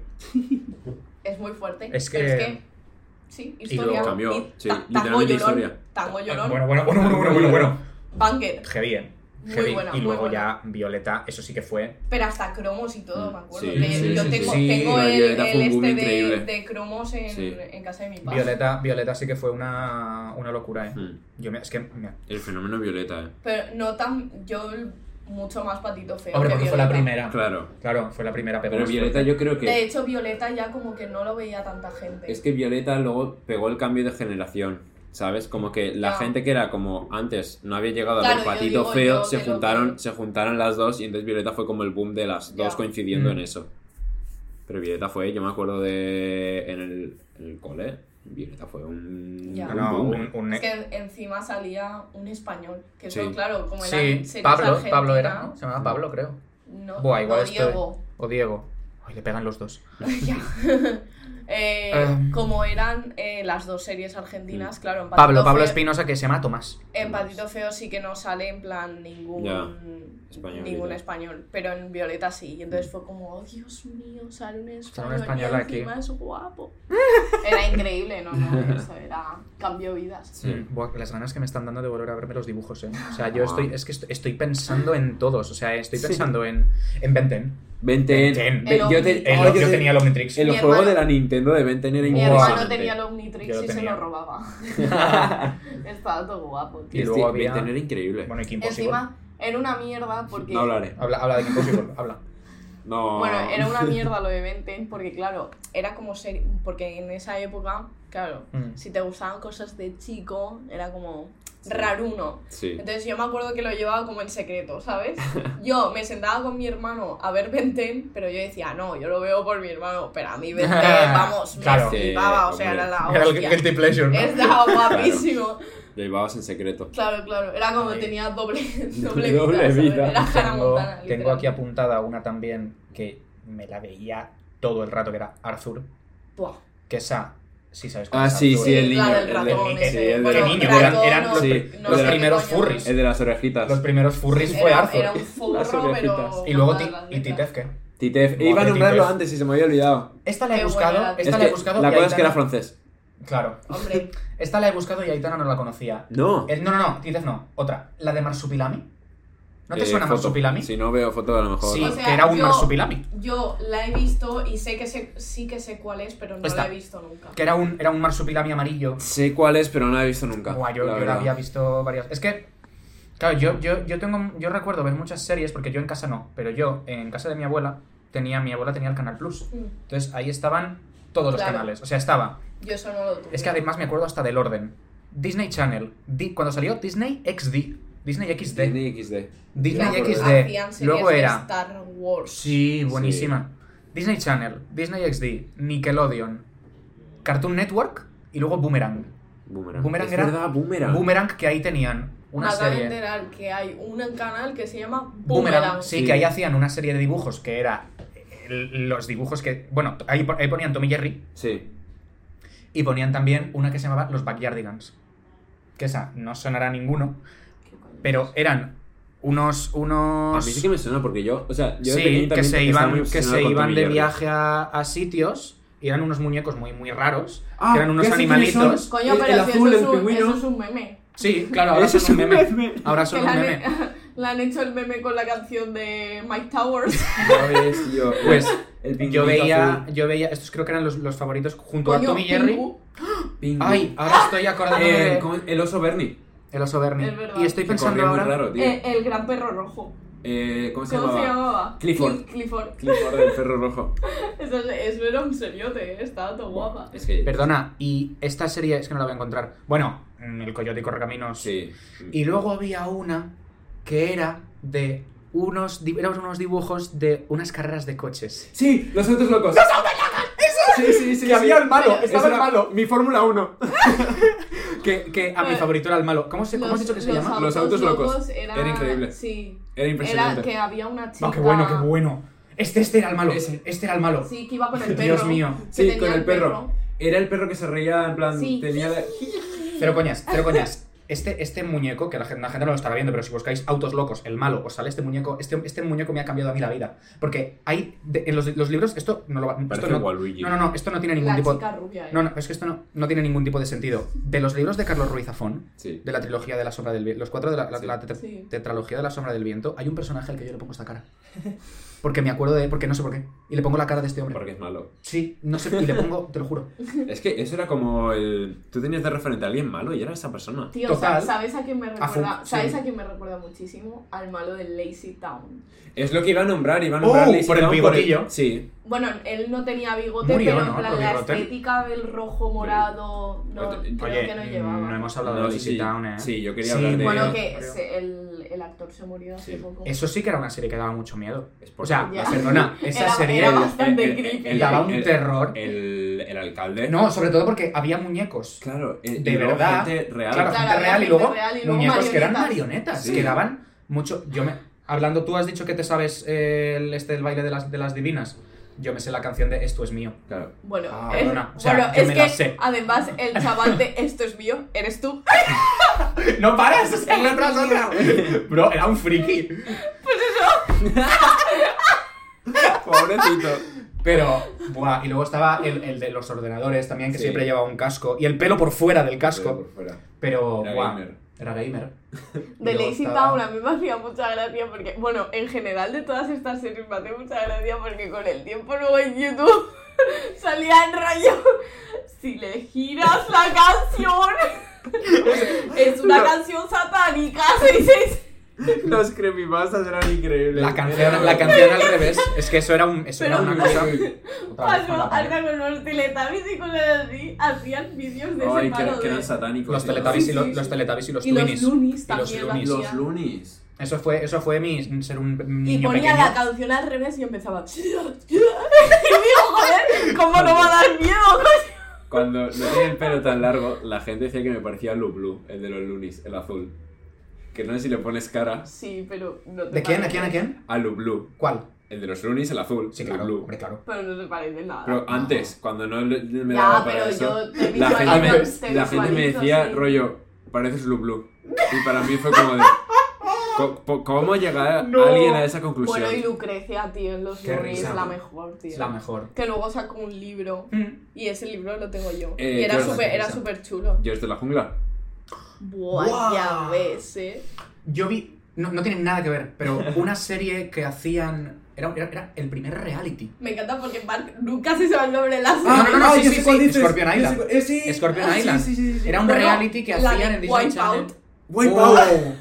Speaker 3: Es muy fuerte.
Speaker 2: Es
Speaker 3: Pero
Speaker 2: que-
Speaker 3: es que sí, historia.
Speaker 2: luego
Speaker 1: cambió,
Speaker 3: Y
Speaker 1: sí,
Speaker 3: ta- tango
Speaker 1: literalmente
Speaker 3: llorón.
Speaker 1: historia. Ah,
Speaker 3: Tango llorón.
Speaker 2: Bueno, bueno, bueno, bueno, bueno, bueno, bueno.
Speaker 3: Banquet.
Speaker 2: Heavy, eh.
Speaker 3: Muy
Speaker 2: Heavy.
Speaker 3: buena,
Speaker 2: y
Speaker 3: muy
Speaker 2: luego ya
Speaker 3: buena.
Speaker 2: Violeta, eso sí que fue.
Speaker 3: Pero hasta cromos y todo, me acuerdo.
Speaker 1: Sí,
Speaker 3: De-
Speaker 2: sí,
Speaker 3: yo
Speaker 2: sí,
Speaker 3: tengo,
Speaker 2: sí.
Speaker 3: tengo
Speaker 1: La
Speaker 3: el,
Speaker 1: Violeta fue
Speaker 3: el
Speaker 1: un boom
Speaker 3: este de,
Speaker 1: increíble.
Speaker 3: de cromos en,
Speaker 1: Sí.
Speaker 3: en casa de mi padre.
Speaker 2: Violeta, Violeta sí que fue una, una locura, eh.
Speaker 1: Mm.
Speaker 2: Yo me, es que me-
Speaker 1: El fenómeno Violeta, eh.
Speaker 3: Pero no tan. Yo mucho más patito feo.
Speaker 2: Hombre,
Speaker 3: que
Speaker 2: porque fue la
Speaker 3: Violeta.
Speaker 2: primera.
Speaker 1: Claro.
Speaker 2: Claro, fue la primera pegó
Speaker 1: Pero
Speaker 2: más
Speaker 1: Violeta yo creo que...
Speaker 3: De hecho, Violeta ya como que no lo veía tanta gente.
Speaker 1: Es que Violeta luego pegó el cambio de generación, ¿sabes? Como que la
Speaker 3: Ya.
Speaker 1: gente que era como antes no había llegado
Speaker 3: Claro,
Speaker 1: a ver
Speaker 3: yo
Speaker 1: Patito
Speaker 3: digo
Speaker 1: Feo,
Speaker 3: yo
Speaker 1: se
Speaker 3: de lo
Speaker 1: juntaron,
Speaker 3: que-
Speaker 1: se juntaron las dos y entonces Violeta fue como el boom de las
Speaker 3: Ya.
Speaker 1: dos coincidiendo
Speaker 2: Mm.
Speaker 1: en eso. Pero Violeta fue, yo me acuerdo de en el, en el cole, Violeta fue un,
Speaker 3: Ya.
Speaker 1: un
Speaker 2: No,
Speaker 1: boom. ¿eh?
Speaker 2: un- un-
Speaker 3: Es que encima salía un español. Que eso,
Speaker 1: Sí.
Speaker 3: claro, como era
Speaker 2: Sí, Pablo, Pablo era, ¿no? Se llamaba
Speaker 1: Mm.
Speaker 2: Pablo, creo.
Speaker 3: No,
Speaker 2: Buah, igual
Speaker 3: no
Speaker 2: estoy-
Speaker 3: Diego.
Speaker 2: O Diego. Ay, le pegan los dos.
Speaker 3: Ya. Eh,
Speaker 2: Eh. Mm.
Speaker 3: Como eran eh, las dos series argentinas, claro, en
Speaker 2: Pablo,
Speaker 3: Patito
Speaker 2: Pablo
Speaker 3: Feo-
Speaker 2: Espinosa que se llama Tomás.
Speaker 3: En Patito Feo sí que no sale en plan ningún
Speaker 1: Ya. Español, Mm.
Speaker 3: ningún
Speaker 1: ya.
Speaker 3: español, pero en Violeta sí. Y entonces fue como, oh Dios mío, sale un español,
Speaker 2: español
Speaker 3: y
Speaker 2: aquí.
Speaker 3: encima es guapo. Era increíble, no, no, eso era cambio vidas.
Speaker 1: Sí.
Speaker 2: Mm, buah, las ganas que me están dando de volver a verme los dibujos, eh. O sea, yo estoy, es que estoy, estoy pensando en todos. O sea, estoy
Speaker 1: Sí.
Speaker 2: pensando en, en Ben 10.
Speaker 1: Venten.
Speaker 2: Venten.
Speaker 1: Ve-
Speaker 3: El
Speaker 1: yo, te-
Speaker 3: Omnitrix.
Speaker 2: Eh,
Speaker 1: yo
Speaker 2: yo,
Speaker 1: te-
Speaker 2: tenía el Omnitrix.
Speaker 1: el
Speaker 3: Mi
Speaker 1: juego
Speaker 3: hermano-
Speaker 1: de la Nintendo de Venten era
Speaker 3: Mi
Speaker 2: Buah.
Speaker 1: impresionante.
Speaker 3: hermano tenía el
Speaker 2: Yo
Speaker 3: Omnitrix
Speaker 2: lo
Speaker 3: y se
Speaker 2: tenía.
Speaker 3: lo robaba. Estaba todo guapo. tío.
Speaker 1: Y
Speaker 2: Y
Speaker 1: este
Speaker 2: luego había-
Speaker 1: Venten era increíble.
Speaker 2: Bueno, y Kim Possible.
Speaker 3: Encima, era una mierda porque.
Speaker 1: no hablaré.
Speaker 2: Habla, habla de Kim Possible, habla.
Speaker 1: No.
Speaker 3: Bueno, era una mierda lo de Venten porque, claro, era como ser. Porque en esa época, claro,
Speaker 2: Mm.
Speaker 3: si te gustaban cosas de chico, era como
Speaker 1: Sí.
Speaker 3: raruno.
Speaker 1: Sí.
Speaker 3: Entonces yo me acuerdo que lo llevaba como en secreto, ¿sabes? Yo me sentaba con mi hermano a ver Venten, pero yo decía, no, yo lo veo por mi hermano, pero a mí Venten, vamos, me
Speaker 2: Claro.
Speaker 3: flipaba, o
Speaker 1: Sí,
Speaker 3: sea, era la
Speaker 2: Era el
Speaker 3: Ah, hostia.
Speaker 2: Guilty Pleasure, ¿no?
Speaker 3: Estaba guapísimo.
Speaker 1: Lo llevabas en secreto.
Speaker 3: Claro, claro, era como
Speaker 2: Ay.
Speaker 3: tenía doble, doble,
Speaker 1: Doble
Speaker 3: vida, ¿sabes?
Speaker 1: vida.
Speaker 3: Era Hannah
Speaker 2: Tengo,
Speaker 3: Montana,
Speaker 2: tengo
Speaker 3: literal.
Speaker 2: aquí apuntada una también que me la veía todo el rato, que era Arthur.
Speaker 3: Buah.
Speaker 2: Que esa, sí sabes cuál
Speaker 1: Ah,
Speaker 2: es
Speaker 1: sí,
Speaker 2: Arthur.
Speaker 1: sí, el niño.
Speaker 3: claro, el
Speaker 1: el de-
Speaker 3: ratón
Speaker 2: el-
Speaker 3: ese.
Speaker 1: sí, el de-
Speaker 2: el
Speaker 3: Bueno,
Speaker 2: niño,
Speaker 3: ratón,
Speaker 2: eran- eran
Speaker 3: no
Speaker 2: los-
Speaker 3: sé-
Speaker 1: sí,
Speaker 3: no
Speaker 1: los
Speaker 3: sé qué
Speaker 2: primeros
Speaker 3: coño
Speaker 2: furries.
Speaker 3: es.
Speaker 1: El de las orejitas.
Speaker 2: Los primeros furries fue
Speaker 3: Era,
Speaker 2: Arthur.
Speaker 3: era un
Speaker 1: Las
Speaker 3: forro,
Speaker 1: orejitas.
Speaker 3: pero...
Speaker 2: Y luego
Speaker 3: con
Speaker 2: Ti-
Speaker 3: las
Speaker 2: y Titefke.
Speaker 1: Titef.
Speaker 2: Madre
Speaker 1: iba a nombrarlo
Speaker 2: Titef.
Speaker 1: antes y se me había olvidado.
Speaker 2: Esta la he
Speaker 3: Qué buena
Speaker 2: buscado,
Speaker 3: era
Speaker 2: esta
Speaker 1: Es
Speaker 2: la he
Speaker 1: que
Speaker 2: buscado.
Speaker 1: la
Speaker 2: y
Speaker 1: cosa es que era
Speaker 2: Aitana-
Speaker 1: francés.
Speaker 2: Claro.
Speaker 3: Hombre,
Speaker 2: Esta la he buscado y Aitana no la conocía.
Speaker 1: No.
Speaker 2: El- no, no, no, Titef no. Otra. La de Marsupilami. ¿No te
Speaker 1: Eh,
Speaker 2: suena
Speaker 1: foto.
Speaker 2: Marsupilami?
Speaker 1: Si no veo foto, a lo mejor.
Speaker 2: Sí,
Speaker 3: O sea,
Speaker 2: que era un
Speaker 3: yo-
Speaker 2: Marsupilami.
Speaker 3: yo la he visto y sé que sé, sí que sé cuál es, pero no
Speaker 2: Esta.
Speaker 3: la he visto nunca.
Speaker 2: Que era un, era un Marsupilami amarillo.
Speaker 1: Sé cuál es, pero no la he visto nunca.
Speaker 2: Buah, yo,
Speaker 1: la
Speaker 2: yo la
Speaker 1: verdad.
Speaker 2: había visto varias. Es que, claro, yo, yo, yo tengo, yo recuerdo ver muchas series, porque yo en casa no, pero yo en casa de mi abuela tenía, mi abuela tenía el Canal Plus.
Speaker 3: Mm,
Speaker 2: Entonces ahí estaban todos los
Speaker 3: Claro.
Speaker 2: canales. O sea, estaba.
Speaker 3: Yo eso no lo tuve.
Speaker 2: Es que además me acuerdo hasta del orden. Disney Channel. Di- cuando salió Disney XD. Disney XD. Disney,
Speaker 1: Disney XD.
Speaker 3: Claro,
Speaker 1: me acuerdo.
Speaker 3: hacían
Speaker 2: XD.
Speaker 3: series
Speaker 2: Luego
Speaker 3: de
Speaker 2: era.
Speaker 3: Star Wars.
Speaker 2: Sí, buenísima. Disney Channel, Disney XD, Nickelodeon, Cartoon Network y luego Boomerang.
Speaker 1: Boomerang.
Speaker 2: Boomerang
Speaker 1: es
Speaker 2: era-
Speaker 1: verdad, Boomerang.
Speaker 2: Boomerang que ahí tenían
Speaker 3: Me
Speaker 2: una
Speaker 3: acabo de
Speaker 2: serie.
Speaker 3: enterar que hay un canal que se llama
Speaker 2: Boomerang,
Speaker 3: Boomerang.
Speaker 2: sí,
Speaker 1: Sí.
Speaker 2: que ahí hacían una serie de dibujos que era el- los dibujos que. Bueno, ahí, po- ahí ponían Tommy Jerry
Speaker 1: Sí.
Speaker 2: y ponían también una que se llamaba Los Backyardigans. Que esa no sonará a ninguno,
Speaker 3: ¿Qué coño?
Speaker 2: pero eran
Speaker 1: A
Speaker 2: unos,
Speaker 1: mí
Speaker 2: unos
Speaker 1: sí que me suena porque yo, o sea, yo de
Speaker 2: sí,
Speaker 1: pequeño
Speaker 2: que
Speaker 1: también
Speaker 2: se
Speaker 1: estaba muy
Speaker 2: iban, que
Speaker 1: obsesionado
Speaker 2: se
Speaker 1: con
Speaker 2: iban
Speaker 1: Tommy
Speaker 2: de
Speaker 1: Jerry.
Speaker 2: viaje a, a sitios y eran unos muñecos muy, muy raros,
Speaker 1: Ah,
Speaker 2: que eran unos
Speaker 1: ya sé quiénes son.
Speaker 2: animalitos.
Speaker 3: Coño,
Speaker 1: El-
Speaker 3: pero
Speaker 1: el
Speaker 3: si
Speaker 1: azul, el
Speaker 3: eso, es un,
Speaker 1: pingüino.
Speaker 3: eso es un meme.
Speaker 2: Sí, claro, ahora
Speaker 1: Ese
Speaker 2: son un
Speaker 1: es un
Speaker 2: meme.
Speaker 1: meme.
Speaker 2: Ahora
Speaker 3: Que
Speaker 2: son
Speaker 3: le
Speaker 2: un
Speaker 3: han,
Speaker 2: meme.
Speaker 3: le han hecho el meme con la canción de Mike Towers.
Speaker 1: Ya ves, yo,
Speaker 2: Pues,
Speaker 1: el
Speaker 2: Yo
Speaker 1: pingüinito
Speaker 2: veía,
Speaker 1: azul.
Speaker 2: yo veía, estos creo que eran los, los favoritos junto a
Speaker 3: Coño,
Speaker 2: Tommy y Jerry.
Speaker 3: Pingu.
Speaker 1: Pingüino.
Speaker 2: Ay, ahora estoy acordándome
Speaker 1: Eh,
Speaker 2: de
Speaker 1: ¿cómo- el oso Bernie.
Speaker 2: el oso Bernie.
Speaker 3: Es verdad.
Speaker 2: y estoy
Speaker 1: que
Speaker 2: pensando
Speaker 1: corría muy
Speaker 2: ahora.
Speaker 1: raro, tío.
Speaker 3: Eh, el gran perro rojo.
Speaker 1: Eh, ¿Cómo se
Speaker 3: ¿Cómo se
Speaker 1: llamaba?
Speaker 3: llamaba?
Speaker 1: Clifford.
Speaker 3: Cl- Clifford.
Speaker 1: Clifford del perro rojo.
Speaker 3: Eso es, eso era un seriote, eh, estaba todo guapa.
Speaker 1: Es que.
Speaker 2: Perdona, y esta serie es que no la voy a encontrar. Bueno, mm, el Coyote y Correcaminos.
Speaker 1: Sí.
Speaker 2: Y luego había una que era de unos, di- eran unos dibujos de unas carreras de coches.
Speaker 1: Sí, los otros locos. ¡Los otros locos! Sí, sí, sí.
Speaker 2: Que había el malo,
Speaker 1: Ese
Speaker 2: estaba el
Speaker 1: era
Speaker 2: malo.
Speaker 1: Mi Fórmula 1.
Speaker 2: Que, que a mi
Speaker 3: Eh,
Speaker 2: favorito era el malo. ¿Cómo, se, ¿cómo has
Speaker 3: Los-
Speaker 2: dicho que se llama?
Speaker 1: Los autos locos.
Speaker 3: Era,
Speaker 1: Era increíble.
Speaker 3: Sí.
Speaker 1: Era impresionante.
Speaker 3: Era que había una chica.
Speaker 2: No, Ah, qué bueno, qué bueno. Este, este era el malo.
Speaker 1: Ese.
Speaker 2: Este era el malo.
Speaker 3: Sí, que iba con el perro.
Speaker 2: Dios mío.
Speaker 3: que
Speaker 1: Sí,
Speaker 3: tenía
Speaker 1: con el perro. Era el perro que se reía, en plan,
Speaker 3: Sí.
Speaker 1: tenía la...
Speaker 2: Cero coñas, cero coñas. Este, este muñeco, que la gente, la gente no lo estará viendo, pero si buscáis autos locos, el malo, os sale este muñeco. Este, este muñeco me ha cambiado a mí la vida. Porque hay. de- en los, los libros, esto no lo va. esto
Speaker 1: Parece
Speaker 2: no,
Speaker 1: Waluigi.
Speaker 2: no, no, no, esto no tiene ningún
Speaker 3: La
Speaker 2: tipo.
Speaker 3: chica rubia. eh.
Speaker 2: No, no, es que esto no, no tiene ningún tipo de sentido. De los libros de Carlos Ruiz Zafón,
Speaker 1: Sí.
Speaker 2: de la trilogía de la sombra del viento, los cuatro de la, la-
Speaker 1: Sí.
Speaker 2: la tetra-
Speaker 3: Sí.
Speaker 2: tetralogía de la sombra del viento, hay un personaje al que yo le pongo esta cara. Porque me acuerdo de. Porque no sé por qué. Y le pongo la cara de este hombre.
Speaker 1: Porque es malo.
Speaker 2: Sí, no sé. Y le pongo, te lo juro.
Speaker 1: Es que eso era como el... Tú tenías de referente a alguien malo y era esa persona.
Speaker 3: Tío,
Speaker 2: Total.
Speaker 3: ¿sabes a quién me recuerda?
Speaker 2: Funk, sí.
Speaker 3: ¿Sabes a quién me recuerda muchísimo? Al malo de Lazy Town.
Speaker 1: Es lo que iba a nombrar, iba a
Speaker 2: Oh,
Speaker 1: nombrarle...
Speaker 2: por el bigotillo.
Speaker 1: Sí.
Speaker 3: Bueno, él no tenía bigote,
Speaker 2: Murió,
Speaker 3: pero en
Speaker 2: ¿no?
Speaker 3: plan
Speaker 2: Con
Speaker 3: la
Speaker 2: bigote.
Speaker 3: estética del rojo morado, no,
Speaker 1: Oye, mm,
Speaker 3: creo que no llevaba.
Speaker 2: mm, no hemos hablado
Speaker 1: No,
Speaker 2: de
Speaker 1: sí,
Speaker 2: Lazy
Speaker 1: sí.
Speaker 2: Town, ¿eh?
Speaker 1: Sí, yo quería hablar de-
Speaker 3: Bueno,
Speaker 1: Creo,
Speaker 3: que
Speaker 2: creo.
Speaker 3: se- el, el actor se murió hace
Speaker 1: Sí.
Speaker 3: poco.
Speaker 2: Eso sí que era una serie que daba mucho miedo.
Speaker 1: Es por-
Speaker 2: O sea,
Speaker 3: Ya.
Speaker 2: perdona, esa
Speaker 3: Era-
Speaker 2: serie
Speaker 3: era bastante creepy.
Speaker 2: daba un terror.
Speaker 1: El, el alcalde.
Speaker 2: No, sobre todo porque había muñecos.
Speaker 1: Claro, el,
Speaker 2: De
Speaker 1: y luego
Speaker 2: verdad.
Speaker 1: gente real.
Speaker 2: Claro,
Speaker 3: Claro,
Speaker 2: gente
Speaker 3: había
Speaker 2: real y
Speaker 3: gente
Speaker 2: luego
Speaker 3: real y luego
Speaker 2: muñecos que eran
Speaker 3: marionetas.
Speaker 2: marionetas,
Speaker 1: Sí.
Speaker 2: que daban mucho. Yo me. Hablando, tú has dicho que te sabes eh, el, este, el baile de las, de las divinas. Yo me sé la canción de Esto es mío.
Speaker 1: Claro.
Speaker 3: Bueno,
Speaker 2: Ah,
Speaker 3: es,
Speaker 2: perdona, o sea,
Speaker 3: bueno,
Speaker 2: yo
Speaker 3: es
Speaker 2: me
Speaker 3: que
Speaker 2: la sé.
Speaker 3: además el chaval de esto es mío, eres tú.
Speaker 2: ¡No paras! Es que no paras otra. Bro, era un friki.
Speaker 1: Pobrecito.
Speaker 2: Pero, buah, y luego estaba el, el de los ordenadores también, que
Speaker 1: Sí.
Speaker 2: siempre llevaba un casco. Y el pelo por fuera del casco.
Speaker 1: Por fuera.
Speaker 2: Pero,
Speaker 1: Era
Speaker 2: buah,
Speaker 1: gamer.
Speaker 2: era gamer.
Speaker 3: De
Speaker 2: Luego
Speaker 3: Lazy
Speaker 2: estaba-
Speaker 3: Town, a mí me hacía mucha gracia porque, bueno, en general de todas estas series me hace mucha gracia porque con el tiempo luego en YouTube salía el rollo. Si le giras la canción, es una canción satánica, sí, sí, sí.
Speaker 1: Los creepypastas eran increíbles.
Speaker 2: La canción, la canción al revés. Es que eso era, un, eso era
Speaker 3: Pero-
Speaker 2: una cosa. Otra vez
Speaker 3: Cuando
Speaker 2: con la
Speaker 3: hasta
Speaker 2: pared.
Speaker 3: con los teletabis y con las así, hacían vídeos de
Speaker 1: Ay,
Speaker 3: ese palo
Speaker 1: que, que
Speaker 3: de...
Speaker 1: eran satánicos.
Speaker 2: Los
Speaker 1: Sí,
Speaker 2: Teletubbies y
Speaker 1: sí,
Speaker 2: los,
Speaker 1: sí,
Speaker 2: los
Speaker 1: sí.
Speaker 2: Teletubbies y los
Speaker 3: Y los
Speaker 2: Loonies.
Speaker 3: Loonies
Speaker 2: Y los
Speaker 3: también lo
Speaker 2: Loonies.
Speaker 1: Los
Speaker 3: hacían.
Speaker 1: Loonies.
Speaker 2: Eso fue, eso fue mi ser un
Speaker 3: Y
Speaker 2: niño
Speaker 3: ponía
Speaker 2: pequeño.
Speaker 3: la canción al revés y empezaba. Y digo, joder, ¿cómo no va a dar miedo? coño?".
Speaker 1: Cuando no tenía el pelo tan largo, la gente decía que me parecía Lu Blue, el de los Loonies, el azul. Que no sé si le pones cara
Speaker 3: Sí, pero no te
Speaker 2: ¿De quién? ¿A
Speaker 3: parece-
Speaker 2: quién? ¿A quién?
Speaker 1: a Lu Ah, Blue.
Speaker 2: ¿Cuál?
Speaker 1: El de los Loonies, el azul.
Speaker 2: Sí,
Speaker 1: Lu
Speaker 2: claro.
Speaker 1: Blue.
Speaker 2: Hombre, claro.
Speaker 3: Pero no te parece nada.
Speaker 1: Pero antes, cuando Ah, no le- me
Speaker 3: ya,
Speaker 1: daba para
Speaker 3: pero
Speaker 1: eso,
Speaker 3: yo te
Speaker 1: la
Speaker 3: visualizo.
Speaker 1: gente,
Speaker 3: te
Speaker 1: la gente me
Speaker 3: visualizo,
Speaker 1: decía,
Speaker 3: sí.
Speaker 1: rollo, pareces Lu Blue. Y para mí fue como de. co- po- ¿Cómo llegar
Speaker 2: No.
Speaker 1: alguien a esa conclusión?
Speaker 3: Bueno, y Lucrecia, tío, en los
Speaker 2: Qué
Speaker 3: Looney
Speaker 2: risa.
Speaker 3: es la mejor, tío.
Speaker 2: Es la mejor.
Speaker 3: Que luego sacó un libro. Y ese libro lo tengo yo.
Speaker 1: Eh,
Speaker 3: y era
Speaker 1: George,
Speaker 3: súper
Speaker 2: qué
Speaker 3: era
Speaker 2: risa.
Speaker 3: súper chulo.
Speaker 1: George de la jungla.
Speaker 3: Buah,
Speaker 2: Guau.
Speaker 3: ya ves, eh.
Speaker 2: Yo vi. No, no tienen nada que ver, pero una serie que hacían. Era, era, era el primer reality.
Speaker 3: Me encanta porque Mark nunca se sabe el nombre de la serie.
Speaker 2: Ah, no, no, no, sí,
Speaker 1: yo
Speaker 2: sí,
Speaker 1: sé cuál
Speaker 2: sí,
Speaker 1: dices.
Speaker 2: Scorpion
Speaker 1: Yo sé
Speaker 2: Island.
Speaker 1: cuál- eh, sí.
Speaker 2: Scorpion
Speaker 1: Ah, sí,
Speaker 2: Island.
Speaker 1: sí, sí, Oh. sí.
Speaker 2: Era un
Speaker 3: Bueno,
Speaker 2: reality que
Speaker 3: la
Speaker 2: hacían
Speaker 3: de
Speaker 2: en Disney Channel.
Speaker 3: Wipeout.
Speaker 1: Wipeout.
Speaker 2: ¡Wow!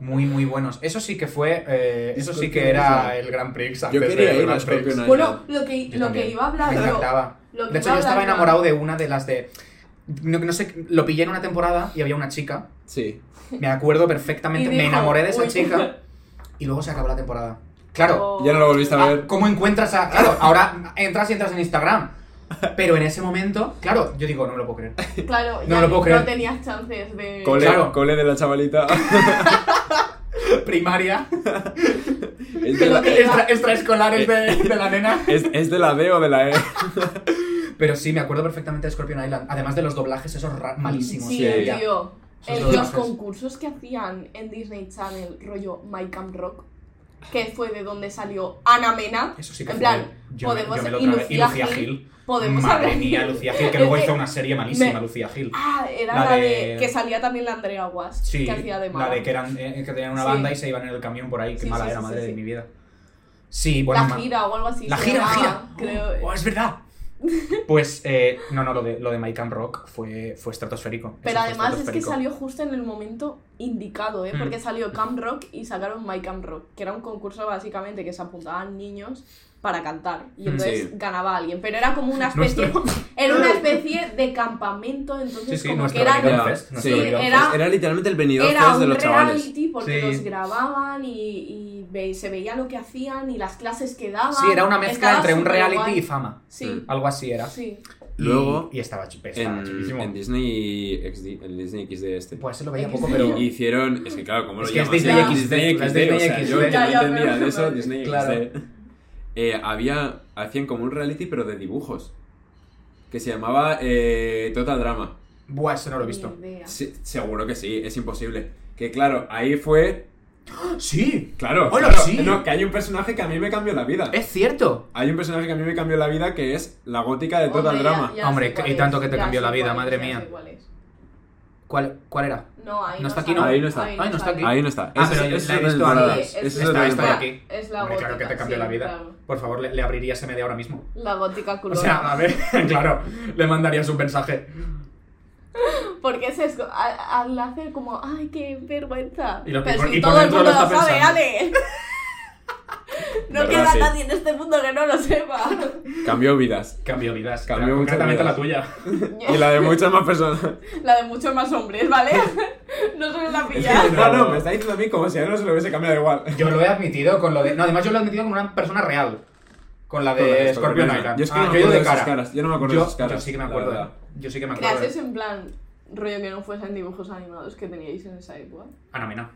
Speaker 2: Muy, muy buenos. Eso sí que fue. eh, eso sí que
Speaker 1: Scorpion
Speaker 2: era
Speaker 1: Island.
Speaker 2: el Grand Prix.
Speaker 1: Yo
Speaker 2: Antes
Speaker 1: quería
Speaker 2: del
Speaker 1: ir a
Speaker 2: Grand
Speaker 1: Scorpion
Speaker 2: Prix.
Speaker 1: Island.
Speaker 3: Bueno, lo que,
Speaker 2: Yo
Speaker 3: lo
Speaker 2: también.
Speaker 3: que iba a hablar
Speaker 2: Me
Speaker 3: yo.
Speaker 2: encantaba.
Speaker 3: lo que
Speaker 2: De hecho,
Speaker 3: iba
Speaker 2: yo
Speaker 3: a
Speaker 2: estaba
Speaker 3: hablar
Speaker 2: enamorado de una de las de. No, no sé, lo pillé en una temporada y había una chica.
Speaker 1: Sí.
Speaker 2: Me acuerdo perfectamente.
Speaker 3: Y
Speaker 2: me
Speaker 3: dijo,
Speaker 2: enamoré de esa
Speaker 3: "Uy".
Speaker 2: chica y luego se acabó la temporada. Claro,
Speaker 1: Ya no lo volviste a ver.
Speaker 2: ¿cómo encuentras a.? Claro, ahora entras y entras en Instagram. Pero en ese momento, claro, yo digo, no me lo puedo creer.
Speaker 3: Claro,
Speaker 2: No
Speaker 3: ya
Speaker 2: me lo puedo creer.
Speaker 3: no tenías chances de.
Speaker 1: Cole,
Speaker 2: Claro.
Speaker 1: cole de la chavalita.
Speaker 2: Primaria,
Speaker 1: es, de la,
Speaker 2: extra- extraescolares de, de la nena.
Speaker 1: es, es de la D o de la E.
Speaker 2: Pero sí, me acuerdo perfectamente de Scorpion Island. Además de los doblajes esos ra- malísimos.
Speaker 3: Sí,
Speaker 1: Sí,
Speaker 2: que había.
Speaker 3: tío.
Speaker 1: Sus
Speaker 3: El-
Speaker 1: doblajes.
Speaker 3: los concursos que hacían en Disney Channel, rollo My Camp Rock, que fue de donde salió Ana Mena.
Speaker 2: Eso sí que
Speaker 3: en
Speaker 2: fue-
Speaker 3: plan,
Speaker 2: yo me-
Speaker 3: podemos
Speaker 2: yo me lo
Speaker 3: y
Speaker 2: tragué.
Speaker 3: Lucía Gil. Podemos
Speaker 2: Madre
Speaker 3: hablar-
Speaker 2: mía, Lucía Gil, que
Speaker 3: Es
Speaker 2: luego
Speaker 3: de-
Speaker 2: hizo una serie malísima,
Speaker 3: me-
Speaker 2: Lucía Gil.
Speaker 3: Ah, era
Speaker 2: La
Speaker 3: la, de...
Speaker 2: de-
Speaker 3: que salía también la Andrea Guas,
Speaker 2: Sí,
Speaker 3: que hacía de
Speaker 2: la
Speaker 3: mala.
Speaker 2: de que, eran, eh, que tenían una
Speaker 3: Sí.
Speaker 2: banda y se iban en el camión por ahí. Qué
Speaker 3: Sí,
Speaker 2: mala
Speaker 3: sí,
Speaker 2: era,
Speaker 3: sí,
Speaker 2: madre
Speaker 3: sí,
Speaker 2: de
Speaker 3: sí.
Speaker 2: mi vida. Sí, bueno,
Speaker 3: la
Speaker 2: ma-
Speaker 3: gira o algo así.
Speaker 2: La
Speaker 3: se
Speaker 2: gira, la
Speaker 3: llamaba,
Speaker 2: gira.
Speaker 3: Creo.
Speaker 2: ¡Oh, es verdad! Pues, eh, no, no, lo de, lo de My Camp Rock fue, fue estratosférico. Eso
Speaker 3: Pero
Speaker 2: fue
Speaker 3: además es que
Speaker 2: estratosférico.
Speaker 3: salió justo en el momento indicado, ¿eh?
Speaker 2: Mm.
Speaker 3: Porque salió Camp Rock y sacaron My Camp Rock, que era un concurso básicamente que se apuntaban niños para cantar. Y
Speaker 2: Mm.
Speaker 3: entonces
Speaker 1: Sí.
Speaker 3: ganaba alguien. Pero era como una especie.
Speaker 2: Nuestro-
Speaker 3: Era una especie de campamento, entonces
Speaker 2: Sí, sí,
Speaker 3: como que
Speaker 2: nuestro
Speaker 3: era.
Speaker 2: Benidorm
Speaker 1: Ya,
Speaker 2: Fest,
Speaker 1: sí,
Speaker 2: nuestro Benidorm
Speaker 3: era-
Speaker 2: Fest.
Speaker 1: Era literalmente el venidor
Speaker 3: Era
Speaker 1: de
Speaker 3: un
Speaker 1: los chavales.
Speaker 3: reality porque
Speaker 2: Sí.
Speaker 3: los grababan y, y ve- se veía lo que hacían y las clases que daban.
Speaker 2: Sí, era una mezcla
Speaker 3: Estaba
Speaker 2: entre un reality
Speaker 3: superguay.
Speaker 2: y Mm. fama.
Speaker 3: Sí,
Speaker 2: Algo así era.
Speaker 3: sí.
Speaker 2: Y-
Speaker 1: Luego,
Speaker 2: Y, estaba, chup- estaba
Speaker 1: En,
Speaker 2: chulísimo.
Speaker 1: en Disney XD, en Disney XD este.
Speaker 2: Pues se lo veía
Speaker 3: XD.
Speaker 2: poco, pero.
Speaker 1: Y Hicieron, es que claro, ¿cómo lo
Speaker 2: Es que es
Speaker 1: llamas?
Speaker 3: Disney
Speaker 1: Sí, Disney
Speaker 2: XD, es
Speaker 1: XD,
Speaker 2: Disney
Speaker 1: o sea,
Speaker 2: XD.
Speaker 1: yo que
Speaker 3: Ya,
Speaker 1: no
Speaker 3: ya,
Speaker 1: entendía
Speaker 3: pero-
Speaker 1: de eso, Disney
Speaker 2: Claro.
Speaker 1: XD. Eh, había, hacían como un reality, pero de dibujos, que se llamaba eh, Total Drama.
Speaker 2: Buah, eso no lo he visto.
Speaker 3: Ni idea.
Speaker 1: Se- seguro que sí, es imposible. Que claro, ahí fue...
Speaker 2: ¡Sí!
Speaker 1: Claro,
Speaker 2: Bueno,
Speaker 1: claro,
Speaker 2: sí.
Speaker 1: no, que hay un personaje que a mí me cambió la vida.
Speaker 2: ¡Es cierto!
Speaker 1: Hay un personaje que a mí me cambió la vida que es la gótica de Total
Speaker 3: Hombre, ya-
Speaker 1: Drama.
Speaker 3: ya sé
Speaker 2: Hombre,
Speaker 3: cuál
Speaker 2: y
Speaker 3: es,
Speaker 2: tanto que te
Speaker 3: ya
Speaker 2: cambió
Speaker 3: sé
Speaker 2: la vida,
Speaker 3: cuál es,
Speaker 2: madre
Speaker 3: ya
Speaker 2: mía.
Speaker 3: sé cuál es.
Speaker 2: ¿Cuál, cuál era?
Speaker 3: No, ahí
Speaker 2: No
Speaker 3: no,
Speaker 2: está aquí,
Speaker 3: sale.
Speaker 2: ¿no?
Speaker 1: Ahí no está.
Speaker 2: Ahí no está aquí.
Speaker 1: Ahí no está.
Speaker 2: Ah,
Speaker 1: Esa-
Speaker 2: pero yo
Speaker 1: esa
Speaker 2: la he
Speaker 1: es
Speaker 2: visto
Speaker 1: otra
Speaker 2: antes.
Speaker 1: de las-
Speaker 3: Es-
Speaker 1: esa es otra
Speaker 2: está-
Speaker 1: de
Speaker 2: está
Speaker 1: las-
Speaker 2: aquí.
Speaker 3: Es la
Speaker 2: Hombre,
Speaker 3: gótica.
Speaker 2: claro que te cambió
Speaker 3: sí,
Speaker 2: la vida.
Speaker 3: claro.
Speaker 2: Por favor, le, le abrirías ese media ahora mismo.
Speaker 3: La gótica
Speaker 2: O
Speaker 3: culona.
Speaker 2: sea, a ver, claro, le mandarías un mensaje.
Speaker 3: Porque es eso, a- al hacer como, ay, qué vergüenza.
Speaker 2: Y lo- y
Speaker 3: Pero
Speaker 2: por-
Speaker 3: si
Speaker 2: y por
Speaker 3: todo el
Speaker 2: dentro
Speaker 3: mundo
Speaker 2: lo
Speaker 3: lo,
Speaker 2: está
Speaker 3: sabe,
Speaker 2: pensando.
Speaker 3: Ale. no
Speaker 1: Verdad,
Speaker 3: queda
Speaker 1: sí.
Speaker 3: nadie en este mundo que no lo sepa.
Speaker 1: Cambió vidas.
Speaker 2: Cambió vidas.
Speaker 1: Cambió
Speaker 2: Era
Speaker 1: muchas
Speaker 2: concretamente
Speaker 1: vidas.
Speaker 2: la tuya.
Speaker 1: Y la de muchas más personas.
Speaker 3: La de muchos más hombres, ¿vale? no se la pillar.
Speaker 1: No, no, me está diciendo a mí como si a él no se lo hubiese cambiado igual.
Speaker 2: Yo lo he admitido con lo de. No, además yo lo he admitido con una persona real. Con la
Speaker 1: Con la
Speaker 2: de
Speaker 1: de
Speaker 2: Scorpion
Speaker 1: Scorpion
Speaker 2: Island.
Speaker 1: Island. Yo es que
Speaker 2: Ah,
Speaker 1: no me
Speaker 2: he ido
Speaker 1: acuerdo
Speaker 2: de
Speaker 1: de sus
Speaker 2: cara.
Speaker 1: caras, yo no me acuerdo
Speaker 2: yo,
Speaker 1: de sus caras,
Speaker 2: yo sí que me
Speaker 1: la
Speaker 2: acuerdo.
Speaker 1: verdad.
Speaker 2: Yo sí que me acuerdo.
Speaker 3: Gracias en plan, rollo que no fuesen dibujos animados que teníais en esa época.
Speaker 2: Ana Mena.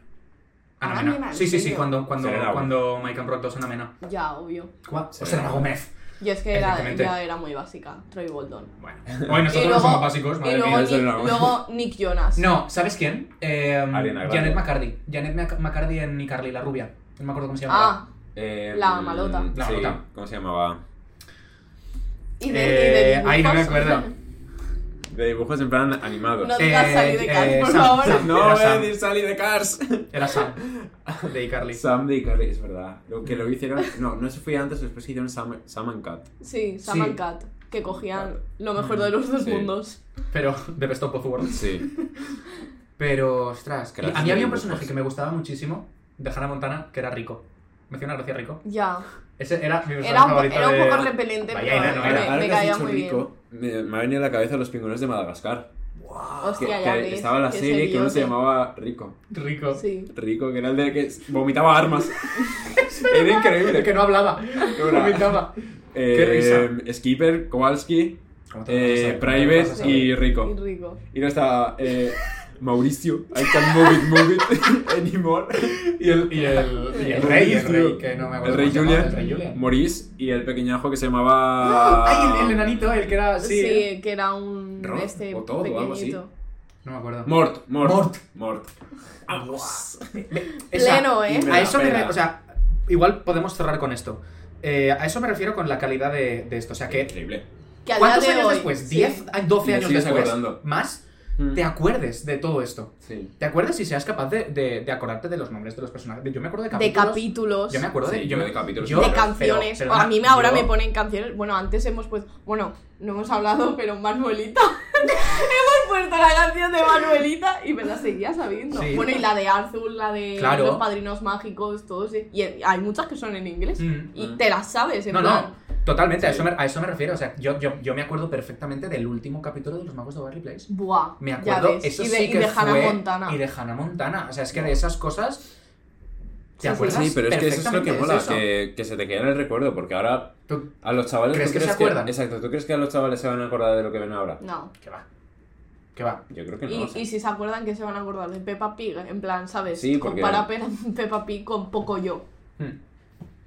Speaker 3: Ana
Speaker 2: Ana Mena.
Speaker 3: Mena, ¿en
Speaker 2: Sí, sí, sí,
Speaker 3: serio?
Speaker 2: cuando, cuando,
Speaker 1: Serena Gómez.
Speaker 2: cuando Mike and Rock 2 Ana Mena.
Speaker 3: Ya, obvio.
Speaker 2: ¿Cuál?
Speaker 1: Serena
Speaker 2: Serena Gómez.
Speaker 3: Yo es que era,
Speaker 2: Exactamente.
Speaker 3: ya era muy básica, Troy Bolton.
Speaker 2: Bueno, hoy nosotros
Speaker 3: Y
Speaker 2: no
Speaker 3: luego-
Speaker 2: somos básicos, madre
Speaker 3: y luego,
Speaker 2: mía.
Speaker 1: eso
Speaker 3: Nick,
Speaker 1: era bueno.
Speaker 3: luego Nick Jonas.
Speaker 2: No, ¿sabes quién? Eh,
Speaker 1: Ariana Grande.
Speaker 2: Janet McCarthy. Janet Mac- McCarthy en Carly, la rubia. No me acuerdo cómo se llamaba.
Speaker 3: Ah,
Speaker 1: Eh,
Speaker 3: La malota.
Speaker 1: mm,
Speaker 2: La
Speaker 1: sí,
Speaker 2: malota.
Speaker 1: ¿Cómo se llamaba?
Speaker 3: y de, y de
Speaker 2: Eh, ay, no me
Speaker 3: dibujos.
Speaker 2: acuerdo.
Speaker 1: De dibujos en plan animados.
Speaker 3: No digas
Speaker 2: Eh,
Speaker 3: salir de casa,
Speaker 2: eh,
Speaker 3: por
Speaker 2: Sam-
Speaker 3: favor.
Speaker 2: Sam-
Speaker 1: No
Speaker 2: era
Speaker 1: voy a
Speaker 2: Sam.
Speaker 1: decir Sally de Cars.
Speaker 2: Era Sam. De Carly.
Speaker 1: Sam de Cars, es verdad. Lo que lo hicieron. No, no sé si fue antes o después que hicieron Sam, Sam and Cat.
Speaker 3: Sí, Sam
Speaker 2: Sí. Mm,
Speaker 3: and Cat, que cogían
Speaker 1: Claro.
Speaker 3: lo mejor de los dos
Speaker 1: Sí.
Speaker 3: mundos.
Speaker 2: Pero de Best of Both Worlds.
Speaker 1: Sí.
Speaker 2: Pero, ostras,
Speaker 1: Crash
Speaker 2: a mí
Speaker 1: de
Speaker 2: había un
Speaker 1: dibujos.
Speaker 2: personaje que me gustaba muchísimo de Hannah Montana, que era rico. Me hacía una gracia rico.
Speaker 3: Ya.
Speaker 2: Ese Pues era mi personaje
Speaker 3: Era un, po-
Speaker 2: favorito
Speaker 3: era un
Speaker 2: de-
Speaker 3: poco repelente,
Speaker 2: Vaya,
Speaker 3: pero
Speaker 2: era, no era.
Speaker 3: me-
Speaker 1: Ahora
Speaker 3: me,
Speaker 1: que has
Speaker 3: caía
Speaker 1: dicho
Speaker 3: muy bien.
Speaker 1: rico, me, me ha venido a la cabeza los pingüinos de Madagascar. Que,
Speaker 3: Hostia, ya
Speaker 1: que
Speaker 3: ves,
Speaker 1: estaba la
Speaker 3: qué
Speaker 1: serie que uno se
Speaker 3: seriote.
Speaker 1: llamaba Rico.
Speaker 2: Rico.
Speaker 3: Sí.
Speaker 1: Rico, que era el de que vomitaba armas. era increíble.
Speaker 2: El que no hablaba.
Speaker 1: Era-
Speaker 2: Vomitaba.
Speaker 1: Eh,
Speaker 2: Qué risa.
Speaker 1: Skipper, Kowalski,
Speaker 2: ¿Cómo te vas a
Speaker 1: eh,
Speaker 2: saber? ¿Cómo te vas
Speaker 1: Private
Speaker 2: a
Speaker 1: y
Speaker 3: Y
Speaker 1: Rico.
Speaker 3: rico.
Speaker 1: Y no estaba eh, Mauricio, I can't move it, move it anymore.
Speaker 2: Y el, y el, y el rey, el rey, que no me acuerdo.
Speaker 1: El rey
Speaker 2: Ah, cómo se
Speaker 1: Julian,
Speaker 2: llamaba, El rey Julian.
Speaker 1: Maurice y el pequeñajo que se llamaba.
Speaker 2: ¡Ah! Ay, el, el enanito, el que era.
Speaker 3: Sí,
Speaker 2: Sí. ¿eh?
Speaker 3: que era un
Speaker 1: Ron,
Speaker 3: este
Speaker 1: o Todd, o algo así.
Speaker 3: pequeñito.
Speaker 2: No me acuerdo.
Speaker 1: Mort, Mort.
Speaker 2: Mort. Ah,
Speaker 1: Mort. Vamos.
Speaker 3: Pleno, ¿eh?
Speaker 1: y me
Speaker 2: A
Speaker 1: la
Speaker 2: eso me
Speaker 1: pela.
Speaker 2: re- O sea, igual podemos cerrar con esto. Eh, a eso me refiero con la calidad de, de esto. O sea, que.
Speaker 1: Increíble.
Speaker 3: Que a día
Speaker 2: ¿Cuántos
Speaker 3: de
Speaker 2: años
Speaker 3: hoy-
Speaker 2: después?
Speaker 3: sí.
Speaker 2: ¿10? ah, ¿12
Speaker 1: Y
Speaker 2: años
Speaker 1: sigues
Speaker 2: después?
Speaker 1: acordando.
Speaker 2: ¿Más?
Speaker 1: Mm.
Speaker 2: Te acuerdes de todo esto.
Speaker 1: Sí.
Speaker 2: ¿Te acuerdas y seas capaz de, de- de acordarte de los nombres de los personajes? Yo me acuerdo de
Speaker 3: De
Speaker 2: capítulos.
Speaker 3: capítulos.
Speaker 2: Yo me acuerdo
Speaker 1: Sí,
Speaker 2: de,
Speaker 1: yo de capítulos.
Speaker 2: yo-
Speaker 1: De
Speaker 3: de
Speaker 2: pero-
Speaker 3: canciones.
Speaker 2: pero
Speaker 3: a mí me, ahora
Speaker 2: yo-
Speaker 3: me ponen canciones. Bueno, antes hemos puesto. Bueno, no hemos hablado, pero Manuelita. hemos puesto la canción de Manuelita y me la seguía sabiendo.
Speaker 2: Sí.
Speaker 3: Bueno, y la de Arthur, la de
Speaker 2: Claro.
Speaker 3: los padrinos mágicos, todos. eh, Y en- hay muchas que son en inglés.
Speaker 2: Mm.
Speaker 3: Y
Speaker 1: Mm.
Speaker 3: te las sabes, en
Speaker 2: No, no,
Speaker 3: plan.
Speaker 2: totalmente, a,
Speaker 1: Sí.
Speaker 2: eso me, a eso me refiero. O sea, yo, yo, yo me acuerdo perfectamente del último capítulo de Los Magos de Barley Place.
Speaker 3: Buah.
Speaker 2: Me
Speaker 3: ya
Speaker 2: acuerdo,
Speaker 3: ves.
Speaker 2: eso
Speaker 3: y de,
Speaker 2: sí
Speaker 3: y
Speaker 2: que
Speaker 3: de
Speaker 2: fue-
Speaker 3: Hannah Montana.
Speaker 2: Y de Hannah Montana. O sea, es que de esas cosas. ¿Te
Speaker 3: Sí, sí.
Speaker 2: acuerdas?
Speaker 1: pues Sí, pero es que eso es lo que
Speaker 2: perfectamente,
Speaker 1: mola,
Speaker 2: eso.
Speaker 1: que, que se te queda en el recuerdo, porque ahora
Speaker 2: Tú-
Speaker 1: a los chavales.
Speaker 2: ¿Crees
Speaker 1: ¿tú
Speaker 2: que se acuerdan?
Speaker 1: Exacto, ¿tú crees que a los chavales se van a acordar de lo que ven ahora?
Speaker 3: No.
Speaker 2: ¿Qué va? ¿Qué va?
Speaker 1: Yo creo que no.
Speaker 3: Y,
Speaker 1: o sea.
Speaker 3: y si se acuerdan que se van a acordar de Peppa Pig, en plan, ¿sabes?
Speaker 1: Sí, porque-
Speaker 3: Compara Pe- Peppa Pig con Pocoyo.
Speaker 2: Hmm.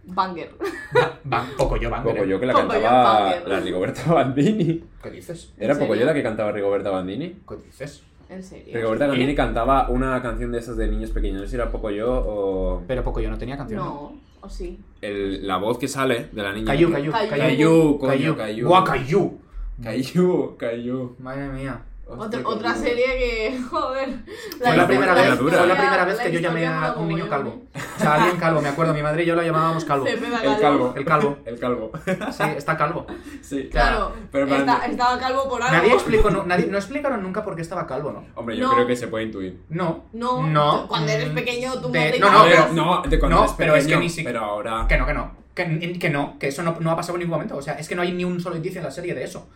Speaker 3: Banger.
Speaker 2: Va- va- Pocoyo Banderas.
Speaker 1: Pocoyo que la
Speaker 3: Pocoyo
Speaker 1: cantaba
Speaker 3: Banderas.
Speaker 1: la Rigoberta Bandini.
Speaker 2: ¿eh? ¿Qué dices?
Speaker 1: ¿Era
Speaker 3: ¿En serio?
Speaker 1: Pocoyo la que cantaba Rigoberta Bandini?
Speaker 2: ¿Qué dices?
Speaker 3: En serio.
Speaker 1: Rigoberta Bandini cantaba una canción de esas de niños pequeños. No sé si era poco yo o.
Speaker 2: Pero poco yo no tenía canción.
Speaker 3: No, o sí.
Speaker 1: el- la voz que sale de la niña.
Speaker 2: Cayú, cayú,
Speaker 3: Cayú.
Speaker 1: Cayú, coño, Cayú.
Speaker 2: Guau, cayú.
Speaker 1: Cayú, cayú.
Speaker 2: Madre mía.
Speaker 1: Hostia,
Speaker 3: Otra, otra
Speaker 1: cayú.
Speaker 3: serie que, joder.
Speaker 2: Fue la,
Speaker 1: historia-
Speaker 2: primera
Speaker 1: la
Speaker 2: vez,
Speaker 1: historia-
Speaker 2: fue la primera vez que yo
Speaker 3: la
Speaker 2: llamé
Speaker 3: historia
Speaker 2: a
Speaker 3: mola
Speaker 2: un niño
Speaker 3: mogollón,
Speaker 2: calvo. O sea, alguien calvo, me acuerdo. Mi madre y yo lo llamábamos calvo.
Speaker 3: Se pega
Speaker 1: El calvo.
Speaker 2: El calvo.
Speaker 1: El calvo.
Speaker 2: Sí, está calvo.
Speaker 1: Sí.
Speaker 3: Claro,
Speaker 1: Pero para-
Speaker 3: está- estaba calvo por algo.
Speaker 2: Nadie explicó, no, nadie, no explicaron nunca por qué estaba calvo, ¿no?
Speaker 1: Hombre, yo
Speaker 3: No.
Speaker 1: creo que se puede intuir.
Speaker 2: No.
Speaker 3: No,
Speaker 2: No.
Speaker 3: cuando eres
Speaker 2: Mm,
Speaker 3: pequeño tú
Speaker 2: de-
Speaker 3: no te
Speaker 2: no, no,
Speaker 1: A ver,
Speaker 3: imaginas.
Speaker 1: no, de cuando
Speaker 2: no,
Speaker 1: eres
Speaker 2: pero es
Speaker 1: pequeño,
Speaker 2: que ni si-
Speaker 1: Pero ahora.
Speaker 2: Que no, que no. Que, que no, que eso no, no ha pasado en ningún momento. O sea, es que no hay ni un solo indicio en la serie de eso.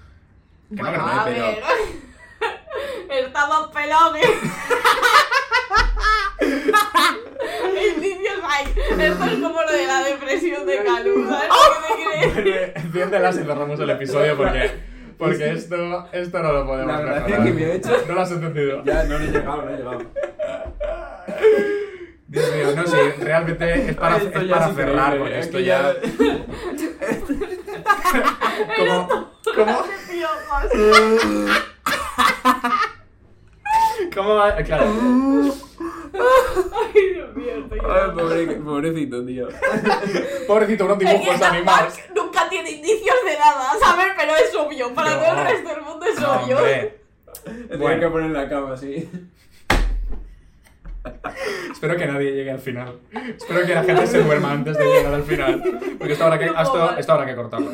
Speaker 2: Que no, que
Speaker 3: Bueno,
Speaker 2: no,
Speaker 1: hay,
Speaker 3: a
Speaker 1: pero-
Speaker 3: ver. Estamos pelones. Indicios hay. Esto es como lo de la depresión de Calú. ¿Sabes lo que te quiere decir?
Speaker 2: Ciérralas y cerramos el episodio porque, porque esto, esto no lo podemos
Speaker 1: La gracia
Speaker 2: mejorar.
Speaker 1: que me ha hecho.
Speaker 2: No lo has entendido.
Speaker 1: Ya, no, no he llegado, no he llegado.
Speaker 2: Dios mío, no sé, realmente es para,
Speaker 1: Esto
Speaker 2: es
Speaker 1: ya
Speaker 2: para
Speaker 1: es increíble,
Speaker 2: cerrar
Speaker 1: eh,
Speaker 2: porque esto
Speaker 1: aquí
Speaker 2: ya... como, como,
Speaker 3: Tío, más.
Speaker 2: como, claro,
Speaker 3: Ay, Dios mío, estoy
Speaker 1: Ay,
Speaker 3: llorando.
Speaker 1: pobre- pobrecito, tío.
Speaker 2: pobrecito, unos
Speaker 3: Es que
Speaker 2: dibujos
Speaker 3: South
Speaker 2: animados.
Speaker 3: Park nunca tiene indicios de nada, ¿sabes? Pero es obvio. Para
Speaker 2: No.
Speaker 3: todo el resto del mundo es obvio.
Speaker 2: Hombre,
Speaker 1: Tenía que poner en la cama así.
Speaker 2: espero que nadie llegue al final. Espero que la gente se duerma antes de llegar al final. Porque esto habrá que,
Speaker 3: No puedo
Speaker 2: esto,
Speaker 3: más.
Speaker 2: esto habrá que cortarlo.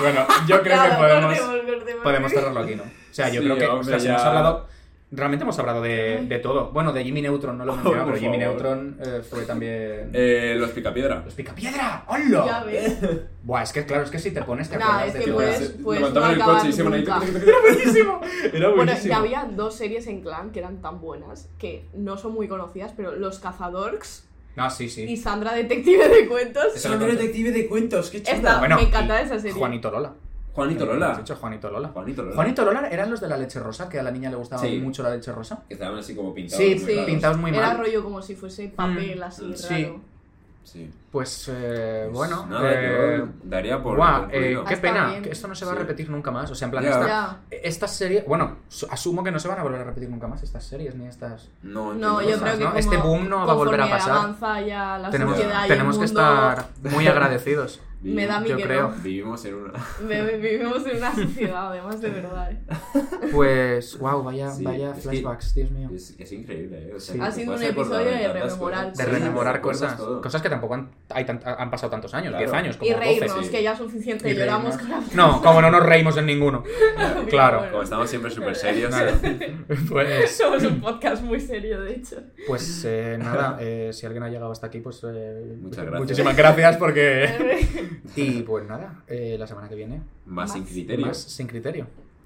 Speaker 2: Bueno, yo creo
Speaker 3: Claro,
Speaker 2: que podemos,
Speaker 3: cortemos, cortemos.
Speaker 2: podemos cerrarlo aquí, ¿no? O sea, yo
Speaker 1: Sí,
Speaker 2: creo que o
Speaker 1: hombre,
Speaker 2: sea, si
Speaker 1: ya.
Speaker 2: hemos hablado... Realmente hemos hablado de, de todo. Bueno, de Jimmy Neutron no lo he mencionado,
Speaker 1: por
Speaker 2: pero Jimmy
Speaker 1: favor.
Speaker 2: Neutron eh, fue también...
Speaker 1: Eh, los
Speaker 4: Pues,
Speaker 1: picapiedra.
Speaker 2: ¡Los picapiedra!
Speaker 3: Ya
Speaker 2: ¡Hola!
Speaker 3: ves.
Speaker 2: Buah, es que claro, es que si te pones te
Speaker 3: Nah,
Speaker 2: acuerdas
Speaker 3: es
Speaker 2: de
Speaker 3: que
Speaker 2: figuras.
Speaker 3: puedes-
Speaker 1: Se-
Speaker 3: pues,
Speaker 1: levantaban
Speaker 3: no
Speaker 1: el coche y
Speaker 3: acaban
Speaker 1: se iban ahí.
Speaker 3: nunca.
Speaker 1: Era buenísimo. Era
Speaker 4: Bueno,
Speaker 1: buenísimo.
Speaker 4: ya había dos series en clan que eran tan buenas que no son muy conocidas, pero Los Cazadorks
Speaker 2: No, sí, sí.
Speaker 4: y Sandra Detective de Cuentos.
Speaker 2: Eso lo conozco.
Speaker 1: detective de cuentos, qué
Speaker 4: Esta- me encantaba
Speaker 2: y
Speaker 4: esa serie.
Speaker 2: Juanito Lola.
Speaker 1: Juanito
Speaker 2: Has
Speaker 1: Lola.
Speaker 2: dicho Juanito Lola.
Speaker 1: Juanito Lola.
Speaker 2: Juanito Lola eran los de la leche rosa, que a la niña le gustaba
Speaker 1: Sí.
Speaker 2: mucho la leche rosa.
Speaker 1: Que estaban así como pintados.
Speaker 2: Sí,
Speaker 1: muy
Speaker 4: sí.
Speaker 1: raros.
Speaker 2: pintados muy
Speaker 4: Era
Speaker 2: mal. Mm,
Speaker 4: rollo como si fuese papel así
Speaker 1: Sí.
Speaker 4: raro.
Speaker 1: Sí.
Speaker 2: Pues, eh, bueno.
Speaker 1: Nada,
Speaker 2: eh,
Speaker 1: yo daría por.
Speaker 2: guau, eh,
Speaker 1: concluido.
Speaker 2: qué
Speaker 4: Está
Speaker 2: pena,
Speaker 4: bien.
Speaker 2: que esto no se va a
Speaker 1: Sí.
Speaker 2: repetir nunca más. O sea, en plan,
Speaker 1: Ya.
Speaker 2: esta,
Speaker 4: Ya.
Speaker 2: esta serie. Bueno, su- asumo que no se van a volver a repetir nunca más estas series ni estas.
Speaker 1: No,
Speaker 4: No, yo
Speaker 1: entiendo nada.
Speaker 2: cosas,
Speaker 4: creo que
Speaker 2: ¿no?
Speaker 4: como
Speaker 2: Este boom no va a volver a
Speaker 4: conforme
Speaker 2: pasar.
Speaker 4: avanza ya la
Speaker 2: Tenemos,
Speaker 4: sociedad y el
Speaker 2: tenemos que
Speaker 4: mundo,
Speaker 2: estar muy agradecidos.
Speaker 4: Me da mi
Speaker 2: yo
Speaker 4: que
Speaker 2: creo.
Speaker 4: no.
Speaker 1: Vivimos en una.
Speaker 4: Ve- ve- Vivimos en una sociedad, además, de verdad. ¿eh?
Speaker 2: Pues, wow, vaya,
Speaker 1: Sí,
Speaker 2: vaya
Speaker 1: es que-
Speaker 2: flashbacks, Dios mío.
Speaker 1: Es, es increíble, ¿eh? O sea,
Speaker 2: Sí.
Speaker 1: te
Speaker 2: Ha
Speaker 4: sido
Speaker 1: puedes
Speaker 4: un
Speaker 1: acordar
Speaker 4: episodio de
Speaker 1: tantas
Speaker 4: rememorar
Speaker 1: cosas.
Speaker 2: de
Speaker 4: Sí,
Speaker 2: rememorar
Speaker 1: recuerdas
Speaker 2: cosas.
Speaker 1: todo.
Speaker 2: Cosas que tampoco han, hay tant- han pasado tantos años,
Speaker 1: Claro.
Speaker 2: 10 años, como
Speaker 4: Y
Speaker 2: 12.
Speaker 4: reírnos,
Speaker 1: sí.
Speaker 4: que ya es suficiente.
Speaker 2: Y
Speaker 4: Lloramos
Speaker 2: reírnos.
Speaker 4: con la
Speaker 2: No, como no nos reímos en ninguno. Claro.
Speaker 1: Como estamos siempre súper serios.
Speaker 2: Nada. Pues,
Speaker 4: Somos un podcast muy serio, de hecho.
Speaker 2: pues eh, nada, eh, si alguien ha llegado hasta aquí, pues eh,
Speaker 1: Muchas gracias.
Speaker 2: muchísimas gracias porque... y pues nada, eh, la semana que viene,
Speaker 1: Más sin
Speaker 4: Más.
Speaker 1: criterio.
Speaker 2: más sin criterio.